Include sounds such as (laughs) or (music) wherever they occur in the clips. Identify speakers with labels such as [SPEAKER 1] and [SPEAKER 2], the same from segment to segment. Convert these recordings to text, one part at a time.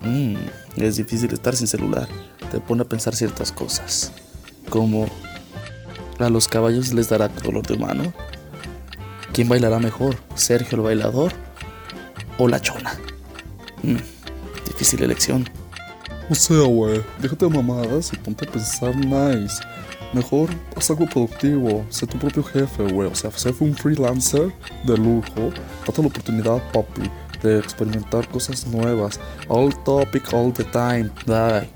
[SPEAKER 1] Mm, es difícil estar sin celular. Te pone a pensar ciertas cosas. Como, ¿a los caballos les dará dolor de humano? ¿Quién bailará mejor? ¿Sergio el bailador o la chona? Mm, difícil elección.
[SPEAKER 2] O sea, Pues güey, déjate de mamadas y ponte a pensar nice. Mejor haz algo productivo, sé tu propio jefe, güey. O sea, sé un freelancer de lujo. Date la oportunidad, papi, de experimentar cosas nuevas. All topic, all the time. Die.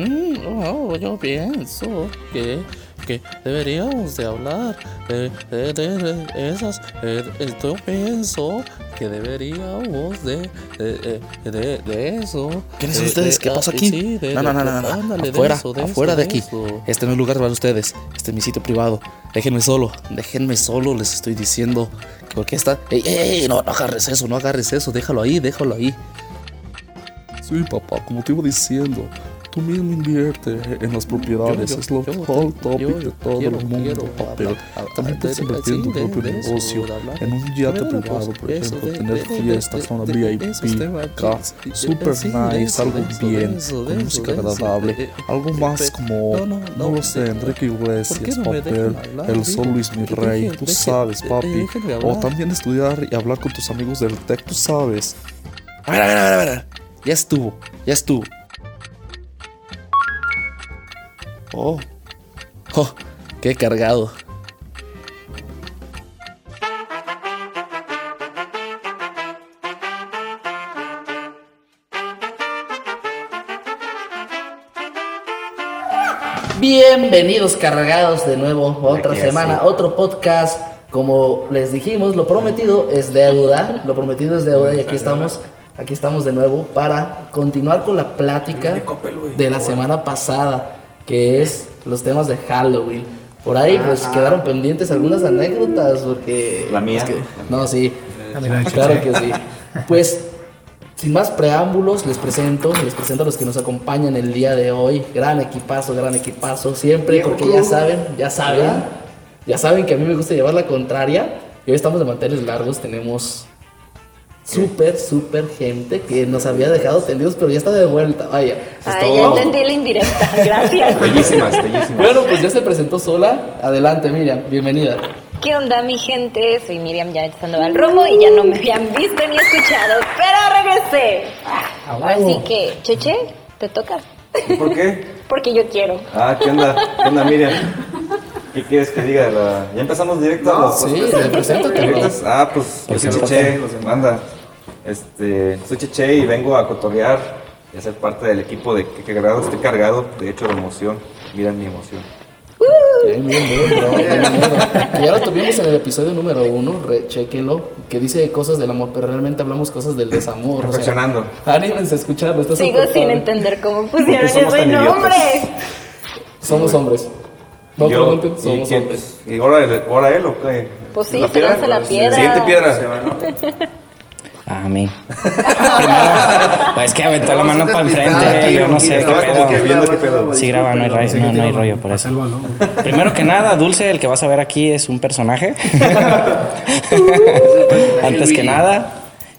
[SPEAKER 1] Mm, oh, yo pienso que, que deberíamos de hablar de, de- de- de esas... eh, eh, yo pienso que deberíamos de... de, de- de- de eso.
[SPEAKER 2] ¿Quiénes son
[SPEAKER 1] Eh,
[SPEAKER 2] ustedes?
[SPEAKER 1] eh,
[SPEAKER 2] ¿Qué
[SPEAKER 1] ah,
[SPEAKER 2] pasa
[SPEAKER 1] eh,
[SPEAKER 2] aquí?
[SPEAKER 1] sí, de-
[SPEAKER 2] No, no, no,
[SPEAKER 1] de-
[SPEAKER 2] no, no.
[SPEAKER 1] ándale, de
[SPEAKER 2] Afuera,
[SPEAKER 1] eso,
[SPEAKER 2] afuera de
[SPEAKER 1] eso,
[SPEAKER 2] aquí.
[SPEAKER 1] eso.
[SPEAKER 2] Este no es lugar para ustedes. Este es mi sitio privado. Déjenme solo. Déjenme solo, les estoy diciendo. que Porque está. ¡Ey, ey, ey! No, no agarres eso, no agarres eso. Déjalo ahí, déjalo ahí. Sí, papá, como te iba diciendo. Tú mismo invierte en las propiedades.
[SPEAKER 1] yo-
[SPEAKER 2] es lo
[SPEAKER 1] yo-
[SPEAKER 2] hot topic
[SPEAKER 1] yo-
[SPEAKER 2] de todo
[SPEAKER 1] quiero-
[SPEAKER 2] el mundo,
[SPEAKER 1] quiero
[SPEAKER 2] papi.
[SPEAKER 1] hablar- hablar
[SPEAKER 2] También puedes
[SPEAKER 1] de- eh,
[SPEAKER 2] invertir en tu
[SPEAKER 1] sí, de-
[SPEAKER 2] propio
[SPEAKER 1] de eso,
[SPEAKER 2] negocio,
[SPEAKER 1] de hablar.
[SPEAKER 2] en un yate
[SPEAKER 1] Bueno,
[SPEAKER 2] privado,
[SPEAKER 1] pues,
[SPEAKER 2] por
[SPEAKER 1] de eso,
[SPEAKER 2] ejemplo,
[SPEAKER 1] de-
[SPEAKER 2] tener
[SPEAKER 1] de- de-
[SPEAKER 2] fiestas,
[SPEAKER 1] de-
[SPEAKER 2] una
[SPEAKER 1] de- de esos
[SPEAKER 2] VIP,
[SPEAKER 1] temas,
[SPEAKER 2] acá,
[SPEAKER 1] sí, de-
[SPEAKER 2] super
[SPEAKER 1] sí, de
[SPEAKER 2] nice,
[SPEAKER 1] eso,
[SPEAKER 2] algo
[SPEAKER 1] de eso, de
[SPEAKER 2] bien,
[SPEAKER 1] eso, de
[SPEAKER 2] con música
[SPEAKER 1] eso, de eso,
[SPEAKER 2] agradable,
[SPEAKER 1] de- eh,
[SPEAKER 2] algo más
[SPEAKER 1] de-
[SPEAKER 2] como,
[SPEAKER 1] no, no,
[SPEAKER 2] no
[SPEAKER 1] no,
[SPEAKER 2] lo sé,
[SPEAKER 1] de-
[SPEAKER 2] Enrique
[SPEAKER 1] ¿Por qué
[SPEAKER 2] Iglesias,
[SPEAKER 1] no me dejan
[SPEAKER 2] Papel,
[SPEAKER 1] hablar?
[SPEAKER 2] El Sol
[SPEAKER 1] Digo,
[SPEAKER 2] Luis Mi
[SPEAKER 1] dejen-
[SPEAKER 2] Rey, tú
[SPEAKER 1] dejen-
[SPEAKER 2] sabes,
[SPEAKER 1] de-
[SPEAKER 2] papi,
[SPEAKER 1] déjenme
[SPEAKER 2] o
[SPEAKER 1] hablar.
[SPEAKER 2] también estudiar y hablar con tus amigos del TEC, tú sabes.
[SPEAKER 1] A ver, a ver, a ver, a ver.
[SPEAKER 2] Ya estuvo, ya estuvo.
[SPEAKER 1] Oh. Oh, qué cargado.
[SPEAKER 3] Bienvenidos cargados de nuevo otra
[SPEAKER 4] Aquí,
[SPEAKER 3] semana,
[SPEAKER 4] así.
[SPEAKER 3] otro podcast. Como les dijimos, lo prometido es deuda, lo prometido es deuda y aquí estamos, aquí estamos de nuevo para continuar con la plática de la semana pasada, que es los temas de Halloween. Por ahí pues quedaron pendientes algunas anécdotas porque
[SPEAKER 4] La mía.
[SPEAKER 3] es que- no, sí. Claro que sí. Pues sin más preámbulos, les presento, les presento a los que nos acompañan el día de hoy. Gran equipazo, gran equipazo, siempre, porque ya saben, ya saben, ya saben que a mí me gusta llevar la contraria. Y hoy estamos de manteles largos, tenemos súper, súper gente que nos había dejado tendidos, pero ya está de vuelta, vaya.
[SPEAKER 4] Pues
[SPEAKER 5] Ay, ya
[SPEAKER 3] Estamos-
[SPEAKER 5] entendí la indirecta, (laughs) gracias.
[SPEAKER 4] Bellísimas, bellísimas.
[SPEAKER 3] Bueno, pues ya se presentó sola. Adelante, Miriam, bienvenida.
[SPEAKER 5] ¿Qué onda mi gente? Soy Miriam ya al Romo y ya no me habían visto ni escuchado, pero regresé.
[SPEAKER 4] Ah,
[SPEAKER 3] A
[SPEAKER 5] Así
[SPEAKER 3] huevo.
[SPEAKER 5] que, Cheche, te toca,
[SPEAKER 4] ¿Y ¿Por qué?
[SPEAKER 5] porque yo quiero.
[SPEAKER 4] Ah, ¿qué onda? ¿Qué onda, Miriam? ¿Qué quieres que diga? La- ¿Ya empezamos directo? a los-
[SPEAKER 3] Sí, le presento
[SPEAKER 4] ¿Directos? Ah, pues yo soy Cheche, manda. Este, soy Cheche y vengo a cotorrear y a ser parte del equipo de que cargado. Estoy cargado, de hecho, de emoción. Miren mi emoción.
[SPEAKER 3] Bien, bien, bien, bro, bien, bro. Ya lo tuvimos en el episodio número uno, chequenlo, que dice cosas del amor, pero realmente hablamos cosas del desamor. o sea,
[SPEAKER 4] Reflexionando.
[SPEAKER 3] anímense a escucharlo. está
[SPEAKER 5] Sigo
[SPEAKER 3] súper
[SPEAKER 5] sin
[SPEAKER 3] padre.
[SPEAKER 5] entender cómo pusieron
[SPEAKER 4] somos
[SPEAKER 5] ese
[SPEAKER 4] tan idiotas.
[SPEAKER 5] nombre.
[SPEAKER 3] Somos hombres. No
[SPEAKER 4] Yo-
[SPEAKER 3] pregunten,
[SPEAKER 4] ¿Y
[SPEAKER 3] somos
[SPEAKER 4] quién?
[SPEAKER 3] hombres.
[SPEAKER 4] ¿Y ahora él, ahora él o qué?
[SPEAKER 5] Pues sí, se lanza la piedra.
[SPEAKER 4] Siguiente piedra.
[SPEAKER 6] Ah, A mí. No, es que aventó la mano para enfrente, yo no sé qué
[SPEAKER 4] Estaba como que
[SPEAKER 6] pedo.
[SPEAKER 4] viendo qué pedo.
[SPEAKER 6] Sí, graba, no hay, rollo- no, no hay rollo por eso. Primero que nada, Dulce, el que vas a ver aquí es un
[SPEAKER 4] (laughs)
[SPEAKER 6] personaje. (laughs) Antes que nada.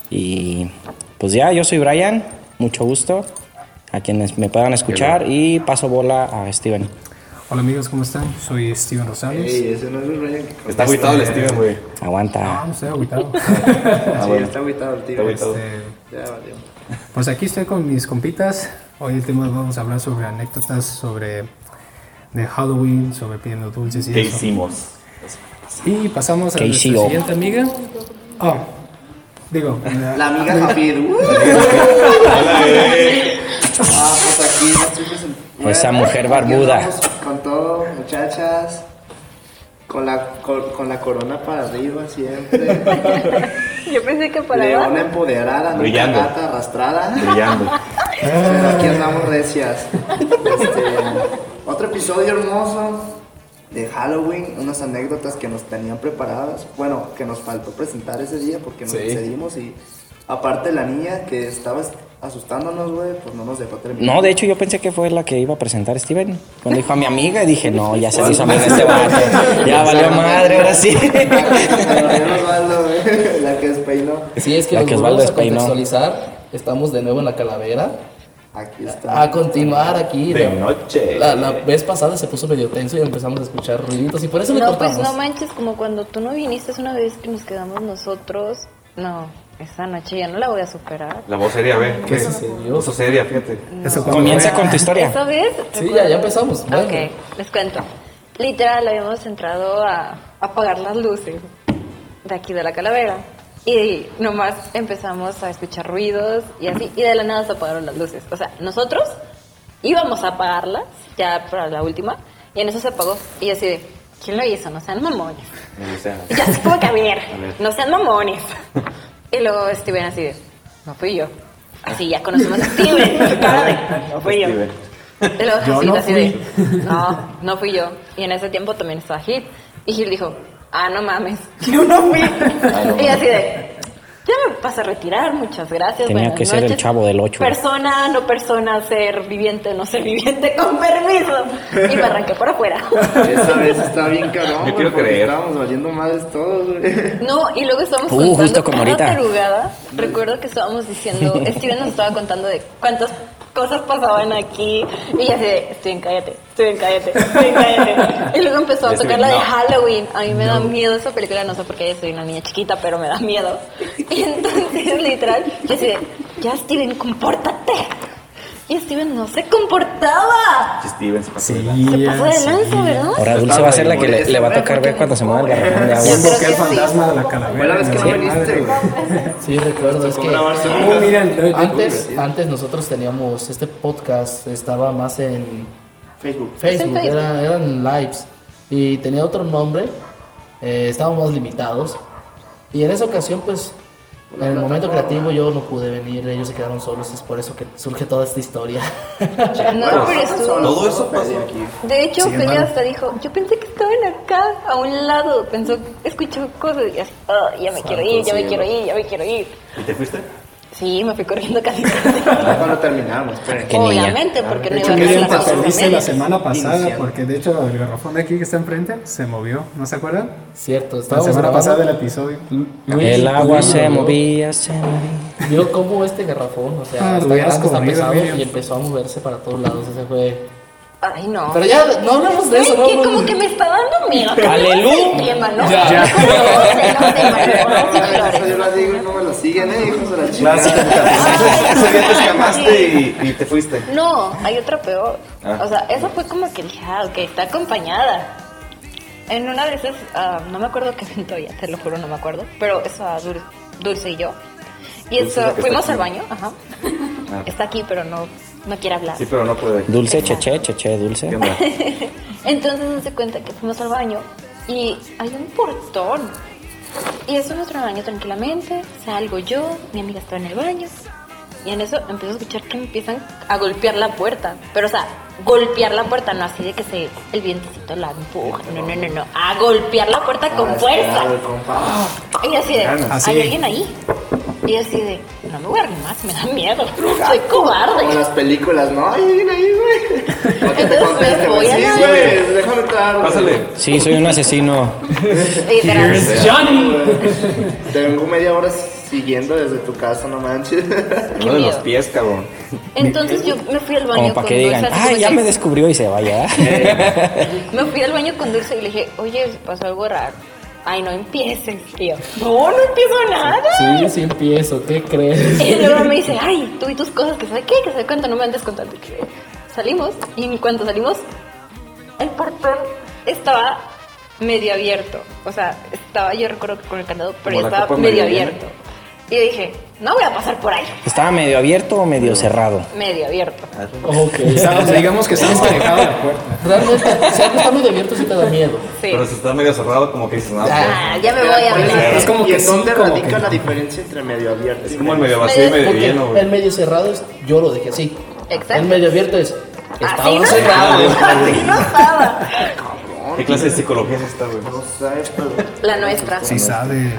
[SPEAKER 6] Y pues ya, yo soy Brian, mucho gusto. A quienes me puedan escuchar y paso bola a Steven.
[SPEAKER 7] Hola amigos, ¿cómo están? Soy Steven Rosales.
[SPEAKER 4] Está agüitado el Steven, güey.
[SPEAKER 7] Ah,
[SPEAKER 6] Aguanta.
[SPEAKER 7] no estoy agüitado.
[SPEAKER 4] Ah, bueno. Está agüitado el tío.
[SPEAKER 7] Este, pues aquí estoy con mis compitas. Hoy el tema vamos a hablar sobre anécdotas sobre de Halloween, sobre pidiendo dulces y
[SPEAKER 4] ¿Qué
[SPEAKER 7] eso.
[SPEAKER 4] hicimos?
[SPEAKER 7] Y pasamos a
[SPEAKER 6] ¿Qué
[SPEAKER 7] nuestra
[SPEAKER 6] hizo?
[SPEAKER 7] siguiente amiga. Oh, digo, la-
[SPEAKER 8] La amiga Javier. Uh, Ah, pues aquí nos fuimos en-
[SPEAKER 6] eh. Pues Esa
[SPEAKER 8] Bueno,
[SPEAKER 6] mujer
[SPEAKER 8] aquí
[SPEAKER 6] barbuda.
[SPEAKER 8] andamos Con todo, muchachas. Con la, con, con la corona para arriba
[SPEAKER 6] (laughs)
[SPEAKER 8] siempre.
[SPEAKER 5] Yo pensé que para
[SPEAKER 8] Leona
[SPEAKER 5] abajo.
[SPEAKER 8] empoderada, nunca
[SPEAKER 4] Brillando.
[SPEAKER 8] gata arrastrada.
[SPEAKER 4] Brillando.
[SPEAKER 8] Pero aquí andamos recias. Este, otro episodio hermoso de Halloween, unas anécdotas que nos tenían preparadas. Bueno, que nos faltó presentar ese día porque nos excedimos y aparte la niña que estaba as- asustándonos, güey, pues no nos dejó terminar.
[SPEAKER 6] No, de hecho yo pensé que fue la que iba a presentar Steven. Cuando dijo a mi amiga y dije, no, ya se le hizo amiga este vato. Ya valió madre,
[SPEAKER 5] (laughs)
[SPEAKER 6] ahora sí.
[SPEAKER 8] La que nos valió Osvaldo, güey, la que despeinó.
[SPEAKER 3] Sí, es que
[SPEAKER 6] La
[SPEAKER 3] los
[SPEAKER 6] que
[SPEAKER 3] que volvemos
[SPEAKER 6] Osvaldo
[SPEAKER 3] a
[SPEAKER 6] despeinó.
[SPEAKER 3] contextualizar.
[SPEAKER 1] Estamos de nuevo en la calavera.
[SPEAKER 8] Aquí está.
[SPEAKER 3] Ah,
[SPEAKER 1] A continuar aquí.
[SPEAKER 4] De
[SPEAKER 1] la-
[SPEAKER 4] noche.
[SPEAKER 1] La, la vez pasada se puso medio tenso y empezamos a escuchar ruiditos y por eso le
[SPEAKER 5] No, pues
[SPEAKER 1] cortamos.
[SPEAKER 5] no manches, como cuando tú no viniste es una vez que nos quedamos nosotros. No, esa noche ya no la voy a superar.
[SPEAKER 4] La voz seria, ve.
[SPEAKER 7] ¿Qué
[SPEAKER 4] ve.
[SPEAKER 7] sucedió?
[SPEAKER 4] Voz seria, fíjate.
[SPEAKER 7] Eso cuando
[SPEAKER 6] Comienza
[SPEAKER 7] fue.
[SPEAKER 6] con tu historia.
[SPEAKER 5] ¿Eso ves?
[SPEAKER 1] sí, ya, ya empezamos. Bueno,
[SPEAKER 5] Ok, les cuento. Literal, habíamos entrado a apagar las luces de aquí de la calavera. Y nomás empezamos a escuchar ruidos y así. Y de la nada se apagaron las luces. O sea, nosotros íbamos a apagarlas ya para la última. Y en eso se apagó. Y yo así de, ¿quién lo hizo? No sean mamones.
[SPEAKER 4] O sea,
[SPEAKER 5] Y yo así como que a ver,
[SPEAKER 4] A ver.
[SPEAKER 5] no sean mamones. Y luego Steven así de, no fui yo. Así ya conocemos a Steven. su cara de, no fui yo.
[SPEAKER 4] Steven.
[SPEAKER 5] Y luego
[SPEAKER 7] Yo
[SPEAKER 5] Jacinto
[SPEAKER 7] no
[SPEAKER 5] así de, no, no fui yo. Y en ese tiempo también estaba Gil. Y Gil dijo, ah, no mames, (laughs) yo no fui. y yo así de, ya me vas a retirar, muchas gracias.
[SPEAKER 6] Tenía
[SPEAKER 5] buenas
[SPEAKER 6] que ser el
[SPEAKER 5] noches.
[SPEAKER 6] chavo del ocho.
[SPEAKER 5] Persona, no persona, ser viviente, no ser viviente, (laughs) con permiso. Y me arranqué por afuera.
[SPEAKER 8] Esa
[SPEAKER 5] (laughs)
[SPEAKER 8] vez está bien cabrón,
[SPEAKER 4] Yo
[SPEAKER 8] güey,
[SPEAKER 4] quiero
[SPEAKER 8] porque
[SPEAKER 4] creer.
[SPEAKER 8] estábamos valiendo madres todos, güey.
[SPEAKER 5] No, y luego estábamos
[SPEAKER 6] Uh,
[SPEAKER 5] contando
[SPEAKER 6] justo como
[SPEAKER 5] cada
[SPEAKER 6] ahorita.
[SPEAKER 5] tarugada. Recuerdo que estábamos
[SPEAKER 6] (laughs)
[SPEAKER 5] diciendo, Steven nos estaba contando de cuántas cosas pasaban aquí. Y ya de, Steven, cállate, Steven, cállate, Steven, cállate. Y luego empezó a
[SPEAKER 4] Ya se
[SPEAKER 5] tocar la de
[SPEAKER 4] vino.
[SPEAKER 5] Halloween. A mí me da miedo esa película, no sé por qué, soy una niña chiquita, pero me da miedo. Y entonces, literal, yo así de, ya Steven, compórtate. Y Steven no se comportaba.
[SPEAKER 4] Steven se pasó de lanza.
[SPEAKER 7] Sí,
[SPEAKER 5] Se pasó de
[SPEAKER 7] sí.
[SPEAKER 5] lanza, ¿verdad?
[SPEAKER 6] Ahora Dulce va a ser la que le, le va a tocar ver cuando se mueva el garrafón de agua.
[SPEAKER 5] Yo creo
[SPEAKER 7] Invoqué
[SPEAKER 5] que
[SPEAKER 7] el
[SPEAKER 5] sí.
[SPEAKER 7] fantasma de la
[SPEAKER 8] Fue
[SPEAKER 7] calavera.
[SPEAKER 8] la vez que no
[SPEAKER 6] Sí.
[SPEAKER 8] viniste, güey.
[SPEAKER 1] sí, recuerdo. Es que
[SPEAKER 7] Oh, miren, lo-
[SPEAKER 1] antes, antes nosotros teníamos este podcast, estaba más en
[SPEAKER 8] Facebook.
[SPEAKER 1] Facebook,
[SPEAKER 5] En Facebook.
[SPEAKER 1] era- eran lives y tenía otro nombre, eh, estábamos limitados y en esa ocasión pues en el momento creativo yo no pude venir, ellos se quedaron solos, es por eso que surge toda esta historia. (laughs)
[SPEAKER 5] No, pero estuvo.
[SPEAKER 4] Todo eso
[SPEAKER 8] Feria aquí.
[SPEAKER 5] De hecho, Feli hasta dijo, yo pensé que estaban acá, a un lado. Pensó, escuchó cosas y así, "Ah, ya me quiero ir, ya me quiero ir, ya me quiero ir.
[SPEAKER 4] ¿Y te fuiste?
[SPEAKER 5] Sí, me fui corriendo
[SPEAKER 1] (laughs)
[SPEAKER 5] casi. casi.
[SPEAKER 1] Ah,
[SPEAKER 8] Ya cuando terminamos, pues. pero.
[SPEAKER 6] Qué niña.
[SPEAKER 5] Obviamente, porque
[SPEAKER 7] De
[SPEAKER 5] no
[SPEAKER 7] hecho,
[SPEAKER 5] iba a
[SPEAKER 7] miren,
[SPEAKER 5] hacer
[SPEAKER 7] te
[SPEAKER 5] las
[SPEAKER 7] perdiste la
[SPEAKER 5] cosas
[SPEAKER 7] semana pasada
[SPEAKER 8] Iniciando.
[SPEAKER 7] porque de hecho el garrafón de aquí que está enfrente se movió, ¿no se acuerdan?
[SPEAKER 1] Cierto,
[SPEAKER 7] La
[SPEAKER 1] estábamos
[SPEAKER 7] semana pasada
[SPEAKER 1] grabando,
[SPEAKER 7] del episodio.
[SPEAKER 6] El agua se
[SPEAKER 1] Luis,
[SPEAKER 6] movía, se movía.
[SPEAKER 1] Vio cómo este garrafón, o sea,
[SPEAKER 7] Ah, lo
[SPEAKER 1] está
[SPEAKER 7] hubieras
[SPEAKER 1] grande, está
[SPEAKER 7] corrido,
[SPEAKER 1] pesado
[SPEAKER 7] Miriam.
[SPEAKER 1] y empezó a moverse para todos lados, ese fue...
[SPEAKER 5] Ay, no.
[SPEAKER 1] Pero ya, no hablamos de
[SPEAKER 5] ¿Sabes
[SPEAKER 1] eso, no
[SPEAKER 5] qué?
[SPEAKER 1] hablamos
[SPEAKER 5] Como
[SPEAKER 1] de-
[SPEAKER 5] que me está dando miedo.
[SPEAKER 6] Alelu.
[SPEAKER 5] Tema, ¿no?
[SPEAKER 1] Ya. (laughs) Ya.
[SPEAKER 5] No sé, no sé, marihuana, sí,
[SPEAKER 8] Eso yo
[SPEAKER 5] flores.
[SPEAKER 8] lo digo y no me lo siguen, eh, hijos de la chingada.
[SPEAKER 4] Ese día te escamaste y, y te fuiste.
[SPEAKER 5] No, hay otra peor.
[SPEAKER 4] Ah.
[SPEAKER 5] O sea, esa fue como que dije, ah, ok, está acompañada. En una de esas, ah, no me acuerdo qué evento ya, te lo juro, no me acuerdo, pero eso a Dul- Dulce y yo. Y
[SPEAKER 4] Dulce es
[SPEAKER 5] eso,
[SPEAKER 4] la que
[SPEAKER 5] fuimos
[SPEAKER 4] está
[SPEAKER 5] al
[SPEAKER 4] aquí.
[SPEAKER 5] baño, ajá.
[SPEAKER 4] Ah.
[SPEAKER 5] Está aquí, pero no, no quiere hablar.
[SPEAKER 4] Sí, pero no pude.
[SPEAKER 6] Dulce, cheche, cheche, dulce.
[SPEAKER 4] ¿Qué onda?
[SPEAKER 5] Entonces se cuenta que fuimos al baño y hay un portón. Y eso nuestro baño tranquilamente, salgo yo, mi amiga estaba en el baño. Y en eso empiezo a escuchar que empiezan a golpear la puerta. Pero o sea, golpear la puerta, no así de que se el vientecito la empuja. No, no, no, no. A golpear la puerta
[SPEAKER 8] Ah,
[SPEAKER 5] con fuerza. Y yo así de,
[SPEAKER 7] Así.
[SPEAKER 5] ¿hay alguien ahí? Y yo así de, no me voy a arrimar, se me da miedo. Soy cobarde.
[SPEAKER 8] Como en las películas, ¿no? Ay, viene ahí,
[SPEAKER 5] (laughs)
[SPEAKER 8] güey. ¿Por qué te
[SPEAKER 5] Entonces, pues,
[SPEAKER 8] conteste,
[SPEAKER 5] voy
[SPEAKER 8] güey?
[SPEAKER 5] a
[SPEAKER 8] Sí,
[SPEAKER 5] la-
[SPEAKER 8] güey, déjalo entrar. güey.
[SPEAKER 4] Pásale.
[SPEAKER 6] Sí, soy un asesino.
[SPEAKER 5] Literal.
[SPEAKER 8] Te vengo media hora siguiendo desde tu casa, no manches. (laughs)
[SPEAKER 5] Qué
[SPEAKER 4] Uno de los
[SPEAKER 5] miedo.
[SPEAKER 4] pies, cabrón.
[SPEAKER 5] Entonces yo me fui al baño
[SPEAKER 6] Como
[SPEAKER 5] con
[SPEAKER 6] para que
[SPEAKER 5] Dulce.
[SPEAKER 6] digan,
[SPEAKER 5] así como
[SPEAKER 6] ay, ya
[SPEAKER 5] que-
[SPEAKER 6] me descubrió y se vaya. (laughs)
[SPEAKER 5] me fui al baño con Dulce y le dije, oye, pasó algo raro. Ay, no empieces, tío. No, no empiezo nada.
[SPEAKER 1] Sí, sí empiezo, ¿qué crees?
[SPEAKER 5] Y luego me dice, ay, tú y tus cosas, que sabe qué, que sabe cuánto, no me andes contando. Salimos y en cuanto salimos, el portón estaba medio abierto. O sea, estaba, yo recuerdo que con el candado, pero
[SPEAKER 4] Como
[SPEAKER 5] ya
[SPEAKER 4] la
[SPEAKER 5] estaba
[SPEAKER 4] copa
[SPEAKER 5] medio
[SPEAKER 4] medio
[SPEAKER 5] abierto. Y yo dije, no voy a pasar por ahí.
[SPEAKER 6] ¿Estaba medio abierto o medio cerrado?
[SPEAKER 5] Medio abierto.
[SPEAKER 4] Ah,
[SPEAKER 1] Ok,
[SPEAKER 7] Estábamos- digamos que estábamos alejados de la puerta.
[SPEAKER 1] realmente, si algo está muy abierto sí te da miedo.
[SPEAKER 5] Sí.
[SPEAKER 4] Pero si está medio cerrado, como que dices, no, pues,
[SPEAKER 5] Ah, ya me voy a ver.
[SPEAKER 7] Es como
[SPEAKER 8] ¿Y
[SPEAKER 7] que
[SPEAKER 8] en
[SPEAKER 7] sí,
[SPEAKER 8] dónde
[SPEAKER 7] como
[SPEAKER 8] radica
[SPEAKER 7] que-
[SPEAKER 8] la diferencia entre medio abierto?
[SPEAKER 4] pues,
[SPEAKER 8] y
[SPEAKER 4] es como el
[SPEAKER 8] medio-
[SPEAKER 4] medio vacío y medio
[SPEAKER 1] Porque
[SPEAKER 4] lleno, güey.
[SPEAKER 1] el medio cerrado es, yo lo dejé así.
[SPEAKER 5] Exacto.
[SPEAKER 1] El medio abierto es,
[SPEAKER 5] Así (laughs) no
[SPEAKER 4] Ah,
[SPEAKER 1] estaba cerrado.
[SPEAKER 5] estaba, así no estaba.
[SPEAKER 8] no.
[SPEAKER 4] ¿Qué clase de psicología es esta, güey?
[SPEAKER 8] No sé, pero.
[SPEAKER 5] La nuestra.
[SPEAKER 7] Sí sabe.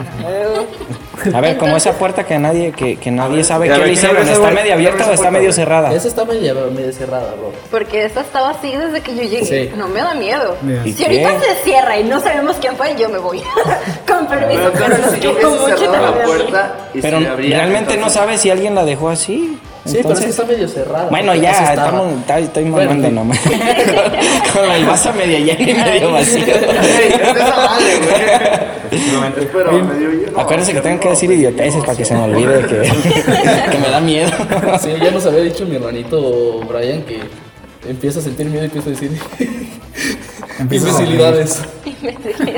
[SPEAKER 6] A ver, como esa puerta que nadie, que, que nadie sabe
[SPEAKER 4] a
[SPEAKER 6] qué
[SPEAKER 4] ver, ¿quién abre
[SPEAKER 6] le hicieron,
[SPEAKER 4] esa
[SPEAKER 6] ¿está
[SPEAKER 4] puerta?
[SPEAKER 6] medio abierta o
[SPEAKER 4] ¿Quién abre esa
[SPEAKER 6] está medio
[SPEAKER 4] puerta?
[SPEAKER 6] cerrada?
[SPEAKER 2] Ah.
[SPEAKER 1] Esa está medio, medio cerrada, bro.
[SPEAKER 5] Porque esta estaba así desde que yo llegué.
[SPEAKER 1] Sí.
[SPEAKER 5] No me da miedo.
[SPEAKER 7] Mira.
[SPEAKER 6] ¿Y
[SPEAKER 5] Si ahorita
[SPEAKER 6] qué?
[SPEAKER 5] se cierra y no sabemos quién fue, yo me voy. (laughs) Con permiso, pero
[SPEAKER 8] entonces,
[SPEAKER 5] los
[SPEAKER 8] si yo
[SPEAKER 5] quiero
[SPEAKER 8] hubiese
[SPEAKER 5] mucho
[SPEAKER 8] cerrado la
[SPEAKER 5] también.
[SPEAKER 8] puerta y
[SPEAKER 6] Pero
[SPEAKER 8] se me abría.
[SPEAKER 6] realmente no
[SPEAKER 8] entonces-
[SPEAKER 6] sabe si alguien la dejó así.
[SPEAKER 1] Sí, pero es que
[SPEAKER 6] Entonces-
[SPEAKER 1] está medio cerrada.
[SPEAKER 6] Bueno,
[SPEAKER 1] porque así
[SPEAKER 6] ya,
[SPEAKER 1] estaba.
[SPEAKER 6] estamos, estoy, estoy
[SPEAKER 1] Bueno,
[SPEAKER 6] mamando nomás. (laughs) Con el vaso medio lleno y medio vacío.
[SPEAKER 8] (laughs) Ey, es de esa madre, güey.
[SPEAKER 4] Efectivamente.
[SPEAKER 8] Pero me dio yo.
[SPEAKER 6] Acuérdense que tengo que decir idioteces para que se me olvide
[SPEAKER 1] (laughs)
[SPEAKER 6] que, que me da miedo.
[SPEAKER 1] Sí, ya nos había dicho mi hermanito Brian que empieza a sentir miedo y empieza a decir
[SPEAKER 7] Empieza a
[SPEAKER 1] imbecilidades.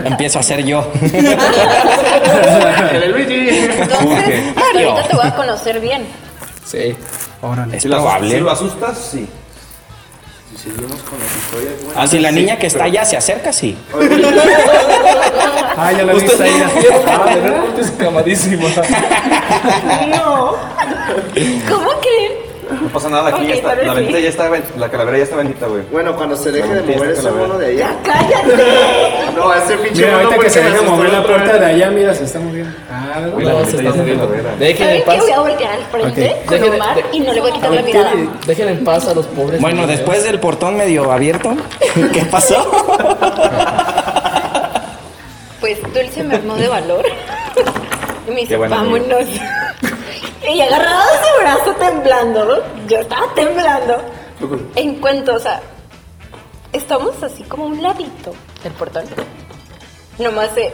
[SPEAKER 6] Empiezo a ser yo.
[SPEAKER 8] El Luigi.
[SPEAKER 5] Entonces,
[SPEAKER 4] Ok.
[SPEAKER 5] pero (laughs) ahorita te voy a conocer bien.
[SPEAKER 1] Sí.
[SPEAKER 7] Órale.
[SPEAKER 6] Es
[SPEAKER 4] Si lo asus- si
[SPEAKER 6] probable.
[SPEAKER 4] lo asustas, sí.
[SPEAKER 6] Ah, si la niña que está allá se acerca, sí.
[SPEAKER 7] Ah, ya la viste ahí. Ah,
[SPEAKER 1] Es camadísima.
[SPEAKER 5] No. (laughs) ¿Cómo creen?
[SPEAKER 4] No pasa nada, aquí
[SPEAKER 5] Ok,
[SPEAKER 4] ya está.
[SPEAKER 5] tal vez
[SPEAKER 4] La bendita
[SPEAKER 5] sí.
[SPEAKER 4] ya está, ben- la calavera ya está bendita, güey.
[SPEAKER 8] Bueno, cuando se deje de
[SPEAKER 4] Bueno,
[SPEAKER 8] mover
[SPEAKER 4] empieza
[SPEAKER 8] ese
[SPEAKER 4] con la
[SPEAKER 8] mono de allá.
[SPEAKER 5] ¡Cállate!
[SPEAKER 8] No, ese pinche
[SPEAKER 7] Mira,
[SPEAKER 8] mono
[SPEAKER 7] ahorita
[SPEAKER 8] porque
[SPEAKER 7] que se
[SPEAKER 8] me
[SPEAKER 7] deja
[SPEAKER 8] asustó
[SPEAKER 7] mover la
[SPEAKER 8] otra
[SPEAKER 7] puerta
[SPEAKER 8] vez.
[SPEAKER 7] de allá, mira, se está moviendo. Ah,
[SPEAKER 4] Güey,
[SPEAKER 7] no.
[SPEAKER 4] la
[SPEAKER 1] No,
[SPEAKER 4] neta
[SPEAKER 1] se
[SPEAKER 4] ya
[SPEAKER 1] está
[SPEAKER 4] está bien
[SPEAKER 1] moviendo.
[SPEAKER 4] la verga.
[SPEAKER 1] Dejen en
[SPEAKER 5] ¿Saben qué?
[SPEAKER 1] paz.
[SPEAKER 5] Voy a voltear al frente
[SPEAKER 7] Ok.
[SPEAKER 5] con
[SPEAKER 1] Dejen de-
[SPEAKER 5] Omar
[SPEAKER 1] de-
[SPEAKER 5] y no le voy a quitar la
[SPEAKER 1] ¿Saben qué?
[SPEAKER 5] mirada.
[SPEAKER 1] Dejen en paz a los pobres.
[SPEAKER 6] Bueno,
[SPEAKER 1] niños.
[SPEAKER 6] después del portón medio abierto, ¿qué pasó?
[SPEAKER 1] (laughs)
[SPEAKER 5] Pues Dulce me armó de valor. Y me dice,
[SPEAKER 4] Qué buena
[SPEAKER 5] vámonos. Y agarrado de su brazo temblando, ¿no? yo estaba temblando. En cuanto, o sea, estamos así como a un ladito del portón. Nomás se,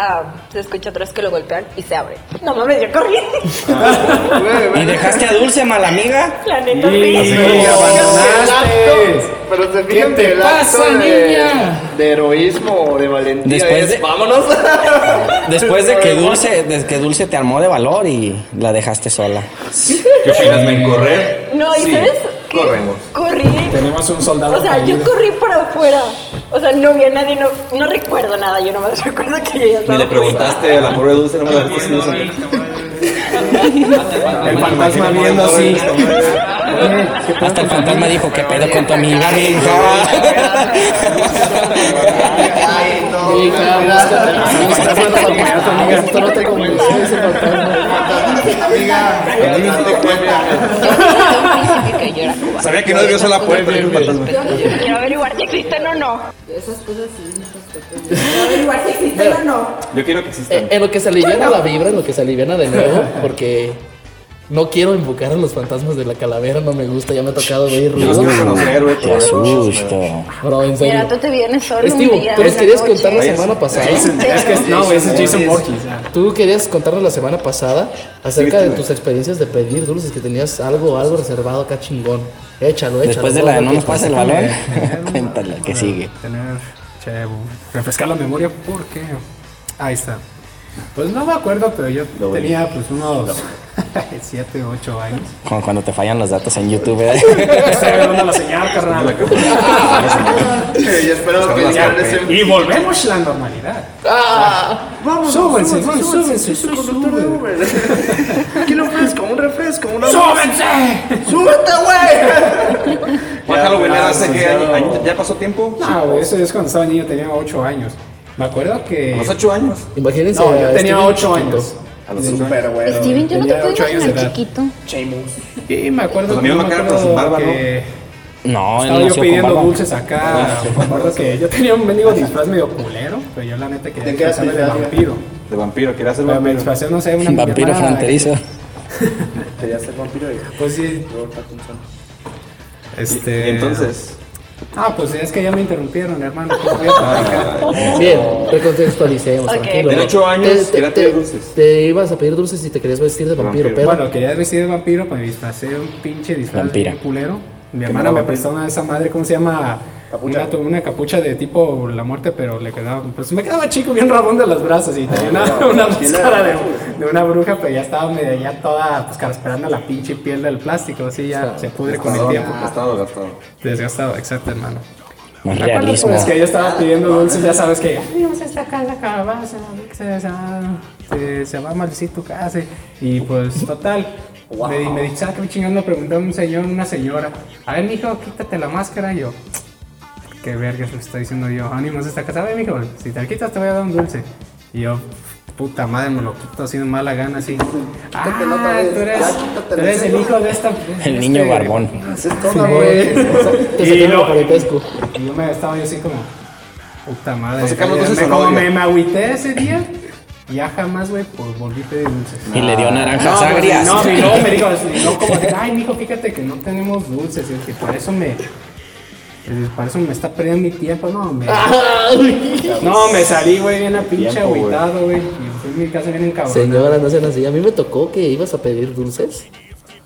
[SPEAKER 5] ah, se escucha atrás que lo golpean y se abre. No mames, yo corrí. (laughs)
[SPEAKER 8] Güey,
[SPEAKER 6] ¿Y
[SPEAKER 8] güey.
[SPEAKER 6] dejaste a Dulce, mala amiga?
[SPEAKER 5] La neta, sí.
[SPEAKER 7] Y- Sí,
[SPEAKER 8] El
[SPEAKER 7] abandonaste.
[SPEAKER 8] acto, Pero se fijan
[SPEAKER 7] ¿Qué te
[SPEAKER 8] que el acto
[SPEAKER 7] pasa,
[SPEAKER 8] de,
[SPEAKER 7] niña?
[SPEAKER 8] de heroísmo o de valentía
[SPEAKER 6] Después
[SPEAKER 8] es,
[SPEAKER 6] de-
[SPEAKER 7] (laughs)
[SPEAKER 8] vámonos.
[SPEAKER 6] Después de que Dulce, de que Dulce te armó de valor y la dejaste sola.
[SPEAKER 4] ¿Qué opinas, men? ¿Correr?
[SPEAKER 5] No, ¿y
[SPEAKER 4] Sí,
[SPEAKER 5] sabes qué?
[SPEAKER 4] Corremos.
[SPEAKER 5] Corrí.
[SPEAKER 7] Tenemos un soldado
[SPEAKER 5] O sea, yo
[SPEAKER 7] caído.
[SPEAKER 5] corrí para afuera. O sea, no vi a nadie, no, no recuerdo nada. Yo nomás recuerdo que yo ya
[SPEAKER 4] Ni
[SPEAKER 5] estaba.
[SPEAKER 4] le preguntaste a la pobre dulce, no me la dijiste. Dulce.
[SPEAKER 7] El fantasma viendo así. Eh,
[SPEAKER 6] Hasta el fantasma dijo, ¿qué pedo con tu amiga, mija?
[SPEAKER 8] Ay, no.
[SPEAKER 1] Sí, claro, búscate. Búscate a tu amiga, tu amiga. Esto no te convenció, ese fantasma.
[SPEAKER 4] Sabía que no debió ser la puerta. eh, dijo el fantasma.
[SPEAKER 5] Quiero averiguar si existen o no.
[SPEAKER 4] Yo quiero que
[SPEAKER 1] Eh,
[SPEAKER 4] existan.
[SPEAKER 1] En lo que se aliviana la vibra, en lo que se aliviana de nuevo, porque no quiero invocar a los fantasmas de la calavera, no me gusta, ya me ha tocado ver
[SPEAKER 4] Yo los
[SPEAKER 1] ruido.
[SPEAKER 4] quiero conocer, güey.
[SPEAKER 6] Qué asusto.
[SPEAKER 1] Bro, en
[SPEAKER 5] Mira,
[SPEAKER 1] serio.
[SPEAKER 5] tú te vienes solo un
[SPEAKER 1] Steve,
[SPEAKER 5] día.
[SPEAKER 1] tú les
[SPEAKER 5] una
[SPEAKER 1] querías
[SPEAKER 5] noche.
[SPEAKER 1] contar la semana pasada.
[SPEAKER 7] Es que no, ese es Jason Voorhees.
[SPEAKER 1] Tú querías contarnos la semana pasada acerca de tus experiencias de pedir dulces, que tenías algo, algo reservado acá chingón. Échalo, eh, échalo.
[SPEAKER 6] (laughs) Después de
[SPEAKER 1] todo
[SPEAKER 6] la de
[SPEAKER 1] lo
[SPEAKER 6] no
[SPEAKER 1] que
[SPEAKER 6] nos pasa el
[SPEAKER 1] pasa.
[SPEAKER 6] balón,
[SPEAKER 7] pues,
[SPEAKER 6] cuéntale que
[SPEAKER 7] Para
[SPEAKER 6] sigue.
[SPEAKER 7] Tener, chevo, refrescar la memoria porque ahí está. Pues no me acuerdo, pero yo tenía pues unos (laughs) 7, 8 años.
[SPEAKER 6] Como cuando te fallan los datos en YouTube. ¿eh?
[SPEAKER 7] (laughs) Estoy agarrando la señal, carnal.
[SPEAKER 8] Yo espero que digan ese
[SPEAKER 7] Y volvemos a la normalidad.
[SPEAKER 4] Ah.
[SPEAKER 7] Vamos, súbense, súbense, súbense, súbense.
[SPEAKER 8] ¿Qué lo ofrezco? ¿Un refresco? ¿Una
[SPEAKER 7] ¡Súbense!
[SPEAKER 8] ¡Súbete, güey!
[SPEAKER 4] Juan Halloween era hace que año. ¿Ya pasó tiempo?
[SPEAKER 7] No, güey, eso es cuando estaba niño, tenía 8 años. Me acuerdo que.
[SPEAKER 4] ¿A los ocho años?
[SPEAKER 1] Imagínense.
[SPEAKER 7] No, yo
[SPEAKER 1] a
[SPEAKER 7] tenía
[SPEAKER 1] Steven
[SPEAKER 7] 8
[SPEAKER 1] chiquito.
[SPEAKER 7] años.
[SPEAKER 4] A los ocho años.
[SPEAKER 8] Pero, güey.
[SPEAKER 5] Steven, yo no te
[SPEAKER 7] Tenía ocho
[SPEAKER 5] puedo
[SPEAKER 7] años de
[SPEAKER 5] imaginar
[SPEAKER 7] edad.
[SPEAKER 5] chiquito.
[SPEAKER 7] Y me acuerdo
[SPEAKER 4] Pues a mí me
[SPEAKER 7] me
[SPEAKER 4] marcaron, pero
[SPEAKER 7] acuerdo
[SPEAKER 4] sin barba, ¿no?
[SPEAKER 7] que-
[SPEAKER 6] No, él
[SPEAKER 7] Estaba yo
[SPEAKER 6] nació con
[SPEAKER 7] pidiendo
[SPEAKER 6] barba.
[SPEAKER 7] dulces
[SPEAKER 4] Ah,
[SPEAKER 7] acá. Me acuerdo que yo tenía un mendigo disfraz medio culero, pero yo la neta quería
[SPEAKER 8] ¿De qué eras
[SPEAKER 7] disfrazarme de
[SPEAKER 8] disfraz, güey?
[SPEAKER 7] vampiro.
[SPEAKER 4] De vampiro, quería ser
[SPEAKER 7] Pero me
[SPEAKER 4] vampiro.
[SPEAKER 7] disfrazé, no sé, una
[SPEAKER 6] Vampiro
[SPEAKER 7] pijama- (laughs)
[SPEAKER 6] fronterizo.
[SPEAKER 8] Quería ser vampiro y
[SPEAKER 7] Pues sí.
[SPEAKER 4] Y-
[SPEAKER 7] Este.
[SPEAKER 4] y Entonces,
[SPEAKER 7] Ah, pues es que ya me interrumpieron, hermano. ¿cómo voy a
[SPEAKER 4] ah,
[SPEAKER 7] platicar?
[SPEAKER 1] Bien, recontextualicemos,
[SPEAKER 5] Ok.
[SPEAKER 1] tranquilo.
[SPEAKER 4] En ocho años,
[SPEAKER 1] te,
[SPEAKER 4] quería
[SPEAKER 1] te-
[SPEAKER 4] pedir dulces.
[SPEAKER 1] te ibas a pedir dulces y te querías vestir de vampiro,
[SPEAKER 4] Vampiro.
[SPEAKER 1] pero
[SPEAKER 7] bueno, quería vestir de vampiro, pues me disfrazé de un pinche disfraz
[SPEAKER 6] Vampira.
[SPEAKER 7] bien culero. Mi hermana me prestó una de esa madre, ¿cómo se llama? Una, tu- una capucha de tipo la muerte, pero le quedaba, pues me quedaba chico, bien rabón de las brazos y tenía una, una máscara de, de una bruja, pero ya estaba medio ya toda, pues carasperando la pinche piel del plástico, así ya se pudre con el
[SPEAKER 4] gastado,
[SPEAKER 7] tiempo.
[SPEAKER 4] gastado, gastado.
[SPEAKER 7] Desgastado, exacto, hermano.
[SPEAKER 6] Más
[SPEAKER 7] Me acuerdo,
[SPEAKER 6] realismo.
[SPEAKER 7] Pues que yo estaba pidiendo dulces, ya sabes que. "Ay, vamos a sacar la calabaza, se, se va, se, se va a maldecir tu casa. Y pues, total. Me, di- me dice, ¿sabes qué chingando? Preguntó a un señor, una señora. A ver, mijo, quítate la máscara. Y yo, qué vergas le estoy diciendo yo. Ánimos, está casada, mijo. Si te la quitas, te voy a dar un dulce. Y yo, puta madre, me lo quito así de mala gana, así. Ah,
[SPEAKER 8] Quítatelo otra vez.
[SPEAKER 7] tú eres,
[SPEAKER 8] Ya, quítatelo,
[SPEAKER 7] tú eres
[SPEAKER 8] en
[SPEAKER 7] el
[SPEAKER 8] serio.
[SPEAKER 7] hijo de esta. este
[SPEAKER 6] El niño barbón.
[SPEAKER 8] Haces todo, güey.
[SPEAKER 1] Te
[SPEAKER 7] Y
[SPEAKER 1] sacaron
[SPEAKER 7] lo-
[SPEAKER 1] el parentesco.
[SPEAKER 7] Y yo me estaba yo así como, puta madre.
[SPEAKER 4] O sea, Carlos,
[SPEAKER 7] Ya
[SPEAKER 4] ¿tú
[SPEAKER 7] me,
[SPEAKER 4] eres
[SPEAKER 7] como
[SPEAKER 4] novia?
[SPEAKER 7] me, me agüité ese día, ya jamás, güey, pues volví a pedir dulces.
[SPEAKER 6] Y le dio naranjas
[SPEAKER 7] No, pues,
[SPEAKER 6] agrias.
[SPEAKER 7] No, mi no, me dijo, no, como que, ay, mijo, fíjate que no tenemos dulces, y es que por eso me. eh, Por eso me está perdiendo mi tiempo, no, me. No, me salí, güey, bien a pinche
[SPEAKER 4] Tiempo, güey.
[SPEAKER 7] agüitado, güey. Y fui a mi casa bien encabronado.
[SPEAKER 1] Señora, no sean así. A mí me tocó que ibas a pedir dulces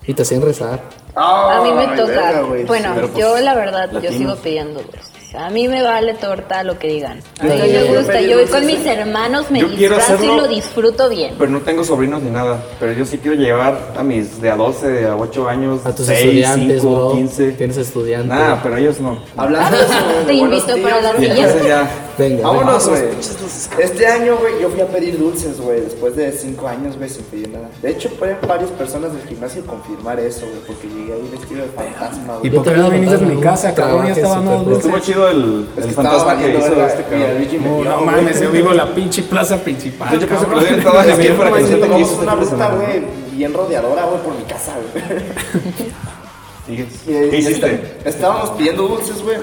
[SPEAKER 1] y te hacían rezar.
[SPEAKER 5] A mí me
[SPEAKER 8] Ay,
[SPEAKER 5] toca.
[SPEAKER 8] verga, güey. pues,
[SPEAKER 5] bueno, yo la verdad, yo
[SPEAKER 4] latinos.
[SPEAKER 5] sigo pidiendo dulces. A mí me vale torta lo que digan. A
[SPEAKER 1] Yo
[SPEAKER 5] mí me
[SPEAKER 1] quiero
[SPEAKER 5] gusta.
[SPEAKER 8] pedir
[SPEAKER 5] Yo voy
[SPEAKER 8] dulces.
[SPEAKER 5] con mis hermanos, me
[SPEAKER 4] Yo quiero
[SPEAKER 5] disfrazo y
[SPEAKER 4] hacerlo.
[SPEAKER 5] lo disfruto bien.
[SPEAKER 4] Pero no tengo sobrinos ni nada. Pero yo sí quiero llevar a mis de a 12, a 8 años,
[SPEAKER 1] A tus
[SPEAKER 4] 6,
[SPEAKER 1] estudiantes,
[SPEAKER 4] 5,
[SPEAKER 1] bro.
[SPEAKER 4] 15.
[SPEAKER 1] Tienes estudiantes.
[SPEAKER 4] Nada, pero ellos no.
[SPEAKER 8] Hablando de eso, güey,
[SPEAKER 5] Te
[SPEAKER 8] buenos
[SPEAKER 5] invito
[SPEAKER 8] días,
[SPEAKER 5] para la
[SPEAKER 8] güey.
[SPEAKER 4] Y entonces
[SPEAKER 5] siguiente.
[SPEAKER 4] ya.
[SPEAKER 1] Venga.
[SPEAKER 4] Vámonos,
[SPEAKER 8] güey.
[SPEAKER 4] güey.
[SPEAKER 8] Este año, güey, yo fui a pedir dulces, güey, después de cinco años, güey, sin pedir nada. De hecho, pueden varias personas del gimnasio confirmar eso, güey, porque llegué ahí vestido de fantasma,
[SPEAKER 7] ¿Y
[SPEAKER 8] güey.
[SPEAKER 7] por qué no viniste a mi casa, cabrón? Ya estaban dando dulces.
[SPEAKER 4] Estuvo chido el,
[SPEAKER 8] Es
[SPEAKER 4] el
[SPEAKER 8] que
[SPEAKER 4] fantasma
[SPEAKER 8] estaba
[SPEAKER 4] que
[SPEAKER 8] viendo,
[SPEAKER 4] hizo
[SPEAKER 8] verga,
[SPEAKER 4] este
[SPEAKER 8] y a
[SPEAKER 4] cabrón.
[SPEAKER 8] Luigi me
[SPEAKER 7] No,
[SPEAKER 8] dio,
[SPEAKER 7] no
[SPEAKER 8] güey.
[SPEAKER 7] mames, yo vivo en la pinche plaza principal.
[SPEAKER 4] Yo pienso que lo
[SPEAKER 7] cabrón.
[SPEAKER 4] deben estar
[SPEAKER 8] Es que
[SPEAKER 4] aquí para ah, que este
[SPEAKER 8] güey,
[SPEAKER 4] no se te
[SPEAKER 8] tomamos
[SPEAKER 4] quiso
[SPEAKER 8] una
[SPEAKER 4] esta
[SPEAKER 8] ruta,
[SPEAKER 4] persona.
[SPEAKER 8] güey, bien rodeadora, güey, por mi casa, güey. Y ahí
[SPEAKER 4] ¿Qué hiciste?
[SPEAKER 8] está- Estábamos pidiendo dulces, güey.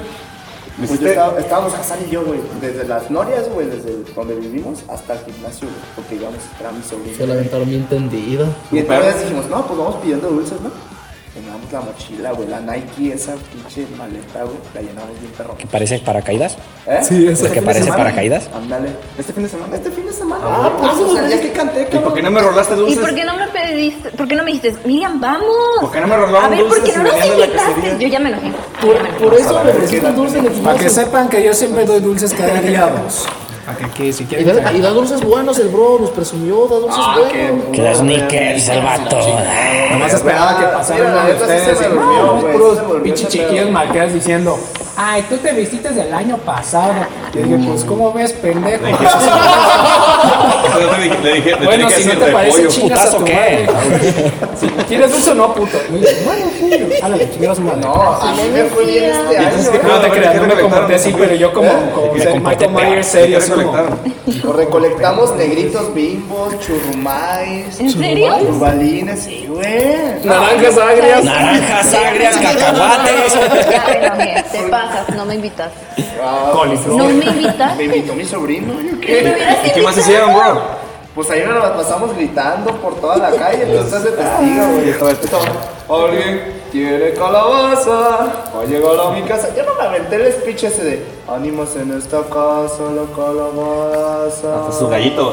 [SPEAKER 8] Pues
[SPEAKER 4] ¿Hiciste?
[SPEAKER 8] yo estaba- estábamos Hassan y yo, güey, desde las glorias, güey, desde donde vivimos hasta el gimnasio, güey, porque íbamos a esperar a mi sobrino.
[SPEAKER 1] Se la aventaron bien tendida.
[SPEAKER 8] Y entonces dijimos, no, pues vamos pidiendo dulces, ¿no? Llenamos la mochila, güey, la Nike, esa pinche maleta, güey, la llenamos bien perro.
[SPEAKER 6] Que parece paracaídas.
[SPEAKER 8] ¿Eh?
[SPEAKER 2] Sí, esa.
[SPEAKER 8] Este
[SPEAKER 6] que
[SPEAKER 8] fin de
[SPEAKER 6] parece
[SPEAKER 8] semana.
[SPEAKER 6] paracaídas.
[SPEAKER 8] Ándale.
[SPEAKER 4] Este fin de semana.
[SPEAKER 8] Este fin de semana. Ah, pues, o sea, ya que canté,
[SPEAKER 4] ¿Y
[SPEAKER 8] cabrón.
[SPEAKER 4] por qué no me rolaste
[SPEAKER 5] ¿Y
[SPEAKER 4] dulces?
[SPEAKER 5] por qué no me pediste? ¿Por qué no me dijiste, Miriam, vamos?
[SPEAKER 4] ¿Por qué no me rolaron
[SPEAKER 5] A ver, ¿por
[SPEAKER 4] dulces
[SPEAKER 5] qué
[SPEAKER 4] si
[SPEAKER 5] no nos
[SPEAKER 4] venían de la
[SPEAKER 5] invitaste?
[SPEAKER 4] quesería?
[SPEAKER 5] Yo ya me enojé.
[SPEAKER 1] Por, por eso me ofrecieron dulces en el
[SPEAKER 7] Para que
[SPEAKER 1] gimnasio.
[SPEAKER 7] sepan que yo siempre doy dulces cada día dos. Para que aquí, si
[SPEAKER 1] Y
[SPEAKER 7] quieren.
[SPEAKER 1] da, y da dulces buenos el bro, nos presumió, da dulces buenos.
[SPEAKER 6] Que los sneakers, el vato.
[SPEAKER 7] Nomás esperaba que pasara
[SPEAKER 8] Mira,
[SPEAKER 7] uno
[SPEAKER 8] la
[SPEAKER 7] de
[SPEAKER 8] neta sí se
[SPEAKER 7] ustedes.
[SPEAKER 8] me
[SPEAKER 7] y
[SPEAKER 8] durmió,
[SPEAKER 7] no,
[SPEAKER 8] güey,
[SPEAKER 7] puros
[SPEAKER 8] sí se me durmió
[SPEAKER 7] pinches
[SPEAKER 8] ese
[SPEAKER 7] chiquillos
[SPEAKER 8] pedo.
[SPEAKER 7] marqueros diciendo, ay, tú te vestiste del año pasado. Y dije, pues, ¿cómo ves, pendejo?
[SPEAKER 4] Entonces le dije- le dije, le
[SPEAKER 7] bueno,
[SPEAKER 4] dije
[SPEAKER 7] si no
[SPEAKER 4] así,
[SPEAKER 7] te parece,
[SPEAKER 4] repollo.
[SPEAKER 7] chingas a
[SPEAKER 6] putazo,
[SPEAKER 7] tu
[SPEAKER 6] ¿qué?
[SPEAKER 7] madre. Si ¿Quieres dulce o no, puto? Y yo, Bueno, sí, ándale, chingas a su madre.
[SPEAKER 8] No, a mí me fue bien este año.
[SPEAKER 4] Entonces, ¿qué
[SPEAKER 8] güey.
[SPEAKER 7] No te
[SPEAKER 4] Ah,
[SPEAKER 7] creas,
[SPEAKER 4] ¿qué
[SPEAKER 7] no me
[SPEAKER 4] recolectaron?
[SPEAKER 7] comporté así, pero yo como, como
[SPEAKER 6] Me
[SPEAKER 7] ser
[SPEAKER 6] comporté
[SPEAKER 7] Michael Myers
[SPEAKER 4] ¿Qué
[SPEAKER 7] serio, así como,
[SPEAKER 4] recolectaron?
[SPEAKER 8] Nos recolectamos negritos bimbos, churrumais.
[SPEAKER 5] ¿En serio?
[SPEAKER 8] Turbalines, sí, güey.
[SPEAKER 7] naranjas agrias.
[SPEAKER 6] Naranjas agrias, cacahuates.
[SPEAKER 5] (laughs) Ya me enojé. Te pasas, no me invitaste.
[SPEAKER 7] Coliflor.
[SPEAKER 5] No me
[SPEAKER 8] Me
[SPEAKER 5] invitaste.
[SPEAKER 8] invitó mi sobrino, yo qué.
[SPEAKER 4] ¿Y qué más hicieron, bro?
[SPEAKER 8] Pues ahí nos la pasamos gritando por toda la calle, tú estás de testigo, güey. Alguien quiere calabaza, ha llegado a mi casa. Yo no me aventé el speech ese de ánimos en esta casa, la calabaza.
[SPEAKER 4] Su gallito.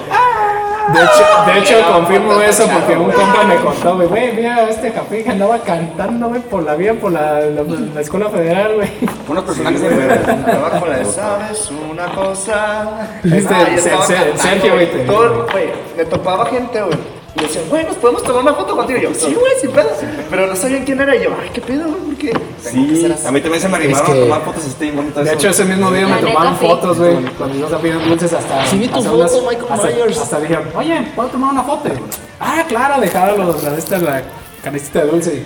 [SPEAKER 7] De
[SPEAKER 1] Ah,
[SPEAKER 7] hecho, de hecho confirmo eso porque un compa me contó, güey, güey, mira, este Jafé que andaba cantando, güey, por la vía, por la, la- la escuela federal, güey.
[SPEAKER 4] Unos personajes de
[SPEAKER 8] Estaba con la de, sabes una cosa.
[SPEAKER 7] Este,
[SPEAKER 8] Ah, yo
[SPEAKER 7] Se-
[SPEAKER 8] estaba
[SPEAKER 7] Se-
[SPEAKER 8] cantando,
[SPEAKER 7] Sergio, güey, te-
[SPEAKER 8] Todo, güey, me topaba gente, güey. Y me decían, güey, ¿nos podemos tomar una foto contigo? Y yo, sí, güey, sin pedo. Pero no sabían quién era. Y yo, ay, qué pedo, güey, ¿por qué? Tengo que
[SPEAKER 4] Sí,
[SPEAKER 8] ser
[SPEAKER 4] a mí también se me arrimaron
[SPEAKER 1] que-
[SPEAKER 4] a tomar fotos y está bien bonito
[SPEAKER 7] De
[SPEAKER 4] eso.
[SPEAKER 7] hecho, ese mismo día me
[SPEAKER 5] La neta,
[SPEAKER 7] tomaron
[SPEAKER 5] sí.
[SPEAKER 7] fotos, güey, cuando nos pidieron dulces hasta...
[SPEAKER 1] Sí vi tu
[SPEAKER 7] hasta
[SPEAKER 1] foto,
[SPEAKER 7] unas-
[SPEAKER 1] Michael
[SPEAKER 7] hasta-
[SPEAKER 1] Myers.
[SPEAKER 7] Hasta dijeron, oye, ¿puedo tomar una foto? Y yo, Ah, claro, dejaron los, la de esta, la canistita de dulce.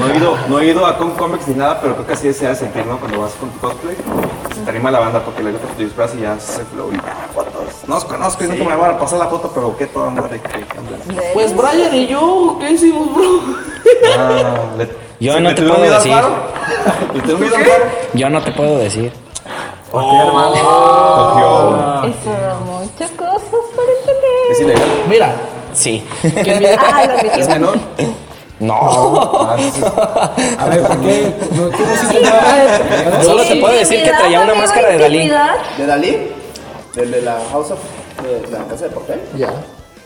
[SPEAKER 4] no he ido, no he ido a Con Comics ni nada, pero creo que así se hace sentir, ¿no? Cuando vas con tu cosplay, se te anima la banda porque le gusta tu disfraz y ya se flow y ah, fotos. No os conozco y nunca me van a pasar la foto, pero qué toda madre que andas.
[SPEAKER 1] Pues Brian y yo, ¿qué hicimos, bro?
[SPEAKER 4] Ah, le-
[SPEAKER 6] Yo
[SPEAKER 4] ¿se-
[SPEAKER 6] no
[SPEAKER 4] le
[SPEAKER 6] te
[SPEAKER 4] tuvieron
[SPEAKER 6] puedo
[SPEAKER 4] miedo al
[SPEAKER 6] decir.
[SPEAKER 4] faro? (laughs) ¿Le tuvieron miedo al faro?
[SPEAKER 6] Yo no te puedo decir. Oh.
[SPEAKER 4] Cogió.
[SPEAKER 5] Eso da muchas cosas para entender.
[SPEAKER 4] Es ilegal.
[SPEAKER 1] Mira,
[SPEAKER 6] Sí. (laughs)
[SPEAKER 1] que mira,
[SPEAKER 5] Ah, lo admití.
[SPEAKER 4] ¿Es menor?
[SPEAKER 6] No.
[SPEAKER 4] Ah, sí, sí.
[SPEAKER 7] A ver, ¿por qué? No, ¿Tú no hiciste nada?
[SPEAKER 6] Solo te puedo decir que traía una máscara de Dalí.
[SPEAKER 5] Intimidad.
[SPEAKER 8] ¿De Dalí? ¿Del de la House of... de la casa de papel?
[SPEAKER 1] ya,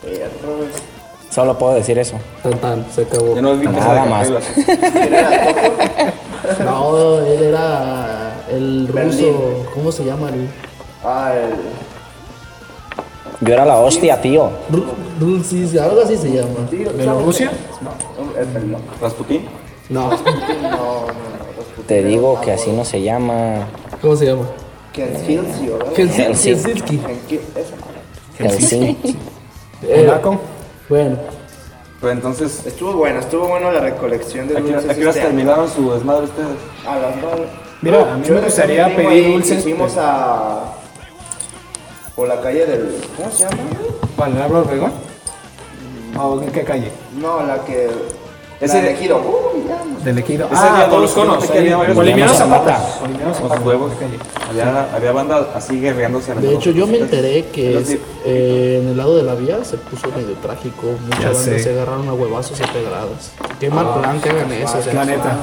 [SPEAKER 8] Perro, es-
[SPEAKER 6] Solo puedo decir eso.
[SPEAKER 1] tan tan, se acabó.
[SPEAKER 4] Yo no vi casa
[SPEAKER 6] Nada
[SPEAKER 4] de
[SPEAKER 6] más.
[SPEAKER 4] Capela.
[SPEAKER 1] No, él era el
[SPEAKER 8] Berlín.
[SPEAKER 1] ruso, ¿cómo se llama? El
[SPEAKER 8] Ah, el...
[SPEAKER 6] Yo era la hostia, tío.
[SPEAKER 1] Ru- Dulcis, algo así se llama.
[SPEAKER 7] ¿Bielorrusia?
[SPEAKER 8] el- el- no,
[SPEAKER 4] Rasputín.
[SPEAKER 1] No,
[SPEAKER 8] no, no.
[SPEAKER 6] Te digo que así no se llama.
[SPEAKER 1] ¿cómo se llama?
[SPEAKER 8] Kenskins, yo, ¿verdad?
[SPEAKER 6] Helsinki.
[SPEAKER 1] Helsinki.
[SPEAKER 8] Kenki- esa.
[SPEAKER 6] Helsinki.
[SPEAKER 1] Eh,
[SPEAKER 7] Naco.
[SPEAKER 1] Bueno,
[SPEAKER 4] Pero entonces,
[SPEAKER 8] Estuvo bueno, estuvo bueno la recolección de
[SPEAKER 4] ¿a qué hora-
[SPEAKER 8] dulces
[SPEAKER 4] a qué horas
[SPEAKER 8] este año.
[SPEAKER 4] terminaron su desmadre ustedes?
[SPEAKER 8] A las nueve.
[SPEAKER 7] Mira, a mí
[SPEAKER 8] Yo
[SPEAKER 7] me
[SPEAKER 8] era
[SPEAKER 7] gustaría
[SPEAKER 8] con mi primo
[SPEAKER 7] pedir
[SPEAKER 8] ahí y
[SPEAKER 7] dulces.
[SPEAKER 8] Fuimos a. Por la calle del. ¿Cómo se llama?
[SPEAKER 7] ¿Para el árbol Obregón? ¿O en qué calle?
[SPEAKER 8] No, la que.
[SPEAKER 4] Ese-
[SPEAKER 8] la de Giro. Uh, Uy, ya,
[SPEAKER 7] Del Ah, Ejido.
[SPEAKER 4] Ese día no los conocí, había varios-
[SPEAKER 7] Boliviano
[SPEAKER 6] Boliviano
[SPEAKER 7] Zapata.
[SPEAKER 6] Zapata.
[SPEAKER 7] Boliviano
[SPEAKER 4] Los
[SPEAKER 7] Zapata.
[SPEAKER 4] huevos.
[SPEAKER 7] calle.
[SPEAKER 4] Había, había banda así guerreándose. en el
[SPEAKER 1] De hecho, yo me
[SPEAKER 4] mejor.
[SPEAKER 1] enteré que
[SPEAKER 4] Pero
[SPEAKER 1] es-
[SPEAKER 4] sí,
[SPEAKER 1] eh, en el lado de la vía se puso medio trágico. Muchas
[SPEAKER 7] Ya
[SPEAKER 1] bandas
[SPEAKER 7] sé.
[SPEAKER 1] se agarraron a huevazos y a pedradas. Ah, Qué mal plan que hagan eso. o sea,
[SPEAKER 7] La neta.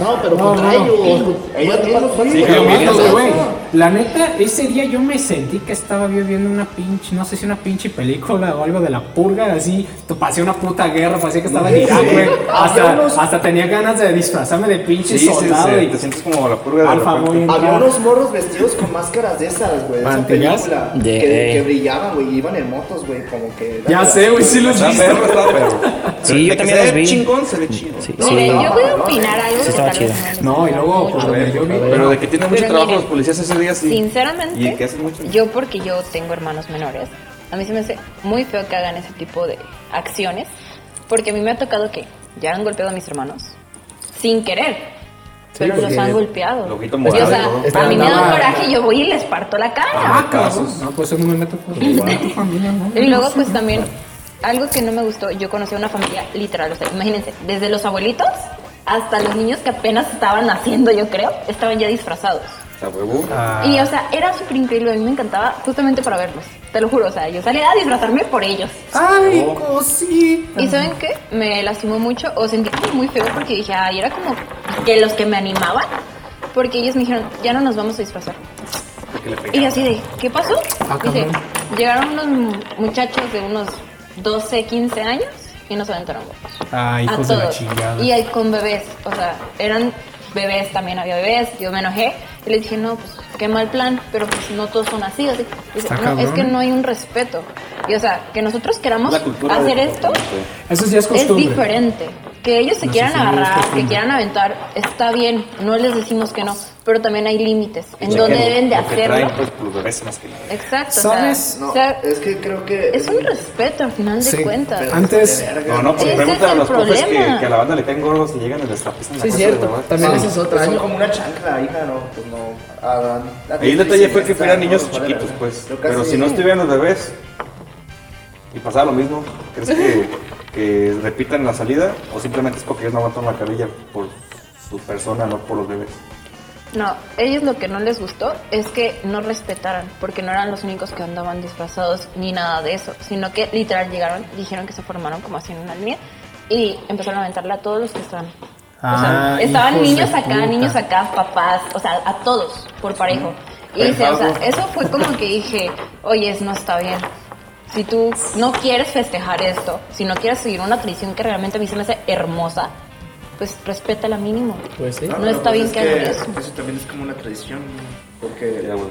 [SPEAKER 1] no, pero
[SPEAKER 7] No,
[SPEAKER 1] contra
[SPEAKER 7] no, no.
[SPEAKER 1] ellos.
[SPEAKER 8] Ellos mismos son
[SPEAKER 4] Sí,
[SPEAKER 7] Pero,
[SPEAKER 4] pero
[SPEAKER 7] mira,
[SPEAKER 4] mira,
[SPEAKER 7] güey, la neta, ese día yo me sentí que estaba yo viendo una pinche, no sé si una pinche película o algo de la purga, así, t- pasé una puta guerra, pasé que estaba en Irak, güey. Hasta, hasta tenía ganas de disfrazarme de pinche
[SPEAKER 4] sí, sí,
[SPEAKER 7] soldado
[SPEAKER 4] sí,
[SPEAKER 7] y
[SPEAKER 4] te sientes como la purga de
[SPEAKER 7] alfa
[SPEAKER 4] repente.
[SPEAKER 7] muy entrar.
[SPEAKER 8] Había unos morros vestidos con máscaras de esas, güey. de Esa
[SPEAKER 7] ¿Mantillas?
[SPEAKER 8] película.
[SPEAKER 6] De-
[SPEAKER 8] Que, que brillaban, güey. y Iban en motos, güey. Como que.
[SPEAKER 7] Ya sé, güey, sí los
[SPEAKER 4] Está
[SPEAKER 7] viste.
[SPEAKER 4] perro, está perro.
[SPEAKER 6] Sí,
[SPEAKER 4] De
[SPEAKER 6] yo
[SPEAKER 4] que
[SPEAKER 6] también
[SPEAKER 4] se
[SPEAKER 6] los
[SPEAKER 4] ve
[SPEAKER 6] vi.
[SPEAKER 4] chingón, se ve chido.
[SPEAKER 6] Sí,
[SPEAKER 5] No,
[SPEAKER 6] sí.
[SPEAKER 5] miren, yo voy a opinar algo que
[SPEAKER 6] estaba
[SPEAKER 5] tal vez
[SPEAKER 6] chido.
[SPEAKER 7] No, y luego, pues, por
[SPEAKER 5] mucho.
[SPEAKER 7] lo que yo vi,
[SPEAKER 4] Pero de que tienen mucho
[SPEAKER 5] Pero
[SPEAKER 4] trabajo
[SPEAKER 5] miren,
[SPEAKER 4] los policías ese día, sí.
[SPEAKER 5] Sinceramente,
[SPEAKER 4] Y que hacen mucho.
[SPEAKER 5] yo porque yo tengo hermanos menores, a mí se me hace muy feo que hagan ese tipo de acciones, porque a mí me ha tocado que ya han golpeado a mis hermanos sin querer, pero los
[SPEAKER 1] porque-
[SPEAKER 5] han golpeado.
[SPEAKER 4] Lo quito
[SPEAKER 5] Y, o sea,
[SPEAKER 4] morado, ¿no?
[SPEAKER 5] a mí me
[SPEAKER 7] Andaba-
[SPEAKER 5] da coraje y yo voy y les parto la cara.
[SPEAKER 4] Ah, casos.
[SPEAKER 7] No, pues es un momento.
[SPEAKER 5] (laughs) Y luego pues también algo que no me gustó, yo conocí a una familia literal, o sea, imagínense, desde los abuelitos hasta los niños que apenas estaban naciendo, yo creo, estaban ya disfrazados.
[SPEAKER 4] O sea, huevo.
[SPEAKER 5] Y, o sea, era súper increíble. A mí me encantaba justamente para verlos. Te lo juro, o sea, yo salía a disfrazarme por ellos.
[SPEAKER 7] Ah, Ay,
[SPEAKER 4] Oh.
[SPEAKER 7] cosita.
[SPEAKER 5] ¿Y saben qué? Me lastimó mucho o sentí como muy feo porque dije, ay, era como que los que me animaban. Porque ellos me dijeron, ya no nos vamos a disfrazar. Y yo así de, ¿qué pasó? Dice, llegaron unos mu- muchachos de unos 12, 15 años y nos aventaron golpes.
[SPEAKER 7] Ay,
[SPEAKER 5] a
[SPEAKER 7] hijos de la
[SPEAKER 5] todos.
[SPEAKER 7] chingada.
[SPEAKER 5] Y ahí con bebés, o sea, eran bebés, también había bebés, yo me enojé y les dije, no, pues qué mal plan, pero pues no todos son así, así. Dice,
[SPEAKER 7] Está
[SPEAKER 5] "No,
[SPEAKER 7] cabrón,
[SPEAKER 5] es que
[SPEAKER 7] ¿eh?
[SPEAKER 5] no hay un respeto. Y o sea, que nosotros queramos
[SPEAKER 4] La cultura
[SPEAKER 5] hacer
[SPEAKER 4] de-
[SPEAKER 5] esto
[SPEAKER 7] Eso sí es
[SPEAKER 5] es
[SPEAKER 7] costumbre.
[SPEAKER 5] diferente. Que ellos se
[SPEAKER 7] No,
[SPEAKER 5] quieran
[SPEAKER 7] sí, sí, es
[SPEAKER 5] agarrar,
[SPEAKER 7] costumbre.
[SPEAKER 5] que quieran aventar, está bien, no les decimos que no, pero también hay límites en
[SPEAKER 4] Lo
[SPEAKER 5] donde
[SPEAKER 4] que-
[SPEAKER 5] deben de
[SPEAKER 4] lo que
[SPEAKER 5] hacerlo.
[SPEAKER 4] traen, pues, los bebés más que nada.
[SPEAKER 7] pues.
[SPEAKER 5] Exacto.
[SPEAKER 7] ¿Sabes?
[SPEAKER 5] O sea,
[SPEAKER 8] No,
[SPEAKER 5] o sea,
[SPEAKER 8] es que creo que.
[SPEAKER 5] es un respeto al final de
[SPEAKER 7] Sí.
[SPEAKER 5] cuentas.
[SPEAKER 8] pero-
[SPEAKER 7] Antes,
[SPEAKER 8] de verga.
[SPEAKER 4] No, no,
[SPEAKER 5] Ese
[SPEAKER 4] pues
[SPEAKER 5] es
[SPEAKER 4] preguntan a
[SPEAKER 5] el
[SPEAKER 4] los profes que,
[SPEAKER 5] problema.
[SPEAKER 4] que a la banda le caen gordos y llegan y les tapizan la
[SPEAKER 1] Sí,
[SPEAKER 4] casa
[SPEAKER 1] cierto.
[SPEAKER 4] de verdad.
[SPEAKER 1] También
[SPEAKER 8] Sí,
[SPEAKER 1] ese es otro
[SPEAKER 8] pues son
[SPEAKER 1] año.
[SPEAKER 8] como una chancla ahí, claro. Pues no. a- a- a-
[SPEAKER 4] Ahí el detalle fue que
[SPEAKER 8] está,
[SPEAKER 4] fueran
[SPEAKER 8] ¿no?
[SPEAKER 4] niños
[SPEAKER 8] Fuera de
[SPEAKER 4] chiquitos,
[SPEAKER 8] verga.
[SPEAKER 4] pues.
[SPEAKER 8] Yo casi-
[SPEAKER 4] Pero si no estuvieran los bebés y pasaba lo mismo, ¿crees que, que repitan la salida? ¿O simplemente es porque ellos no aguantan la carrilla por su persona, no por los bebés?
[SPEAKER 5] No, ellos lo que no les gustó es que no respetaran, porque no eran los únicos que andaban disfrazados ni nada de eso, sino que literal llegaron, dijeron que se formaron como así en una línea y empezaron a aventarle a todos los que estaban. O sea,
[SPEAKER 7] Ah,
[SPEAKER 5] estaban
[SPEAKER 7] hijos de
[SPEAKER 5] niños acá,
[SPEAKER 7] puta.
[SPEAKER 5] niños acá, papás, o sea, a todos por parejo. Y dice, o sea, eso fue como que dije, oye, no está bien. Si tú no quieres festejar esto, si no quieres seguir una tradición que realmente a mí se me hace hermosa, pues respétala mínimo.
[SPEAKER 1] Pues sí.
[SPEAKER 8] Ah,
[SPEAKER 5] No
[SPEAKER 8] pero
[SPEAKER 5] está bien
[SPEAKER 8] es
[SPEAKER 5] que hagan eso.
[SPEAKER 8] Eso también es como una tradición. ¿no? Porque
[SPEAKER 4] Ya, güey.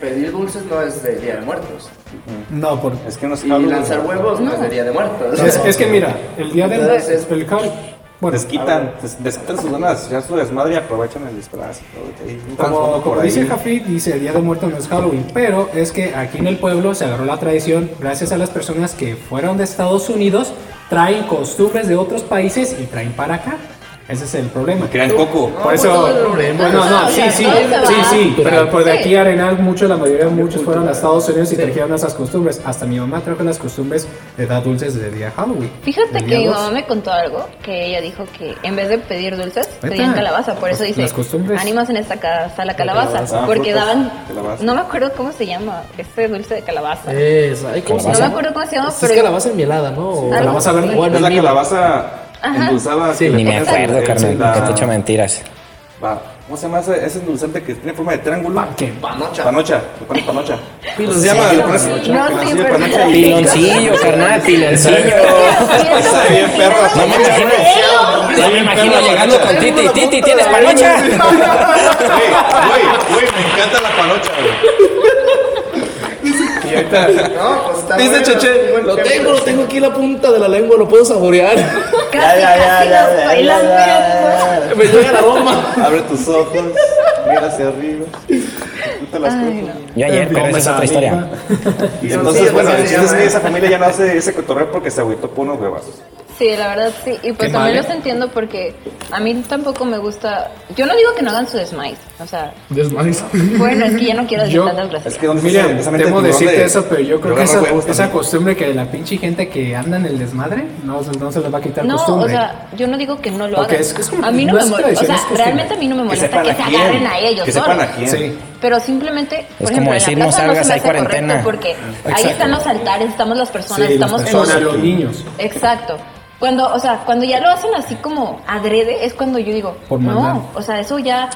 [SPEAKER 8] pedir dulces no es de Día de Muertos.
[SPEAKER 7] no, por,
[SPEAKER 4] Es que no
[SPEAKER 8] Y lanzar huevos no, es de Día de Muertos.
[SPEAKER 7] Es, es
[SPEAKER 8] (laughs)
[SPEAKER 7] que mira, el día del
[SPEAKER 8] Entonces,
[SPEAKER 7] el cal- bueno,
[SPEAKER 4] Les quitan, des- les quitan sus ganas, ya su desmadre y aprovechan el disfraz. y todo, y hay un
[SPEAKER 7] como,
[SPEAKER 4] trasfondo
[SPEAKER 7] como
[SPEAKER 4] por ahí.
[SPEAKER 7] dice el Jafí, dice el Día de Muertos no es Halloween, pero es que aquí en el pueblo se agarró la tradición gracias a las personas que fueron de Estados Unidos, traen costumbres de otros países y traen para acá. Ese es el problema.
[SPEAKER 4] Me crean coco.
[SPEAKER 7] Por
[SPEAKER 5] pues
[SPEAKER 7] eso, bueno, no,
[SPEAKER 5] no, Ah,
[SPEAKER 7] sí,
[SPEAKER 5] o sea,
[SPEAKER 7] sí,
[SPEAKER 5] todo se
[SPEAKER 7] sí,
[SPEAKER 5] va.
[SPEAKER 7] sí, pero pues de
[SPEAKER 5] Sí.
[SPEAKER 7] aquí a Arenal, mucho, la mayoría de muchos fueron a Estados Unidos y trajeron esas costumbres. Hasta mi mamá trajo las costumbres de dar dulces desde el día Halloween.
[SPEAKER 5] Fíjate
[SPEAKER 7] del
[SPEAKER 5] que
[SPEAKER 7] día
[SPEAKER 5] mi
[SPEAKER 7] dos.
[SPEAKER 5] mamá me contó algo que ella dijo que en vez de pedir dulces pedían calabaza, por eso
[SPEAKER 7] Las-
[SPEAKER 5] dice
[SPEAKER 7] las costumbres.
[SPEAKER 5] ánimas en esta casa la calabaza,
[SPEAKER 4] calabaza. Ah,
[SPEAKER 5] porque
[SPEAKER 4] frutas,
[SPEAKER 5] daban
[SPEAKER 4] calabaza.
[SPEAKER 5] no me acuerdo cómo se llama este dulce de calabaza,
[SPEAKER 1] Es, ay, ¿cómo se
[SPEAKER 5] no me
[SPEAKER 1] llama?
[SPEAKER 5] acuerdo cómo se llama,
[SPEAKER 1] Eh, Es
[SPEAKER 5] pero
[SPEAKER 1] calabaza enmielada, ¿no? O-
[SPEAKER 7] Calabaza verde.
[SPEAKER 1] Bueno,
[SPEAKER 4] es la
[SPEAKER 1] el nido.
[SPEAKER 4] calabaza
[SPEAKER 5] Ajá.
[SPEAKER 4] endulzada. que le
[SPEAKER 6] Ni me
[SPEAKER 4] pones
[SPEAKER 6] acuerdo,
[SPEAKER 4] en- en
[SPEAKER 6] carnal.
[SPEAKER 4] la-
[SPEAKER 6] Te he dicho mentiras.
[SPEAKER 4] va- ¿Cómo se llama ese, ese endulzante que tiene forma de triángulo?
[SPEAKER 8] Panocha.
[SPEAKER 4] Panocha, le pones panocha.
[SPEAKER 1] Pilo,
[SPEAKER 4] ¿Cómo se llama? Le pones
[SPEAKER 5] No, sí,
[SPEAKER 4] piloncillo,
[SPEAKER 5] pero-
[SPEAKER 4] panocha y-
[SPEAKER 6] Piloncillo, carnal, piloncillo.
[SPEAKER 4] Está bien, perro.
[SPEAKER 6] No me imagino. No me imagino llegando con Titi. Titi, ¿tienes panocha?
[SPEAKER 4] Güey, güey, güey, me encanta la panocha, güey.
[SPEAKER 8] No, pues está
[SPEAKER 4] Dice
[SPEAKER 8] bueno,
[SPEAKER 4] Cheche,
[SPEAKER 8] buen
[SPEAKER 1] Lo
[SPEAKER 8] ejemplo.
[SPEAKER 1] tengo, lo tengo aquí en la punta de la lengua, lo puedo saborear.
[SPEAKER 5] casi casi las bailas
[SPEAKER 1] Me llega la bomba.
[SPEAKER 4] Abre tus ojos, mira hacia arriba. disfruta las
[SPEAKER 5] Ay,
[SPEAKER 4] cosas.
[SPEAKER 6] Yo ayer, pero esa es otra historia.
[SPEAKER 4] Entonces,
[SPEAKER 8] Sí,
[SPEAKER 4] bueno,
[SPEAKER 8] sí,
[SPEAKER 4] el
[SPEAKER 8] sí,
[SPEAKER 4] chiste es
[SPEAKER 8] sí,
[SPEAKER 4] que
[SPEAKER 8] sí.
[SPEAKER 4] esa familia ya no hace ese cotorreo porque se agüitó por unos huevazos.
[SPEAKER 5] Sí, la verdad sí. Y pues
[SPEAKER 7] Qué
[SPEAKER 5] también
[SPEAKER 7] mal,
[SPEAKER 5] los
[SPEAKER 7] ¿eh?
[SPEAKER 5] entiendo porque a mí tampoco me gusta. Yo no digo que no hagan su desmaíz. O sea,
[SPEAKER 3] Desmaíz.
[SPEAKER 5] bueno, es que ya no quiero decir
[SPEAKER 7] Yo-
[SPEAKER 5] tantas gracias.
[SPEAKER 4] Es que donde se
[SPEAKER 7] Mira,
[SPEAKER 4] hace precisamente
[SPEAKER 7] temo
[SPEAKER 4] el tiburón
[SPEAKER 7] decirte
[SPEAKER 4] de-
[SPEAKER 7] eso, pero yo creo
[SPEAKER 4] de
[SPEAKER 7] que esa,
[SPEAKER 4] agarrar huevos
[SPEAKER 7] esa
[SPEAKER 4] también.
[SPEAKER 7] costumbre que la pinche gente que anda en el desmadre no, se- no se les va a quitar
[SPEAKER 5] No,
[SPEAKER 7] costumbre.
[SPEAKER 5] o sea, yo no digo que no lo
[SPEAKER 7] Porque
[SPEAKER 5] hagan.
[SPEAKER 7] es- es como-
[SPEAKER 5] a mí no,
[SPEAKER 7] no
[SPEAKER 5] me
[SPEAKER 7] es
[SPEAKER 5] molesta. O
[SPEAKER 7] tradición,
[SPEAKER 5] sea,
[SPEAKER 7] es costumbre.
[SPEAKER 5] realmente a mí no me
[SPEAKER 4] Que
[SPEAKER 5] molesta
[SPEAKER 4] sepan
[SPEAKER 5] que,
[SPEAKER 4] a
[SPEAKER 5] se
[SPEAKER 4] quién.
[SPEAKER 5] agarren a ellos
[SPEAKER 4] Que sepan
[SPEAKER 5] solos.
[SPEAKER 4] a quién.
[SPEAKER 7] sí.
[SPEAKER 5] Pero simplemente, por
[SPEAKER 6] como
[SPEAKER 5] ejemplo,
[SPEAKER 6] decir,
[SPEAKER 5] en
[SPEAKER 6] no
[SPEAKER 5] la plaza no,
[SPEAKER 6] salgas,
[SPEAKER 5] se me
[SPEAKER 6] hay
[SPEAKER 5] hace correcto
[SPEAKER 6] cuarentena.
[SPEAKER 5] porque ahí
[SPEAKER 7] Exacto.
[SPEAKER 5] están los altares, estamos las personas,
[SPEAKER 7] Sí, las
[SPEAKER 5] estamos
[SPEAKER 7] personas,
[SPEAKER 5] todos.
[SPEAKER 7] los niños.
[SPEAKER 5] Exacto. Cuando, o sea, cuando ya lo hacen así como adrede, es cuando yo digo,
[SPEAKER 7] Por mandar.
[SPEAKER 5] no, o sea, eso ya,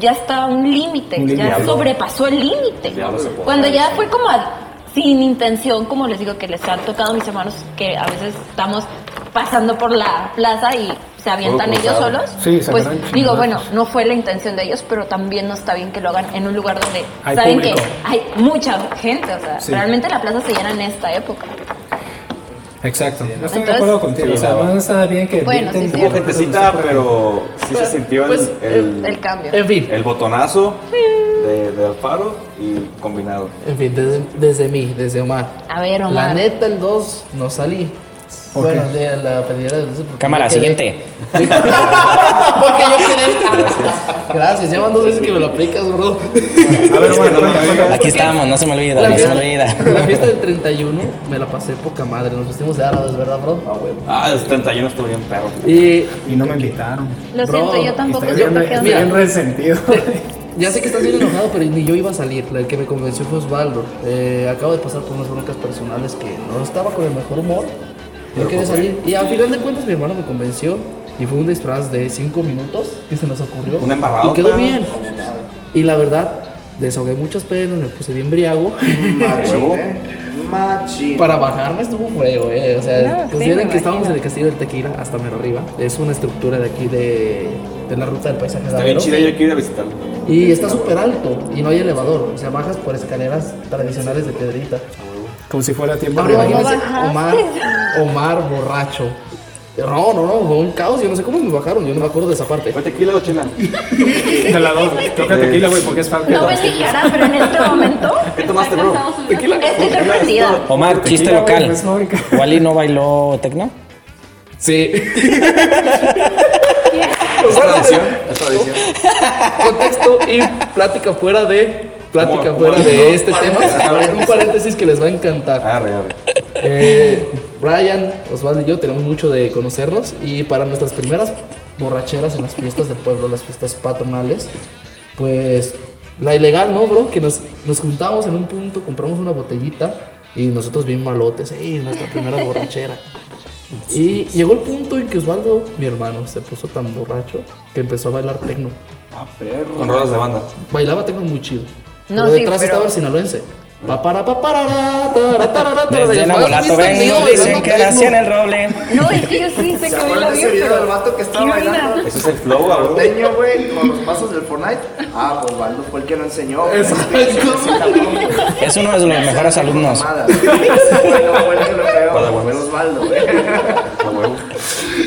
[SPEAKER 5] ya está a un límite,
[SPEAKER 7] Un
[SPEAKER 5] ya
[SPEAKER 7] diablo.
[SPEAKER 5] sobrepasó el límite.
[SPEAKER 4] diablo se puede
[SPEAKER 5] Cuando ya fue como a- sin intención, como les digo, que les han tocado mis hermanos, que a veces estamos pasando por la plaza y se avientan
[SPEAKER 4] Todo
[SPEAKER 5] ellos
[SPEAKER 4] cruzado.
[SPEAKER 5] solos,
[SPEAKER 7] Sí, se
[SPEAKER 5] pues
[SPEAKER 7] agarran
[SPEAKER 5] digo,
[SPEAKER 7] chingadazos.
[SPEAKER 5] bueno, no fue la intención de ellos, pero también no está bien que lo hagan en un lugar donde
[SPEAKER 7] Hay
[SPEAKER 5] saben
[SPEAKER 7] público.
[SPEAKER 5] que hay mucha gente, o sea,
[SPEAKER 7] Sí.
[SPEAKER 5] realmente la plaza se llena en esta época.
[SPEAKER 7] Exacto. No estoy de
[SPEAKER 5] Entonces-
[SPEAKER 7] acuerdo contigo. o sea, no está bien que.
[SPEAKER 5] Bueno, sí,
[SPEAKER 7] inventen-
[SPEAKER 5] sí.
[SPEAKER 4] Hubo gentecita, pero sí se sintió el,
[SPEAKER 3] Pues,
[SPEAKER 4] el,
[SPEAKER 5] El cambio.
[SPEAKER 3] En fin,
[SPEAKER 4] el botonazo de, de Alfaro y combinado.
[SPEAKER 3] en fin, desde, desde mí, desde Omar.
[SPEAKER 5] A ver,
[SPEAKER 3] La
[SPEAKER 5] Omar.
[SPEAKER 3] neta, el 2 no salí. Bueno, de la pedidera del 12. porque
[SPEAKER 6] Cámara,
[SPEAKER 3] yo quedé-
[SPEAKER 1] (laughs)
[SPEAKER 6] siguiente.
[SPEAKER 3] Porque yo quedé. Gracias, llevan dos veces que me lo aplicas, bro.
[SPEAKER 4] A ver, bueno,
[SPEAKER 6] Aquí estábamos, no se me olvida,
[SPEAKER 3] La
[SPEAKER 6] no se me
[SPEAKER 3] fiesta, la
[SPEAKER 6] olvida.
[SPEAKER 3] fiesta del 31 me la pasé poca madre. Nos vestimos de árabes, ¿verdad, bro?
[SPEAKER 4] Ah, el 31 estuvo bien perro.
[SPEAKER 3] Y
[SPEAKER 7] Y no me invitaron.
[SPEAKER 5] Lo
[SPEAKER 3] Bro,
[SPEAKER 5] siento, yo tampoco
[SPEAKER 7] Estoy
[SPEAKER 5] siento
[SPEAKER 7] bien,
[SPEAKER 5] que
[SPEAKER 7] estoy
[SPEAKER 3] mira.
[SPEAKER 7] bien resentido.
[SPEAKER 3] ya sé que estás bien enojado, pero ni yo iba a salir. El que me convenció fue Osvaldo. Eh, acabo de pasar por unas broncas personales que no estaba con el mejor humor. No quería salir. Y al final de cuentas, mi hermano me convenció. Y fue un disfraz de 5 minutos que se nos ocurrió.
[SPEAKER 4] Una embarradota.
[SPEAKER 3] Y quedó bien. Y la verdad, desahogué muchas penas, me puse bien briago.
[SPEAKER 4] Huevo.
[SPEAKER 8] Machín, ¿eh? Machín.
[SPEAKER 3] Para bajarme estuvo feo, eh. O sea,
[SPEAKER 5] No, sí,
[SPEAKER 3] consideren
[SPEAKER 5] me
[SPEAKER 3] que estábamos
[SPEAKER 5] imagino.
[SPEAKER 3] en el castillo del Tequila, hasta mero arriba. Es una estructura de aquí de, de la ruta del paisaje
[SPEAKER 4] Está bien
[SPEAKER 3] Lavero.
[SPEAKER 4] chida, yo quiero ir a visitarlo.
[SPEAKER 3] Y está súper alto y no hay elevador. O sea, bajas por escaleras tradicionales de piedrita.
[SPEAKER 7] Como si fuera tiempo
[SPEAKER 3] Ahora
[SPEAKER 7] de
[SPEAKER 5] Bro,
[SPEAKER 3] imagínense
[SPEAKER 5] bajaste.
[SPEAKER 3] Omar, Omar borracho. No, no, no, fue un caos. Yo no sé cómo me bajaron. Yo no me acuerdo de esa parte.
[SPEAKER 4] ¿Fue tequila o chela?
[SPEAKER 7] Te la doy. Toca tequila, güey, porque es falta.
[SPEAKER 5] No ves mi cara, pero en este momento.
[SPEAKER 4] ¿Qué tomaste, bro?
[SPEAKER 5] Estoy sorprendida.
[SPEAKER 6] Omar, chiste
[SPEAKER 7] Tequila, güey,
[SPEAKER 6] local.
[SPEAKER 7] pues, mónica.
[SPEAKER 6] Wally no bailó tecno.
[SPEAKER 3] Sí. (laughs)
[SPEAKER 4] Es tradición, es tradición.
[SPEAKER 3] Contexto y plática fuera de. Plática
[SPEAKER 4] Como-
[SPEAKER 3] fuera
[SPEAKER 4] como-
[SPEAKER 3] de este tema. Un paréntesis que les va a encantar.
[SPEAKER 4] Arre, arre.
[SPEAKER 3] Eh, Brian, Osvaldo y yo tenemos mucho de conocernos y para nuestras primeras borracheras en las fiestas del pueblo, las fiestas patronales, pues la ilegal, ¿no, bro? Que nos, nos juntamos en un punto, compramos una botellita y nosotros bien malotes, ¡ey! Nuestra
[SPEAKER 5] (laughs)
[SPEAKER 3] primera borrachera. Y llegó el punto en que Osvaldo, mi hermano, se puso tan borracho que empezó a bailar tecno.
[SPEAKER 4] Con rolas de banda.
[SPEAKER 3] Bailaba tecno muy chido.
[SPEAKER 5] No,
[SPEAKER 3] pero
[SPEAKER 5] sí,
[SPEAKER 3] detrás
[SPEAKER 5] pero-
[SPEAKER 3] estaba el sinaloense. Pa, para, pa, para, ra, tara, tara, tara, y
[SPEAKER 6] Desde
[SPEAKER 3] Osvaldo,
[SPEAKER 6] Nabolato
[SPEAKER 3] ¿viste el video
[SPEAKER 6] vengo,
[SPEAKER 3] bailando
[SPEAKER 6] dicen que
[SPEAKER 3] tecno?
[SPEAKER 6] nací en el roble.
[SPEAKER 5] No, es que yo sí sé
[SPEAKER 8] ¿Se
[SPEAKER 5] que me
[SPEAKER 8] acuerdan
[SPEAKER 5] lo
[SPEAKER 8] de
[SPEAKER 5] vio,
[SPEAKER 8] ese video
[SPEAKER 5] pero-
[SPEAKER 8] del vato que estaba
[SPEAKER 5] ¿Qué opinas?
[SPEAKER 8] bailando?
[SPEAKER 4] Ese es el flow, ah, güey.
[SPEAKER 8] Norteño, güey, con los pasos del Fortnite. Ah, pues Valdo fue el que lo enseñó. güey.
[SPEAKER 6] Es uno de los mejores alumnos.
[SPEAKER 8] Mamadas. Bueno, fue el que lo creó.
[SPEAKER 4] Para huevos.
[SPEAKER 8] Menos Valdo, güey. (laughs)
[SPEAKER 4] A Ah, huevo.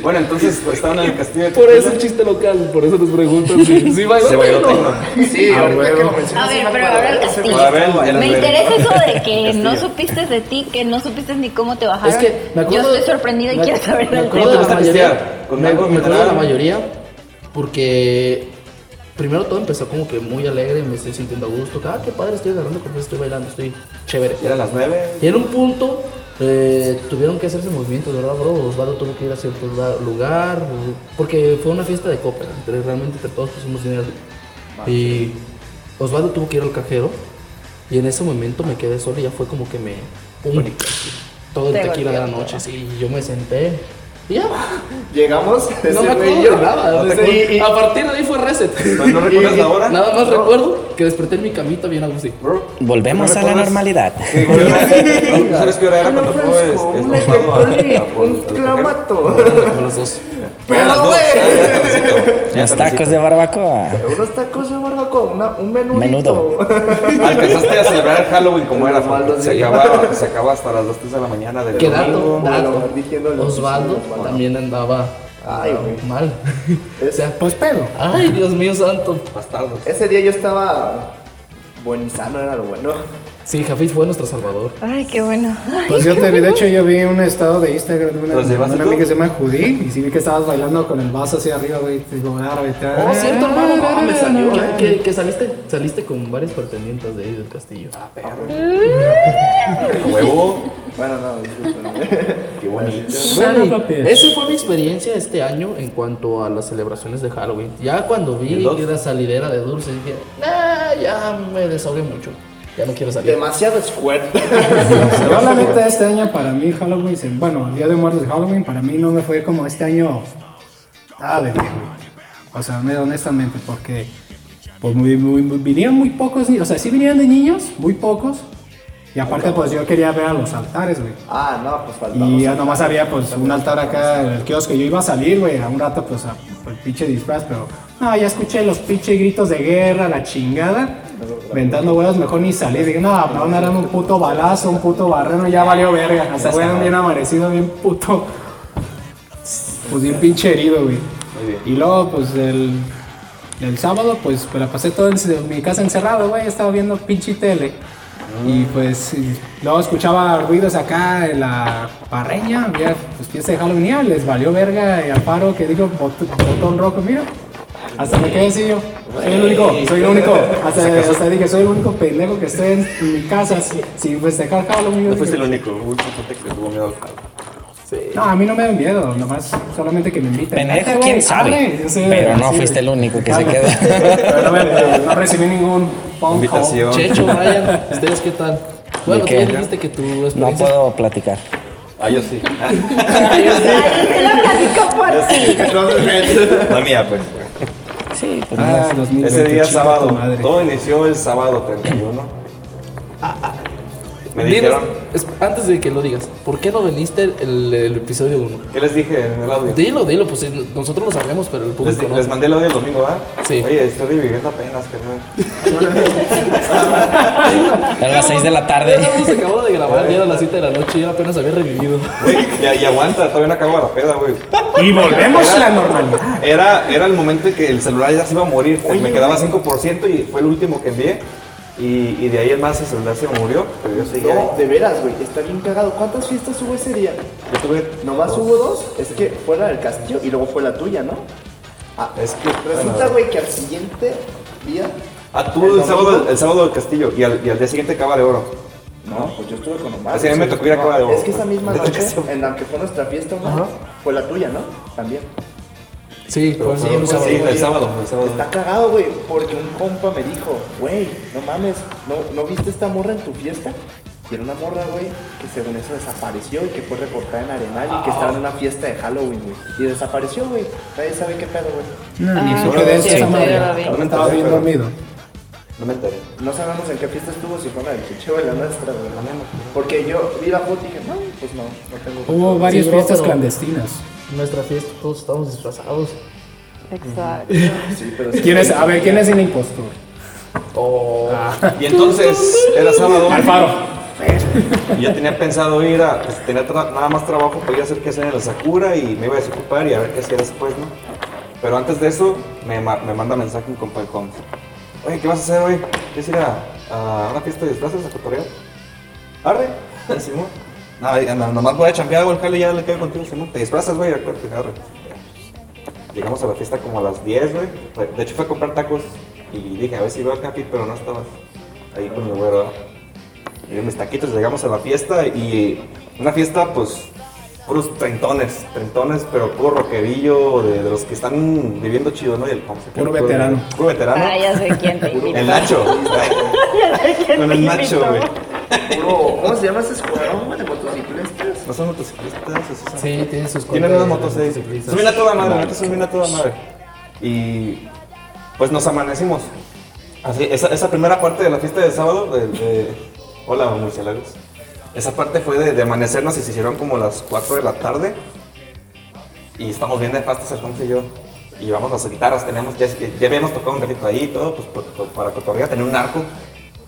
[SPEAKER 4] Bueno, entonces pues, estaban en el castillo de
[SPEAKER 3] Por eso el
[SPEAKER 4] tequila.
[SPEAKER 3] chiste local, por eso nos preguntan
[SPEAKER 4] (laughs)
[SPEAKER 3] si, si bailó
[SPEAKER 4] Se bailó Ah,
[SPEAKER 3] tecno.
[SPEAKER 4] tecno.
[SPEAKER 8] Sí, ahorita que lo
[SPEAKER 5] A
[SPEAKER 8] mencionas. sí
[SPEAKER 5] ver,
[SPEAKER 8] me
[SPEAKER 5] pero
[SPEAKER 8] acuerdo.
[SPEAKER 5] ahora el
[SPEAKER 8] Ese
[SPEAKER 5] castillo.
[SPEAKER 8] fue-
[SPEAKER 4] A ver, el-
[SPEAKER 5] Me
[SPEAKER 4] el-
[SPEAKER 5] interesa eso de que no supiste de ti, que no supiste ni cómo te bajaron.
[SPEAKER 3] Es que me acuerdo.
[SPEAKER 5] yo estoy sorprendida y
[SPEAKER 3] me-
[SPEAKER 5] quiero saber
[SPEAKER 3] Me
[SPEAKER 5] del
[SPEAKER 3] acuerdo de
[SPEAKER 5] tema.
[SPEAKER 4] ¿Cómo te
[SPEAKER 3] la
[SPEAKER 4] gusta
[SPEAKER 3] mayoría.
[SPEAKER 4] pistear? ¿Con
[SPEAKER 3] me-
[SPEAKER 4] algo
[SPEAKER 3] me acuerdo de la
[SPEAKER 4] mineral?
[SPEAKER 3] mayoría porque primero todo empezó como que muy alegre, me estoy sintiendo a gusto. Ah, qué padre, estoy agarrando confianza, estoy bailando, estoy chévere.
[SPEAKER 4] Y eran las 9.
[SPEAKER 3] Y en un punto eh, tuvieron que hacerse movimientos, ¿verdad, bro? Osvaldo tuvo que ir a cierto la- lugar, o- porque fue una fiesta de copa, entre, realmente entre todos pusimos dinero. Y Osvaldo tuvo que ir al cajero, y en ese momento me quedé solo y ya fue como que me... pum, todo el
[SPEAKER 5] Te
[SPEAKER 3] tequila de la
[SPEAKER 5] golpeó
[SPEAKER 3] noche, sí, y yo me senté. Y ya,
[SPEAKER 8] Llegamos, ese
[SPEAKER 3] no me
[SPEAKER 8] güey
[SPEAKER 3] acuerdo
[SPEAKER 8] y yo.
[SPEAKER 3] de nada.
[SPEAKER 4] No te
[SPEAKER 3] desde-
[SPEAKER 4] acuerdas.
[SPEAKER 3] y- y a partir de ahí fue reset. (laughs)
[SPEAKER 4] ¿No recuerdas la hora?
[SPEAKER 3] Nada más
[SPEAKER 4] No.
[SPEAKER 3] recuerdo que desperté en mi camita bien a gusto.
[SPEAKER 4] Bro.
[SPEAKER 6] Volvemos
[SPEAKER 4] ¿No
[SPEAKER 6] a la
[SPEAKER 4] recuerdas?
[SPEAKER 6] normalidad.
[SPEAKER 4] ¿Qué hora era? ¿No sabes qué hora era cuando
[SPEAKER 8] Una
[SPEAKER 4] fue?
[SPEAKER 8] fresco,
[SPEAKER 4] este,
[SPEAKER 8] una
[SPEAKER 4] nos vamos a-
[SPEAKER 8] tectonic,
[SPEAKER 4] a- a-
[SPEAKER 3] pues,
[SPEAKER 8] un
[SPEAKER 4] a-
[SPEAKER 8] clamato.
[SPEAKER 3] Como los dos.
[SPEAKER 4] Eran las
[SPEAKER 8] Pero,
[SPEAKER 4] dos,
[SPEAKER 8] güey.
[SPEAKER 4] ya, ya, tardecito, ya
[SPEAKER 6] Los tacos
[SPEAKER 4] tardecito.
[SPEAKER 6] de barbacoa.
[SPEAKER 8] Unos tacos de barbacoa, una- un menudito.
[SPEAKER 6] Menudo.
[SPEAKER 4] Alcanzaste a celebrar el Halloween como era,
[SPEAKER 8] Osvaldo,
[SPEAKER 4] se
[SPEAKER 8] sí.
[SPEAKER 4] acababa, se acababa hasta las 2, 3 de la mañana del
[SPEAKER 3] Que dato,
[SPEAKER 4] domingo.
[SPEAKER 3] dato.
[SPEAKER 8] Diciéndole.
[SPEAKER 3] Osvaldo también andaba
[SPEAKER 8] Ay, güey.
[SPEAKER 3] mal. O sea,
[SPEAKER 7] Pues pedo.
[SPEAKER 3] ay, Dios mío santo.
[SPEAKER 4] Bastardos.
[SPEAKER 8] Ese día yo estaba. Buenizano era lo bueno.
[SPEAKER 1] Sí, Jafis fue nuestro salvador.
[SPEAKER 5] Ay, qué bueno. Ay,
[SPEAKER 7] Pues yo
[SPEAKER 5] qué
[SPEAKER 7] te vi, de
[SPEAKER 5] bueno.
[SPEAKER 7] hecho yo vi un estado de Instagram de una,
[SPEAKER 4] ¿Los
[SPEAKER 7] de
[SPEAKER 4] llevaste
[SPEAKER 7] una
[SPEAKER 4] tú?
[SPEAKER 7] amiga que se llama Judy y sí vi que estabas bailando con el vaso hacia arriba, güey, te digo, ah, güey, te-
[SPEAKER 1] Oh, cierto, hermano, no, me salió.
[SPEAKER 7] eh.
[SPEAKER 1] Que, que ah. saliste, saliste con varios pretendientes de ahí del castillo.
[SPEAKER 4] Huevo.
[SPEAKER 8] Bueno, no, disculpen.
[SPEAKER 4] Qué bonito.
[SPEAKER 1] Bueno,
[SPEAKER 7] Bueno, papi.
[SPEAKER 1] esa fue mi experiencia este año en cuanto a las celebraciones de Halloween. Ya cuando vi
[SPEAKER 4] ¿Y dos?
[SPEAKER 1] que era salidera de dulce, dije, nah, ya me desahogué mucho. Ya no quiero salir.
[SPEAKER 8] Demasiado esfuerzo.
[SPEAKER 7] (laughs) Yo la neta este año para mí Halloween, se- bueno, el Día de Muertos de Halloween para mí no me fue como este año nada de bien, güey. O sea, me- honestamente, porque pues muy, muy, muy- vinieron muy pocos niños, o sea, sí vinieron de niños, muy pocos. Y aparte pues yo quería ver a los altares, güey.
[SPEAKER 8] (laughs) Ah, no, pues faltaba.
[SPEAKER 7] Y ya nomás había pues un altar acá en el kiosco. Yo iba a salir, güey, a un rato pues a- por el pinche disfraz, pero no, ya escuché los pinche gritos de guerra, la chingada. Ventando huevos, mejor ni salí. Dije, no, me van a dar un puto balazo, un puto barreno, ya valió verga. Hasta huevos bien amanecido, bien puto. Pues bien pinche herido, güey. Y luego, pues el, el sábado, pues me la pasé todo en, en mi casa encerrado, güey. Estaba viendo pinche tele.
[SPEAKER 6] Ah.
[SPEAKER 7] Y pues y luego escuchaba ruidos acá en la parreña, había pues fiesta de Halloween, ya, les valió verga y al paro que digo bot- botón rojo, mira. Hasta me quedé así yo. Soy el único, soy el único. Hasta, hasta dije, soy el único pendejo que estoy en, en mi casa sin- sin festejar Halloween. yo
[SPEAKER 4] No fuiste el
[SPEAKER 7] dije,
[SPEAKER 4] único. Muy importante que le tuvo miedo al caldo.
[SPEAKER 7] no, a mí no me da miedo, nomás solamente que me inviten.
[SPEAKER 6] Pendejo,
[SPEAKER 7] Vete, güey,
[SPEAKER 6] quién sabe.
[SPEAKER 7] abre. Yo soy-
[SPEAKER 6] Pero no
[SPEAKER 7] sí,
[SPEAKER 6] fuiste el
[SPEAKER 7] güey.
[SPEAKER 6] único que se
[SPEAKER 4] (laughs)
[SPEAKER 7] Dale.
[SPEAKER 6] quedó.
[SPEAKER 7] Pero no, me- no recibí ningún phone call.
[SPEAKER 4] Invitación.
[SPEAKER 6] (laughs)
[SPEAKER 1] Checho, Brian, ¿ustedes qué tal? Bueno, tú
[SPEAKER 6] qué?
[SPEAKER 1] ya dijiste que tu
[SPEAKER 6] No
[SPEAKER 1] experiencia...
[SPEAKER 6] puedo platicar.
[SPEAKER 4] Ah, yo (laughs) sí.
[SPEAKER 5] Ay, te lo platico por ti.
[SPEAKER 4] La mía, pues.
[SPEAKER 6] Sí, pues
[SPEAKER 7] Ah, 2020,
[SPEAKER 4] Ese día
[SPEAKER 7] chinga
[SPEAKER 4] sábado.
[SPEAKER 7] tu madre. Ah,
[SPEAKER 4] Todo inició el sábado 31. Me
[SPEAKER 1] Dinos,
[SPEAKER 4] dijeron.
[SPEAKER 1] es- antes de que lo digas, ¿por qué no veniste el, el episodio 1?
[SPEAKER 4] ¿Qué les dije en el audio?
[SPEAKER 1] Dilo, dilo, pues eh, nosotros lo sabemos, pero el
[SPEAKER 4] Les,
[SPEAKER 1] público no.
[SPEAKER 4] les mandé el audio el domingo, ¿verdad?
[SPEAKER 1] Sí.
[SPEAKER 4] Oye, estoy reviviendo apenas, carnal. (laughs)
[SPEAKER 6] no. a las 6 de la tarde.
[SPEAKER 1] Nos acabó de grabar, ya era las 7 de la noche y él apenas había revivido.
[SPEAKER 4] Güey, Y, y aguanta, todavía no acabo la peda, güey.
[SPEAKER 7] Y volvemos a la normalidad.
[SPEAKER 4] Era, era el momento en que el celular ya se iba a morir. pues, me quedaba 5% y fue el último que envié. Y, y de ahí el más el celular se murió. Pero yo seguía. ahí.
[SPEAKER 8] No, de veras, güey, está bien cagado. ¿Cuántas fiestas hubo ese día?
[SPEAKER 4] Yo tuve.
[SPEAKER 8] Nomás hubo dos, es que fue la del castillo y luego fue la tuya, ¿no? Ah,
[SPEAKER 4] Es que.
[SPEAKER 8] resulta,
[SPEAKER 4] bueno,
[SPEAKER 8] güey, que al siguiente día.
[SPEAKER 4] Ah, tú el, sábado, el sábado del castillo y al, y al día siguiente Cava de Oro.
[SPEAKER 8] No, pues yo estuve con Omar.
[SPEAKER 4] Así a mí me tocó ir a Cava de Oro.
[SPEAKER 8] Es que
[SPEAKER 4] (laughs)
[SPEAKER 8] esa misma
[SPEAKER 4] De hecho,
[SPEAKER 8] noche
[SPEAKER 4] que se-
[SPEAKER 8] en la que fue nuestra fiesta, Omar,
[SPEAKER 1] Ajá.
[SPEAKER 8] fue la tuya, ¿no? También.
[SPEAKER 1] Sí,
[SPEAKER 4] Pero
[SPEAKER 1] pues sí,
[SPEAKER 4] fue-
[SPEAKER 1] un
[SPEAKER 4] sí,
[SPEAKER 1] sábado.
[SPEAKER 4] el sábado. El sábado.
[SPEAKER 8] Está cagado, güey, porque un compa me dijo, güey, no mames, ¿no, ¿no viste esta morra en tu fiesta? Y era una morra, güey, que según eso desapareció y que fue reportada en Arenal y que estaba en una fiesta de Halloween, güey. Y desapareció, güey. Nadie sabe qué pedo, güey.
[SPEAKER 7] Ni
[SPEAKER 5] Ah,
[SPEAKER 7] supe de eso,
[SPEAKER 5] sí,
[SPEAKER 7] esa
[SPEAKER 5] todavía
[SPEAKER 7] madre.
[SPEAKER 5] lo vi.
[SPEAKER 7] Ahora Estaba bien dormido.
[SPEAKER 4] No me enteré.
[SPEAKER 8] No sabemos en qué fiesta estuvo, si fue la del Chiche o la nuestra, güey. Porque yo vi la foto y dije, no, pues no, no tengo.
[SPEAKER 7] Hubo varias
[SPEAKER 1] Sí, bro,
[SPEAKER 7] fiestas
[SPEAKER 1] pero-
[SPEAKER 7] clandestinas.
[SPEAKER 1] Nuestra fiesta, todos estamos disfrazados.
[SPEAKER 5] Exacto.
[SPEAKER 4] Oh.
[SPEAKER 8] Sí, pero
[SPEAKER 7] ¿Quién es? A ver, ¿quién es el impostor? Ah.
[SPEAKER 1] Oh,
[SPEAKER 4] Y entonces era sábado.
[SPEAKER 7] Alfaro.
[SPEAKER 4] Y yo tenía pensado ir a, pues, tenía tra- nada más trabajo, podía hacer que hacer en la Sakura y me iba a desocupar y a ver qué hacía después, ¿no? Pero antes de eso, me, ma- me manda mensaje un compa de compa. Oye, ¿qué vas a hacer hoy? ¿Quieres ir a, a una fiesta de disfraces a cotorrear? ¿Arre? Simón. No, ya na- nomás voy a chambear, voy al jale y ya le caigo contigo, Simón. Te disfrazas, güey, acuérdate, arre. Llegamos a la fiesta como a las 10, güey. Fue- De hecho, fue a comprar tacos y dije, a ver si veo a Capi, pero no estabas ahí con mi güero. ¿verdad? Y mis taquitos, llegamos a la fiesta y una fiesta, pues, puros trentones, trentones, pero puro roquerillo, de, de los que están viviendo chido, ¿no? Y el, ¿cómo se llama?
[SPEAKER 7] Puro veterano.
[SPEAKER 4] Puro veterano.
[SPEAKER 5] Ah, ya sé quién te
[SPEAKER 4] el
[SPEAKER 5] invitó.
[SPEAKER 4] Nacho.
[SPEAKER 5] (laughs) Ya sé quién
[SPEAKER 4] Con
[SPEAKER 5] te
[SPEAKER 4] el Nacho,
[SPEAKER 5] invitó.
[SPEAKER 4] güey.
[SPEAKER 8] Puro- ¿Cómo se llama ese escuadrón, güey, de motociclistas?
[SPEAKER 4] No son motociclistas, esos son-
[SPEAKER 1] sí, tiene sus cosas.
[SPEAKER 4] Tienen unas motos ahí. Suben a toda madre, ahorita suben a toda madre. Y pues nos amanecimos. Así, esa, esa primera parte de la fiesta del sábado, de, de- hola murciélagos. Esa parte fue de, de amanecernos y se hicieron como las 4 de la tarde. Y estamos bien de pastas el Juanfe y yo. Y llevamos las guitarras, teníamos, ya, ya habíamos tocado un ratito ahí y todo, pues por- por- para cotorrear, tener un arco.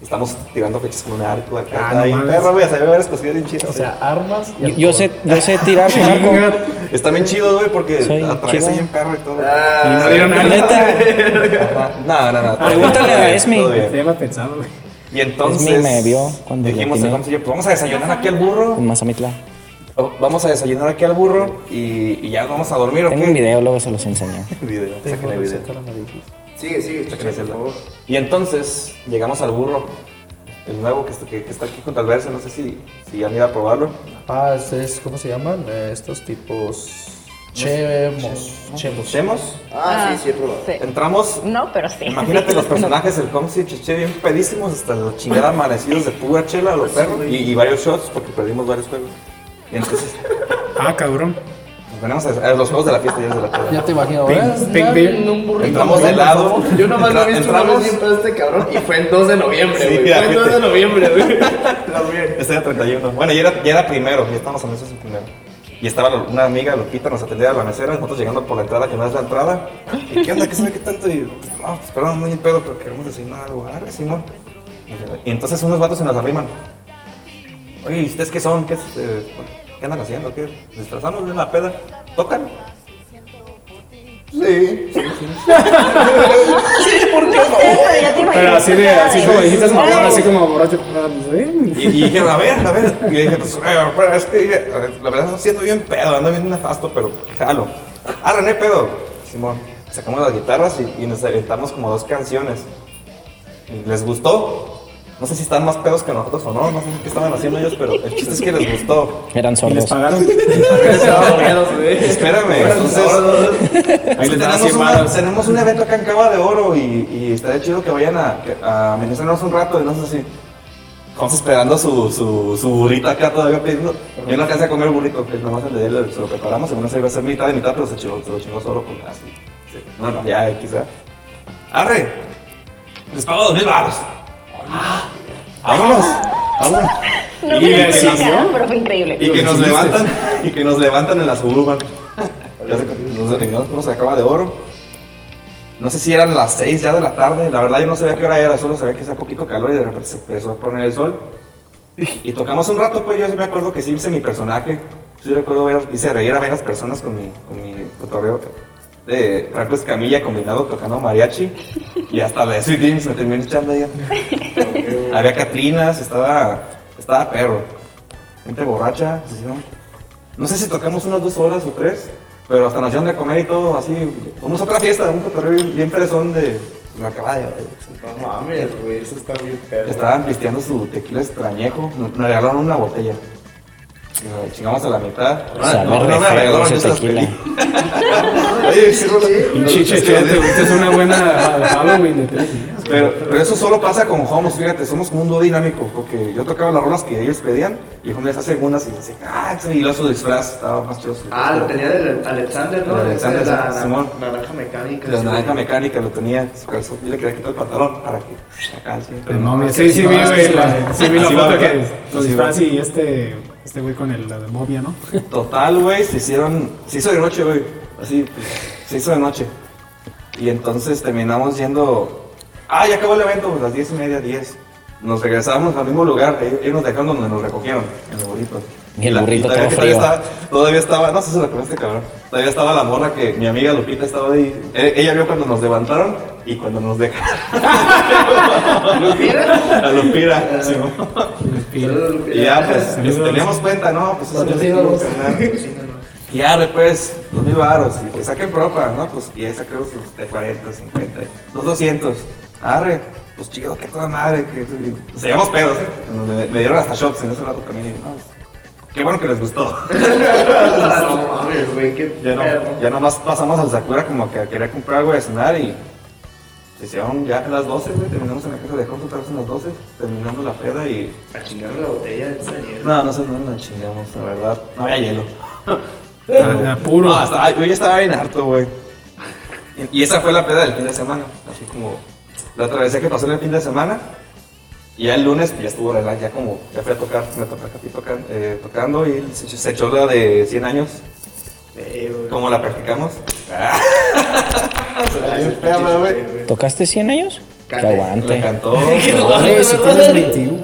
[SPEAKER 4] Y Estamos tirando fechas con un arco acá.
[SPEAKER 7] Ah, no
[SPEAKER 4] ahí,
[SPEAKER 7] mames.
[SPEAKER 4] perro, güey, se ve varias cosillas bien chidas.
[SPEAKER 1] O sea, armas. y
[SPEAKER 6] Yo, yo
[SPEAKER 1] alcohol.
[SPEAKER 6] sé, yo sé tirar con arco.
[SPEAKER 4] (laughs) Está bien chido, güey, porque
[SPEAKER 6] Soy
[SPEAKER 4] atraviesa
[SPEAKER 6] chido.
[SPEAKER 4] bien perro y todo.
[SPEAKER 8] Ah,
[SPEAKER 7] Y no dieron nada.
[SPEAKER 6] Neta,
[SPEAKER 4] No, no, no.
[SPEAKER 6] Pregúntale a Esmi.
[SPEAKER 4] Todo bien.
[SPEAKER 7] Se había pensado, güey.
[SPEAKER 4] Y entonces
[SPEAKER 6] Esmi me vio cuando lo
[SPEAKER 4] dijimos a
[SPEAKER 6] atiné.
[SPEAKER 4] Gonzo y yo, pues vamos a desayunar aquí al burro.
[SPEAKER 6] En Mazamitla.
[SPEAKER 4] o- Vamos a desayunar aquí al burro y, y ya vamos a dormir, ¿o
[SPEAKER 6] Tengo
[SPEAKER 4] qué?
[SPEAKER 6] un video, luego se los enseño.
[SPEAKER 4] Video, sáquenle video.
[SPEAKER 8] Sigue, sigue, chacha, por
[SPEAKER 4] Gracias,
[SPEAKER 8] favor.
[SPEAKER 4] Y entonces llegamos al burro, el nuevo que está, que- que está aquí junto al verso, no sé si, si ya han ido a probarlo.
[SPEAKER 3] Ah, es, es- ¿cómo se llaman? Eh, estos tipos. Chemos. Chemos.
[SPEAKER 4] Chemos,
[SPEAKER 8] Ah, sí, sí, he probado.
[SPEAKER 5] Sí.
[SPEAKER 4] entramos,
[SPEAKER 5] No, pero (laughs) sí.
[SPEAKER 4] imagínate los personajes, el Comsi y Cheche bien pedísimos, hasta la chingada amanecidos de pura chela, los perros, y, y varios shots porque perdimos varios juegos. Y entonces
[SPEAKER 7] Ah, cabrón.
[SPEAKER 4] nos ponemos a, a los juegos de la fiesta y de la
[SPEAKER 1] Ya
[SPEAKER 4] chela.
[SPEAKER 1] te imagino,
[SPEAKER 7] Ping,
[SPEAKER 1] ¿verdad?
[SPEAKER 7] ping,
[SPEAKER 1] Ya
[SPEAKER 7] ping.
[SPEAKER 1] en un burrito.
[SPEAKER 4] Entramos de lado,
[SPEAKER 8] Yo nomás lo he visto una
[SPEAKER 4] entramos,
[SPEAKER 8] vez bien pedo este cabrón y fue el 2 de noviembre,
[SPEAKER 4] Sí,
[SPEAKER 8] güey.
[SPEAKER 4] ya,
[SPEAKER 8] fue el 2 de
[SPEAKER 4] viste. (laughs)
[SPEAKER 8] noviembre, güey. Lo vi.
[SPEAKER 4] Este era 31. Bueno, ya era, ya era primero, ya estábamos anuncios en primero. Y estaba lo- una amiga, Lupita, nos atendía a la mesera, nosotros llegando por la entrada, que no es la entrada. ¿Y qué onda? ¿Qué sabe qué tanto? Y, no, pues perdón, no hay pedo, pero queremos desayunar algo. Arre, Simón. Y entonces unos vatos se nos arriman. Oye, ¿y ustedes qué son? ¿Qué, es, eh, qué andan haciendo? ¿Qué? ¿Disfrazamos de una peda? ¿Tocan?
[SPEAKER 5] Ya te
[SPEAKER 7] Pero
[SPEAKER 5] imagino.
[SPEAKER 7] así de, así como dijiste, es mamón, así como borracho. Ah, sí.
[SPEAKER 4] Y, y dijeron, a ver, a ver. Y yo dije, pues, eh, pero es que eh, la verdad estoy siendo bien pedo, ando bien nefasto, pero jalo. Ah, René, pedo. Simón, sacamos las guitarras y, y nos aventamos como dos canciones. Y les gustó. No sé si están más pedos que nosotros o no, no sé qué estaban haciendo ellos, pero el chiste es que les gustó.
[SPEAKER 6] Eran
[SPEAKER 7] Y les
[SPEAKER 6] sordos.
[SPEAKER 7] pagaron.
[SPEAKER 4] (laughs) Espérame, entonces. ahí les
[SPEAKER 7] Están
[SPEAKER 4] tenemos, una-
[SPEAKER 7] haciendo-
[SPEAKER 4] tenemos un evento acá en Cava de Oro y, y estaría chido que vayan a, a amenizarnos un rato y no sé si. Vamos esperando su, su, su burrito acá todavía pidiendo. Yo no alcancé a comer el burrito, que nomás el de él se lo preparamos, según se iba a hacer mitad de mitad, pero se, chivó, se lo chingó solo con así. Sí. No, no, ya, eh, quizá. ¡Arre! Les pago dos mil baros. ¡Vámonos! ¡Vámonos!
[SPEAKER 5] No
[SPEAKER 4] Y
[SPEAKER 5] me
[SPEAKER 4] que
[SPEAKER 5] la
[SPEAKER 4] nos-
[SPEAKER 5] cara, pero fue increíble.
[SPEAKER 4] y que nos levantan, y que nos levantan en la suburban. Ya se- Nos eliminamos por acaba de oro. No sé si eran las 6 ya de la tarde, la verdad yo no sabía qué hora era, solo sabía que hacía poquito calor y de repente se empezó a poner el sol. Y tocamos un rato, pues yo sí me acuerdo que sí hice mi personaje, sí recuerdo ver, hice reír a varias personas con mi, con mi cotorreo de Franco Escamilla combinado tocando mariachi y hasta la de Sweet Dreams me terminé echando ahí. Había Catrinas, estaba, estaba perro gente borracha, se hicieron- No sé si tocamos unas dos horas o tres, pero hasta nos dieron de comer y todo, así. Vamos a otra fiesta, un cotorreo bien, bien perezón de la caballa.
[SPEAKER 8] No mames, güey, eso está bien pedo.
[SPEAKER 4] Estaban pisteando su tequila extrañejo, nos nos regalaron una botella. Y nos chingamos a la mitad.
[SPEAKER 6] O sea,
[SPEAKER 4] No, no,
[SPEAKER 6] me
[SPEAKER 4] no me regalaron,
[SPEAKER 6] ese
[SPEAKER 4] yo se las
[SPEAKER 6] tequila.
[SPEAKER 4] pedí. (laughs) Oye, sí, Rola.
[SPEAKER 7] Pinche Cheche, te es una buena Halloween de tres días.
[SPEAKER 4] Pero, pero eso solo pasa con Homos, fíjate, somos como un dúo dinámico, porque yo tocaba las rolas que ellos pedían y Homos les hace unas y dice, ah, y lo su disfraz, estaba más chido. su
[SPEAKER 8] Ah,
[SPEAKER 4] disfraz".
[SPEAKER 8] lo tenía del Alexander, ¿no?
[SPEAKER 4] Del Alexander,
[SPEAKER 8] Ese de la,
[SPEAKER 4] Simón.
[SPEAKER 8] naranja mecánica.
[SPEAKER 4] La naranja mecánica lo tenía, su calzón, yo le quería quitar el pantalón para que acá sí.
[SPEAKER 7] Pero no, mira, sí, sí, vi,
[SPEAKER 8] Ah,
[SPEAKER 7] güey,
[SPEAKER 8] sí,
[SPEAKER 7] la, sí, vi la
[SPEAKER 4] Así va,
[SPEAKER 7] foto
[SPEAKER 4] ¿verdad?
[SPEAKER 7] que
[SPEAKER 4] Así
[SPEAKER 7] los
[SPEAKER 4] va.
[SPEAKER 7] disfraz y este, este güey con el, la de momia, ¿no?
[SPEAKER 4] Total, güey, se hicieron, se hizo de noche, güey, así, pues, se hizo de noche. Y entonces terminamos yendo, ah, ya acabó el evento, pues, las diez y media, diez. Nos regresamos al mismo lugar, ellos ellos nos dejaron donde nos recogieron, en el burrito.
[SPEAKER 6] Y el
[SPEAKER 4] la-
[SPEAKER 6] burrito
[SPEAKER 4] todavía,
[SPEAKER 6] todo
[SPEAKER 4] todavía
[SPEAKER 6] frío.
[SPEAKER 4] estaba, todavía estaba, no sé si lo comiste, este cabrón, todavía estaba la morra que mi amiga Lupita estaba ahí, Eh, ella vio cuando nos levantaron y cuando nos dejaron. A Lupira, sí, ¿no? Y ya, pues, nos teníamos cuenta, ¿no? Pues eso
[SPEAKER 1] Cuatrocientos.
[SPEAKER 4] es lo que ganar. Y ya, después, dos mil baros, y pues saquen propa, ¿no? Pues, y ahí saquemos los de 40, 50, los 200. Arre, pues chido, que toda madre, que... Nos llevamos pedos. Me, me dieron hasta shots en ese rato también, y, no, pues, Qué bueno que les gustó.
[SPEAKER 8] (laughs) No mames, güey, qué
[SPEAKER 4] Ya, no,
[SPEAKER 8] pedo.
[SPEAKER 4] ya nomás pasamos al Sakura como que quería comprar algo de cenar y se hicieron ya a las 12, güey, terminamos en la casa de Jorge otra vez a las 12, terminamos la peda y
[SPEAKER 8] A chingar la botella de esa mierda.
[SPEAKER 4] no, no sé, no nos chingamos, la verdad. No había hielo.
[SPEAKER 7] Ah, puro.
[SPEAKER 4] No, estaba- yo ya estaba bien harto, güey. Y y esa fue la peda del fin de semana. Así como la travesía que pasó en el fin de semana. Y ya el lunes pues, ya estuvo relax, ya como, ya fui a tocar, me tocó aquí tocan- eh, tocando y se, se echó la de 100 años,
[SPEAKER 8] Eh, güey.
[SPEAKER 4] como la practicamos.
[SPEAKER 6] ¿Tocaste 100 años? Que
[SPEAKER 8] Canté.
[SPEAKER 4] Me
[SPEAKER 6] aguante.
[SPEAKER 4] encantó.
[SPEAKER 7] Oye, si tienes 21.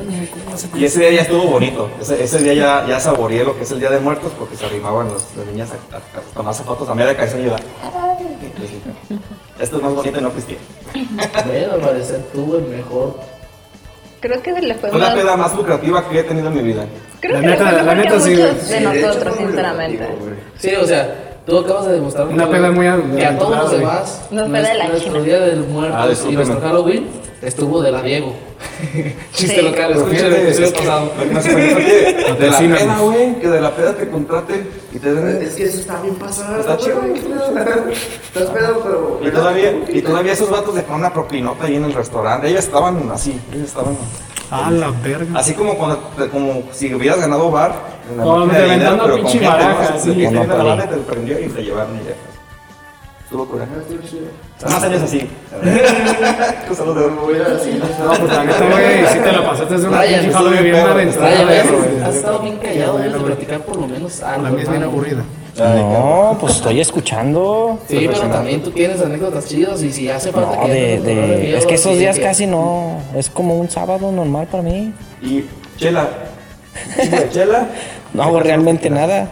[SPEAKER 4] Y ese día ya estuvo bonito. Ese, ese día ya, ya saboreé lo que es el Día de Muertos porque se arrimaban las, las niñas a, a, a tomar zapatos a media cabeza y yo, "Ay".
[SPEAKER 8] Pues
[SPEAKER 4] Esto es más bonito y no cristiano.
[SPEAKER 1] Bueno, al parecer tuve el mejor
[SPEAKER 5] Creo que se le fue
[SPEAKER 4] Fue la
[SPEAKER 5] más.
[SPEAKER 4] peda más lucrativa que he tenido en mi vida.
[SPEAKER 5] Creo
[SPEAKER 7] La
[SPEAKER 5] que
[SPEAKER 7] neta-
[SPEAKER 5] le fue
[SPEAKER 7] la
[SPEAKER 5] mejor
[SPEAKER 7] neta
[SPEAKER 5] que
[SPEAKER 7] sí,
[SPEAKER 5] muchos
[SPEAKER 7] güey.
[SPEAKER 5] de
[SPEAKER 7] Sí, de hecho,
[SPEAKER 5] nosotros, sinceramente.
[SPEAKER 1] Sí, o sea, tú acabas de demostrar
[SPEAKER 7] Una peda muy
[SPEAKER 1] que a todos los
[SPEAKER 7] adelantada,
[SPEAKER 1] demás
[SPEAKER 5] güey. Una
[SPEAKER 1] nues-
[SPEAKER 5] peda de la
[SPEAKER 1] nuestro
[SPEAKER 5] chingada.
[SPEAKER 1] día del muerto
[SPEAKER 4] Ah,
[SPEAKER 1] y
[SPEAKER 4] discúlpeme.
[SPEAKER 1] nuestro Halloween estuvo de la Diego. (laughs) Chiste
[SPEAKER 5] Sí.
[SPEAKER 1] local,
[SPEAKER 4] Pero
[SPEAKER 1] escuchen el
[SPEAKER 4] fíjate,
[SPEAKER 1] episodio
[SPEAKER 4] es que
[SPEAKER 1] pasado.
[SPEAKER 4] lo que más sorprende de la
[SPEAKER 7] Patrocínanos.
[SPEAKER 4] peda, güey, que de la peda te contraten y te den...
[SPEAKER 8] Es que eso está bien pasado. pues,
[SPEAKER 4] Está chido.
[SPEAKER 8] güey. Estás pedo, pero.
[SPEAKER 4] Y todavía, y todavía esos vatos dejaron una propinota ahí en el restaurante. Ellos estaban así, ellos estaban...
[SPEAKER 7] A la verga.
[SPEAKER 4] Así como, cuando, como si hubieras ganado bar. en la
[SPEAKER 7] Como
[SPEAKER 4] máquina de
[SPEAKER 7] reventando
[SPEAKER 4] dinero, pero con
[SPEAKER 7] pinche
[SPEAKER 4] gente, ¿no?
[SPEAKER 7] baraja,
[SPEAKER 4] Así,
[SPEAKER 7] sí.
[SPEAKER 4] que gente de la
[SPEAKER 6] Monopoly.
[SPEAKER 4] banda te prendió y te llevaron y ya. Estuvo coraje. Más años así. Un saludo.
[SPEAKER 7] No, pues la neta, güey, si te la pasaste es una
[SPEAKER 1] Ryan,
[SPEAKER 7] pinche Halloween bien
[SPEAKER 4] perro.
[SPEAKER 7] aventada,
[SPEAKER 1] Ryan,
[SPEAKER 7] güey.
[SPEAKER 1] has- has estado bien callado, debes de platicar por lo menos algo.
[SPEAKER 7] La mía es bien
[SPEAKER 1] hermano.
[SPEAKER 7] aburrida.
[SPEAKER 6] No, pues estoy escuchando.
[SPEAKER 1] (laughs) Sí, pero también tú tienes anécdotas chidas y si hace falta
[SPEAKER 6] No,
[SPEAKER 1] que
[SPEAKER 6] de,
[SPEAKER 1] hagas un programa
[SPEAKER 6] de,
[SPEAKER 1] video,
[SPEAKER 6] es que esos
[SPEAKER 1] sí,
[SPEAKER 6] días
[SPEAKER 1] que-
[SPEAKER 6] casi no. Es como un sábado normal para mí.
[SPEAKER 4] Y Chela. Chela, Chela.
[SPEAKER 6] No hago realmente nada.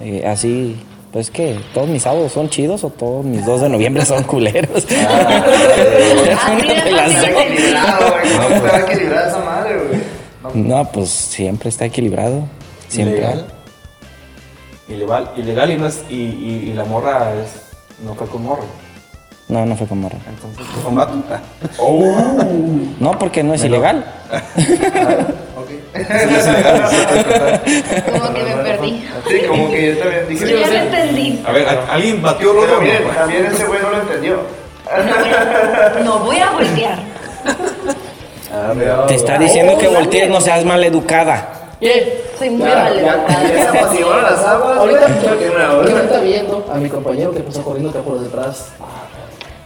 [SPEAKER 6] Eh, así, pues que todos mis sábados son chidos o todos mis 2 de noviembre son
[SPEAKER 1] (laughs)
[SPEAKER 6] culeros.
[SPEAKER 4] Ah,
[SPEAKER 6] Es una de
[SPEAKER 5] Así
[SPEAKER 6] las
[SPEAKER 5] de
[SPEAKER 6] dos.
[SPEAKER 5] fácil.
[SPEAKER 8] Equilibrado,
[SPEAKER 6] (laughs)
[SPEAKER 8] güey.
[SPEAKER 4] pues,
[SPEAKER 8] Estaba equilibrada esa madre, güey.
[SPEAKER 6] No, pues siempre está equilibrado. Siempre.
[SPEAKER 4] Ilegal. Ilegal, ilegal y, no es, y, y, y la morra es, no fue con morra.
[SPEAKER 6] No, no fue con morra.
[SPEAKER 4] Entonces, fue con vato.
[SPEAKER 6] Oh.
[SPEAKER 4] (laughs)
[SPEAKER 6] No, porque no es ilegal.
[SPEAKER 5] Como que me perdí.
[SPEAKER 8] Sí, como que yo también
[SPEAKER 5] Yo
[SPEAKER 8] dije.
[SPEAKER 5] ya lo entendí.
[SPEAKER 4] A ver, ¿al- ¿alguien batió el
[SPEAKER 8] Pero
[SPEAKER 4] oro?
[SPEAKER 8] miren, también ese güey no lo entendió.
[SPEAKER 5] No voy a voltear.
[SPEAKER 1] Oh,
[SPEAKER 6] Te está diciendo que voltees, no seas maleducada.
[SPEAKER 1] ¿Qué?
[SPEAKER 5] Soy muy
[SPEAKER 1] Ya,
[SPEAKER 5] mal
[SPEAKER 8] (laughs) Ya se apaciguaron las aguas.
[SPEAKER 1] Ahorita
[SPEAKER 8] güey.
[SPEAKER 1] yo-
[SPEAKER 8] Porque una
[SPEAKER 1] yo
[SPEAKER 8] hora.
[SPEAKER 1] ahorita viendo a mi compañero que pasó corriendo acá por detrás.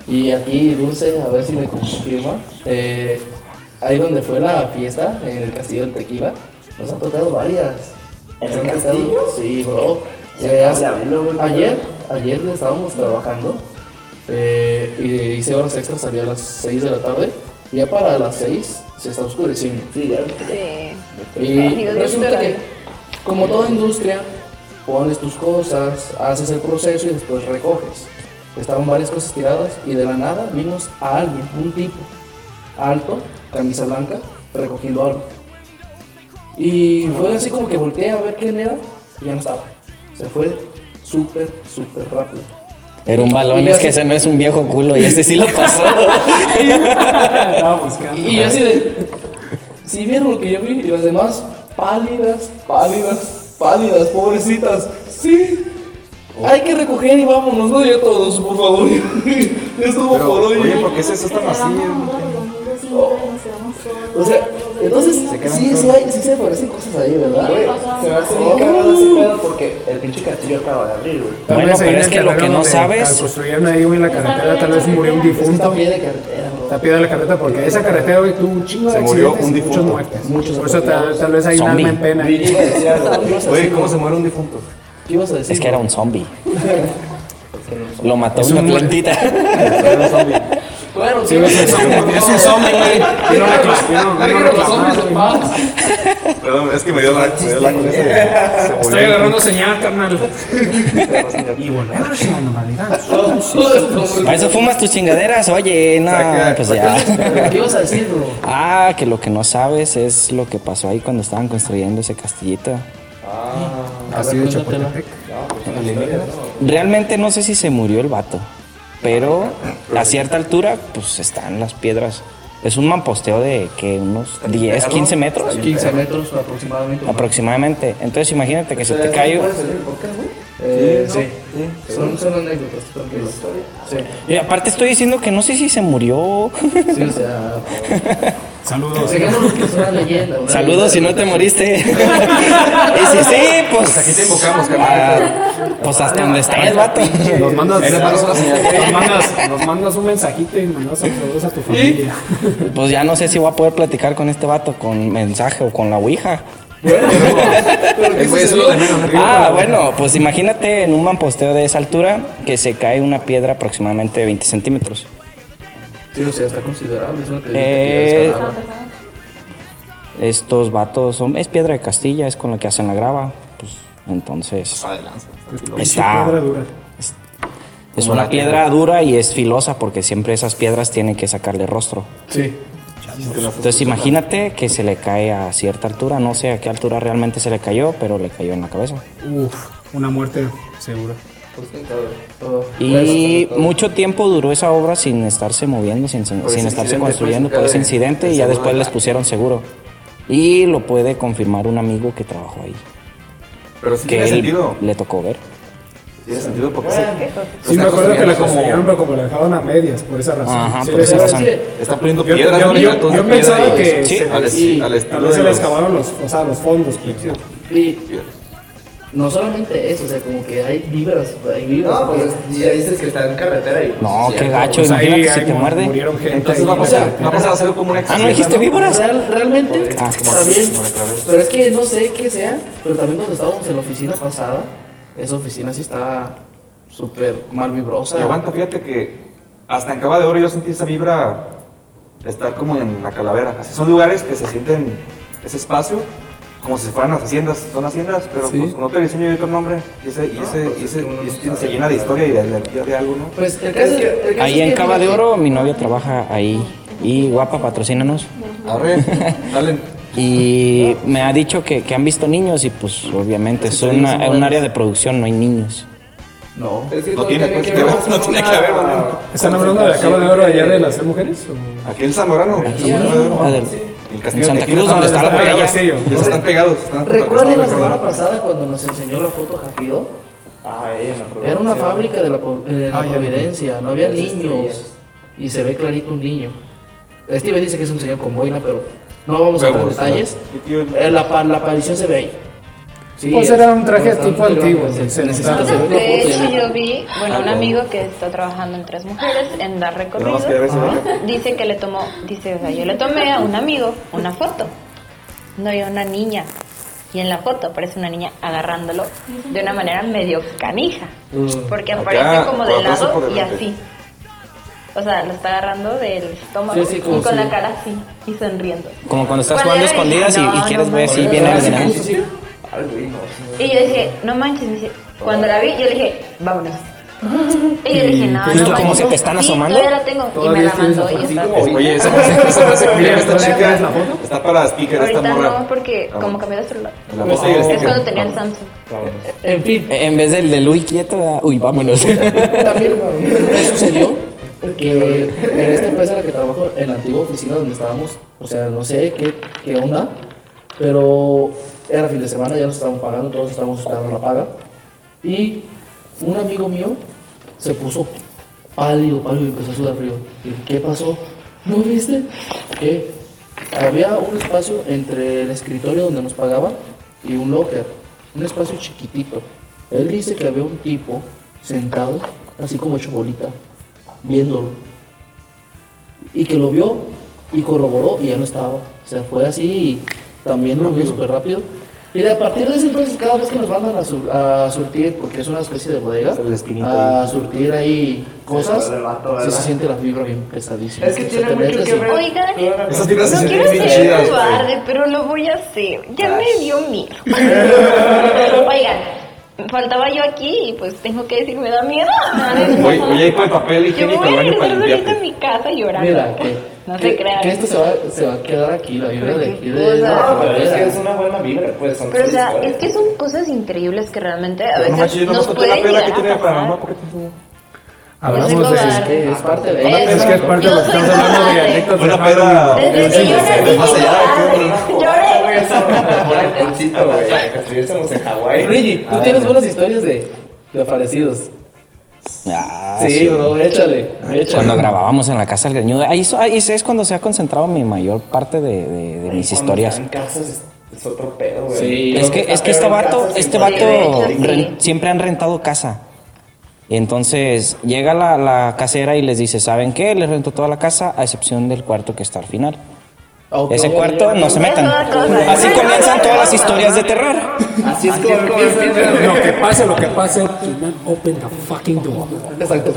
[SPEAKER 1] Y aquí Dulce, a ver si me confirma. eh, ahí donde fue la fiesta, en el castillo del Tequila, nos han tocado varias.
[SPEAKER 8] ¿En
[SPEAKER 1] Nos
[SPEAKER 8] el
[SPEAKER 1] han tocado-
[SPEAKER 8] castillo?
[SPEAKER 1] Sí, bro.
[SPEAKER 8] Se
[SPEAKER 1] Eh,
[SPEAKER 8] acaba
[SPEAKER 1] hace-
[SPEAKER 8] de abrirlo, güey.
[SPEAKER 1] ayer, ayer le estábamos trabajando. eh, y hice horas extras, salí a las 6 de la tarde. Ya para las 6 se está oscureciendo.
[SPEAKER 8] Sí, ya.
[SPEAKER 5] Sí.
[SPEAKER 1] Y resulta que, como toda industria, pones tus cosas, haces el proceso y después recoges. Estaban varias cosas tiradas y de la nada vimos a alguien, un tipo, alto, camisa blanca, recogiendo algo. Y fue así como que volteé a ver quién era y ya no estaba. Se fue súper, súper rápido.
[SPEAKER 6] Era un balón, es que ese no es un viejo culo y ese
[SPEAKER 1] (laughs)
[SPEAKER 6] sí lo pasó.
[SPEAKER 7] Estaba buscando.
[SPEAKER 1] Y yo así de. Si vieron lo que yo vi, y las demás, pálidas, pálidas, pálidas, pobrecitas. Sí. Hay que recoger y vámonos, no ya todos, por favor. Estuvo
[SPEAKER 4] Pero,
[SPEAKER 1] por hoy.
[SPEAKER 4] oye, ¿por qué se eso tan así?
[SPEAKER 1] O sea, entonces, sí, sí, hay, sí se parecen cosas ahí, ¿verdad?
[SPEAKER 8] Güey, se me hace bien cagado ese pedo porque el pinche castillo acaba de abrir, güey.
[SPEAKER 7] Tal
[SPEAKER 6] Bueno,
[SPEAKER 7] vez ahí
[SPEAKER 6] pero
[SPEAKER 7] en
[SPEAKER 6] es
[SPEAKER 7] el
[SPEAKER 6] que lo que
[SPEAKER 7] terreno
[SPEAKER 6] no
[SPEAKER 7] donde
[SPEAKER 6] sabes-
[SPEAKER 7] al Construyeron ahí, güey, la carretera, tal vez murió un
[SPEAKER 1] Es que está a
[SPEAKER 7] difunto.
[SPEAKER 1] pie de carretera, bro.
[SPEAKER 7] Está pie de la carretera porque esa carretera, güey, tuvo un chingo de
[SPEAKER 4] Se murió
[SPEAKER 7] accidentes
[SPEAKER 4] un
[SPEAKER 7] y muchos
[SPEAKER 4] difunto.
[SPEAKER 7] muertes. Por eso tal, tal vez hay un
[SPEAKER 6] Zombie.
[SPEAKER 7] alma en pena. ahí.
[SPEAKER 4] Oye, ¿cómo se muere un difunto?
[SPEAKER 1] ¿Qué ibas a decir?
[SPEAKER 6] Es que era un
[SPEAKER 7] (laughs)
[SPEAKER 6] zombie. Lo mató
[SPEAKER 7] Es
[SPEAKER 6] una
[SPEAKER 7] un-
[SPEAKER 6] plantita.
[SPEAKER 7] (laughs)
[SPEAKER 1] Bueno,
[SPEAKER 7] Sí, güey, es un- es un zombie, güey. Y no reclam- y no- y no
[SPEAKER 1] Déjenme los
[SPEAKER 7] reclamaron,
[SPEAKER 1] hombres en
[SPEAKER 7] güey.
[SPEAKER 1] paz.
[SPEAKER 4] Perdón, es que me dio la, me dio la cabeza. de- se
[SPEAKER 7] Estoy
[SPEAKER 4] murió.
[SPEAKER 7] agarrando señal, carnal. (laughs) Y volvemos a la normalidad.
[SPEAKER 6] ¿Para eso fumas tus chingaderas? Oye, no,
[SPEAKER 4] Saca-
[SPEAKER 6] pues
[SPEAKER 4] saca-
[SPEAKER 6] ya.
[SPEAKER 1] ¿Qué ibas a decir, bro?
[SPEAKER 6] (laughs) Ah, que lo que no sabes es lo que pasó ahí cuando estaban construyendo ese castillito.
[SPEAKER 1] Ah,
[SPEAKER 7] Así de Chapultepec.
[SPEAKER 1] pues,
[SPEAKER 6] Realmente no sé si se murió el vato, pero a cierta altura, pues están las piedras. Es un mamposteo de que unos 10, 15 metros
[SPEAKER 1] 15 metros aproximadamente. Este,
[SPEAKER 6] aproximadamente. Entonces imagínate que se te cae.
[SPEAKER 1] Eh, sí. Son, son anécdotas, tranquilos. Sí.
[SPEAKER 6] Y aparte estoy diciendo que no sé si se murió. (laughs)
[SPEAKER 1] Sí, o sea.
[SPEAKER 7] Saludos.
[SPEAKER 1] Sigamos que es una leyenda. una leyenda.
[SPEAKER 6] Saludos si no te moriste. y si sí, pues.
[SPEAKER 4] Aquí te invocamos,
[SPEAKER 6] Ah, pues hasta donde está el vato.
[SPEAKER 7] Nos mandas,
[SPEAKER 4] Eres más una señal.
[SPEAKER 7] nos, mandas, nos mandas un mensajito y mandas saludos a tu familia.
[SPEAKER 6] Pues ya no sé si voy a poder platicar con este vato con mensaje o con la Ouija.
[SPEAKER 4] Eh, güey, eso es lo de menos, ¿no?
[SPEAKER 6] Ah, bueno, pues imagínate en un mamposteo de esa altura que se cae una piedra aproximadamente de 20 centímetros.
[SPEAKER 1] Sí, o sea, está considerable. Es una leyenda que
[SPEAKER 6] Eh,
[SPEAKER 1] ya descarada.
[SPEAKER 6] estos vatos son. Es piedra de Castilla, es con la que hacen la grava. Pues
[SPEAKER 4] Pues
[SPEAKER 6] entonces. Está.
[SPEAKER 7] Piedra dura.
[SPEAKER 6] Es una piedra dura y es filosa porque siempre esas piedras tienen que sacarle rostro.
[SPEAKER 1] Sí.
[SPEAKER 6] Entonces imagínate que se le cae a cierta altura, no sé a qué altura realmente se le cayó, pero le cayó en la cabeza.
[SPEAKER 7] Uf, una muerte segura.
[SPEAKER 6] Y mucho tiempo duró esa obra sin estarse moviendo, sin, sin- sin estarse construyendo por ese incidente y ya después les pusieron seguro. Y lo puede confirmar un amigo que trabajó ahí,
[SPEAKER 4] Pero sí
[SPEAKER 6] que
[SPEAKER 4] tiene
[SPEAKER 6] él
[SPEAKER 4] sentido.
[SPEAKER 6] le tocó ver.
[SPEAKER 4] Tiene sentido porque sí.
[SPEAKER 7] Sí, me acuerdo que la construyeron, pero como la dejaban a medias, por esa razón.
[SPEAKER 6] Ajá,
[SPEAKER 7] Sí,
[SPEAKER 6] por
[SPEAKER 7] le-
[SPEAKER 6] esa razón.
[SPEAKER 4] Está poniendo
[SPEAKER 7] Yo,
[SPEAKER 4] piedras,
[SPEAKER 7] yo-
[SPEAKER 4] ¿no?
[SPEAKER 7] yo-
[SPEAKER 4] Gatos de
[SPEAKER 7] yo
[SPEAKER 4] piedra
[SPEAKER 7] pensaba
[SPEAKER 4] y-
[SPEAKER 7] que
[SPEAKER 6] Sí.
[SPEAKER 7] se,
[SPEAKER 4] Al,
[SPEAKER 7] sí,
[SPEAKER 4] es- al
[SPEAKER 7] tal
[SPEAKER 4] estilo
[SPEAKER 7] vez
[SPEAKER 4] de
[SPEAKER 7] se les
[SPEAKER 4] los-
[SPEAKER 7] excavaron los, o sea, los fondos. pues.
[SPEAKER 1] Y no solamente eso, o sea, como que hay vibras, hay vibras.
[SPEAKER 3] No, pues ya dices que está en carretera y.
[SPEAKER 6] No, qué gacho,
[SPEAKER 7] Pues
[SPEAKER 6] imagínate
[SPEAKER 7] ahí-
[SPEAKER 6] que si
[SPEAKER 7] ahí
[SPEAKER 6] te
[SPEAKER 7] mu-
[SPEAKER 6] muerde.
[SPEAKER 7] Murieron gente.
[SPEAKER 4] Entonces
[SPEAKER 7] ahí
[SPEAKER 4] va a
[SPEAKER 7] en la
[SPEAKER 4] pasar,
[SPEAKER 7] carretera.
[SPEAKER 4] va a pasar a ser como una
[SPEAKER 6] Ah, ¿no
[SPEAKER 4] exhibición,
[SPEAKER 6] dijiste víboras?
[SPEAKER 1] Real- realmente,
[SPEAKER 6] Ah, como
[SPEAKER 1] también,
[SPEAKER 4] como otra vez.
[SPEAKER 1] pero es que no sé qué sea, pero también donde estábamos en la oficina pasada, esa oficina sí está súper mal
[SPEAKER 4] Y
[SPEAKER 1] vibrosa.
[SPEAKER 4] aguanta, fíjate que hasta en Cava de Oro yo sentí esa vibra de estar como en la calavera. Así son lugares que se sienten ese espacio como si fueran las haciendas. Son haciendas, pero pues con otro diseño y otro nombre. Y ese, y ese, y ese, y ese se llena de historia y de energía de algo, ¿no?
[SPEAKER 1] Pues el caso, el caso
[SPEAKER 6] Ahí
[SPEAKER 1] es
[SPEAKER 6] en
[SPEAKER 1] que,
[SPEAKER 6] Cava de
[SPEAKER 1] fíjate,
[SPEAKER 6] Oro, mi novia trabaja ahí. Y guapa, patrocínanos.
[SPEAKER 4] Arre, dale.
[SPEAKER 6] Y me ha dicho que, que han visto niños y pues obviamente es una- un área de producción, no hay niños.
[SPEAKER 1] No,
[SPEAKER 4] No tiene pues, que ver, no tiene que haber, ¿no?
[SPEAKER 7] ¿Están hablando de la cama de oro allá de las tres mujeres? o?
[SPEAKER 4] Aquí en Zamorano, en Zamorano de Oro.
[SPEAKER 6] A ver,
[SPEAKER 4] El
[SPEAKER 6] en
[SPEAKER 4] castillo
[SPEAKER 6] Santa
[SPEAKER 4] de Tequila,
[SPEAKER 6] Cruz, donde está la
[SPEAKER 7] Ah,
[SPEAKER 6] playa.
[SPEAKER 7] sí, yo.
[SPEAKER 4] Ya están pegados. están
[SPEAKER 1] ¿Recuerdan la
[SPEAKER 4] pegados,
[SPEAKER 1] semana
[SPEAKER 4] ¿no?
[SPEAKER 1] pasada cuando nos enseñó la foto Jafido? Era una fábrica de la, po- eh, de la Providencia, no había niños y se ve clarito un niño. Steve dice que es un señor con boina, pero no vamos a entrar en
[SPEAKER 4] Huevos,
[SPEAKER 1] detalles.
[SPEAKER 4] ¿no? Y tío, el-
[SPEAKER 1] Eh, La, pa- la aparición se ve ahí. Sí,
[SPEAKER 7] Pues
[SPEAKER 1] es-
[SPEAKER 7] era un traje
[SPEAKER 1] está
[SPEAKER 7] tipo
[SPEAKER 1] muy grande,
[SPEAKER 7] antiguo,
[SPEAKER 1] se- se
[SPEAKER 7] sí,
[SPEAKER 1] necesita
[SPEAKER 7] sí.
[SPEAKER 1] hacer una
[SPEAKER 5] De
[SPEAKER 1] foto y
[SPEAKER 5] hecho,
[SPEAKER 1] ver.
[SPEAKER 5] yo vi, bueno, un amigo que está trabajando en Tres Mujeres, en dar
[SPEAKER 4] Nada
[SPEAKER 5] recorridos,
[SPEAKER 4] más quería ver si-
[SPEAKER 5] (laughs) dice que le tomó, dice, o sea, yo le tomé a un amigo una foto. No había una niña. Y en la foto aparece una niña agarrándolo de una manera medio canija. Porque
[SPEAKER 4] Mm, Acá,
[SPEAKER 5] aparece como de
[SPEAKER 4] por atrás o
[SPEAKER 5] lado
[SPEAKER 4] por
[SPEAKER 5] y
[SPEAKER 4] delante.
[SPEAKER 5] así. O sea, lo está agarrando del estómago
[SPEAKER 1] Sí, sí, como
[SPEAKER 5] y con
[SPEAKER 1] si-
[SPEAKER 5] la cara así y sonriendo.
[SPEAKER 6] Como cuando estás
[SPEAKER 5] ¿Cuál
[SPEAKER 6] jugando
[SPEAKER 5] era?
[SPEAKER 6] escondidas y,
[SPEAKER 5] No,
[SPEAKER 6] y quieres
[SPEAKER 5] no,
[SPEAKER 6] ver
[SPEAKER 5] no,
[SPEAKER 6] si
[SPEAKER 5] no,
[SPEAKER 6] viene
[SPEAKER 5] no,
[SPEAKER 6] alguien. ahí.
[SPEAKER 5] Y yo dije, no manches, me dice, cuando la vi, yo le dije, vámonos. Y yo dije, no,
[SPEAKER 6] Justo
[SPEAKER 5] no
[SPEAKER 6] como
[SPEAKER 5] manches.
[SPEAKER 6] se te están
[SPEAKER 5] Sí,
[SPEAKER 6] asomando.
[SPEAKER 5] Todavía la tengo. y me la mandó. Y está.
[SPEAKER 4] Oye, esa frase, esa (laughs) frase que
[SPEAKER 7] Mira,
[SPEAKER 4] esta
[SPEAKER 7] ¿no
[SPEAKER 4] chica
[SPEAKER 7] tienes la foto?
[SPEAKER 4] está para speaker, esta
[SPEAKER 5] Ahorita
[SPEAKER 4] morra. Pues
[SPEAKER 5] no, porque
[SPEAKER 4] Ah,
[SPEAKER 5] como cambié de celular.
[SPEAKER 4] La puse y el
[SPEAKER 5] Es
[SPEAKER 4] sticker.
[SPEAKER 5] cuando tenía el Samsung.
[SPEAKER 1] En fin,
[SPEAKER 6] En vez del de Luis quieto, ah, uy, vámonos.
[SPEAKER 1] también me sucedió que en esta empresa en la que trabajo, en la antigua oficina donde estábamos, o sea, no sé qué, qué onda, pero era fin de semana, ya nos estaban pagando, todos estábamos esperando la paga. Y un amigo mío se puso pálido, pálido y empezó a sudar frío. Y dije, ¿qué pasó? ¿No viste? Que había un espacio entre el escritorio donde nos pagaban y un locker, un espacio chiquitito. Él dice que había un tipo sentado, así como hecho bolita, viéndolo. Y que lo vio y corroboró y ya no estaba. Se fue así y también lo vio súper rápido. Y de- a partir de ese entonces, cada vez que nos mandan a, sur- a surtir, porque es una especie de bodega,
[SPEAKER 4] Sale la espinita
[SPEAKER 1] a surtir ahí cosas,
[SPEAKER 8] del vato,
[SPEAKER 1] sí
[SPEAKER 8] ¿verdad?
[SPEAKER 1] se siente la fibra bien pesadísima.
[SPEAKER 3] Es que
[SPEAKER 1] O sea,
[SPEAKER 3] tiene
[SPEAKER 1] te
[SPEAKER 3] mucho
[SPEAKER 1] metes
[SPEAKER 3] que
[SPEAKER 1] y-
[SPEAKER 3] ver.
[SPEAKER 5] Oigan,
[SPEAKER 4] Esas tiras
[SPEAKER 5] no
[SPEAKER 4] se
[SPEAKER 5] quiero
[SPEAKER 4] ven bien
[SPEAKER 5] ser
[SPEAKER 4] chidas,
[SPEAKER 5] cobarde, pero lo voy a hacer. Ya me dio miedo.
[SPEAKER 4] (laughs)
[SPEAKER 5] Oigan, faltaba yo aquí y pues tengo que decir, me da miedo.
[SPEAKER 4] güey. Oye, oye, ahí con el papel
[SPEAKER 5] Yo me
[SPEAKER 4] higiénico
[SPEAKER 5] voy
[SPEAKER 4] al
[SPEAKER 5] a
[SPEAKER 4] baño para
[SPEAKER 5] regresar solita a
[SPEAKER 4] limpiarte.
[SPEAKER 5] mi casa llorando.
[SPEAKER 1] Mira, que,
[SPEAKER 5] no se
[SPEAKER 1] que,
[SPEAKER 5] crean.
[SPEAKER 1] que esto se va, se va a quedar aquí, la vibra de aquí.
[SPEAKER 5] Pero
[SPEAKER 1] De,
[SPEAKER 5] no,
[SPEAKER 1] de-
[SPEAKER 3] una buena vibra, pues. son
[SPEAKER 5] Pero o sea,
[SPEAKER 3] historias.
[SPEAKER 5] es que son cosas increíbles que realmente a
[SPEAKER 4] No
[SPEAKER 5] veces
[SPEAKER 4] manches, yo no
[SPEAKER 5] nos
[SPEAKER 4] conté la
[SPEAKER 5] pueden
[SPEAKER 4] pena
[SPEAKER 5] llegar
[SPEAKER 4] que
[SPEAKER 5] a
[SPEAKER 4] tiene para
[SPEAKER 5] pasar.
[SPEAKER 4] mamá. porque
[SPEAKER 7] Hablamos
[SPEAKER 5] Pues
[SPEAKER 7] de.
[SPEAKER 5] sí,
[SPEAKER 1] es que es parte de
[SPEAKER 5] Una
[SPEAKER 7] Es que es parte de lo que estamos hablando de anécdotas.
[SPEAKER 4] Una
[SPEAKER 7] de
[SPEAKER 4] peda.
[SPEAKER 7] Halloween.
[SPEAKER 5] Desde que yo nací,
[SPEAKER 4] Más allá de
[SPEAKER 5] lloré. Lloré.
[SPEAKER 3] Concito, güey, a que estuviésemos en Hawái.
[SPEAKER 1] Luigi, tú tienes buenas historias de, de aparecidos.
[SPEAKER 6] Ah,
[SPEAKER 1] sí, bro, échale, échale.
[SPEAKER 6] Cuando grabábamos en la casa del greñudo. Ahí, so- ahí es cuando se ha concentrado mi mayor parte de, de- de mis historias.
[SPEAKER 3] En casa es, es otro pedo, güey.
[SPEAKER 1] Sí.
[SPEAKER 6] Es que, es que este vato, este
[SPEAKER 5] Sí, de
[SPEAKER 6] vato
[SPEAKER 5] hecho, sí.
[SPEAKER 6] ren- siempre han rentado casa. Y entonces llega la, la casera y les dice, ¿saben qué? Les rento toda la casa a excepción del cuarto que está al final.
[SPEAKER 1] Ok.
[SPEAKER 6] Ese cuarto no se metan.
[SPEAKER 5] Eso, todo.
[SPEAKER 6] Así comienzan todas las historias de terror.
[SPEAKER 3] Así es como empieza.
[SPEAKER 7] Lo que pase, lo que pase, do not open the fucking door.
[SPEAKER 1] Exacto.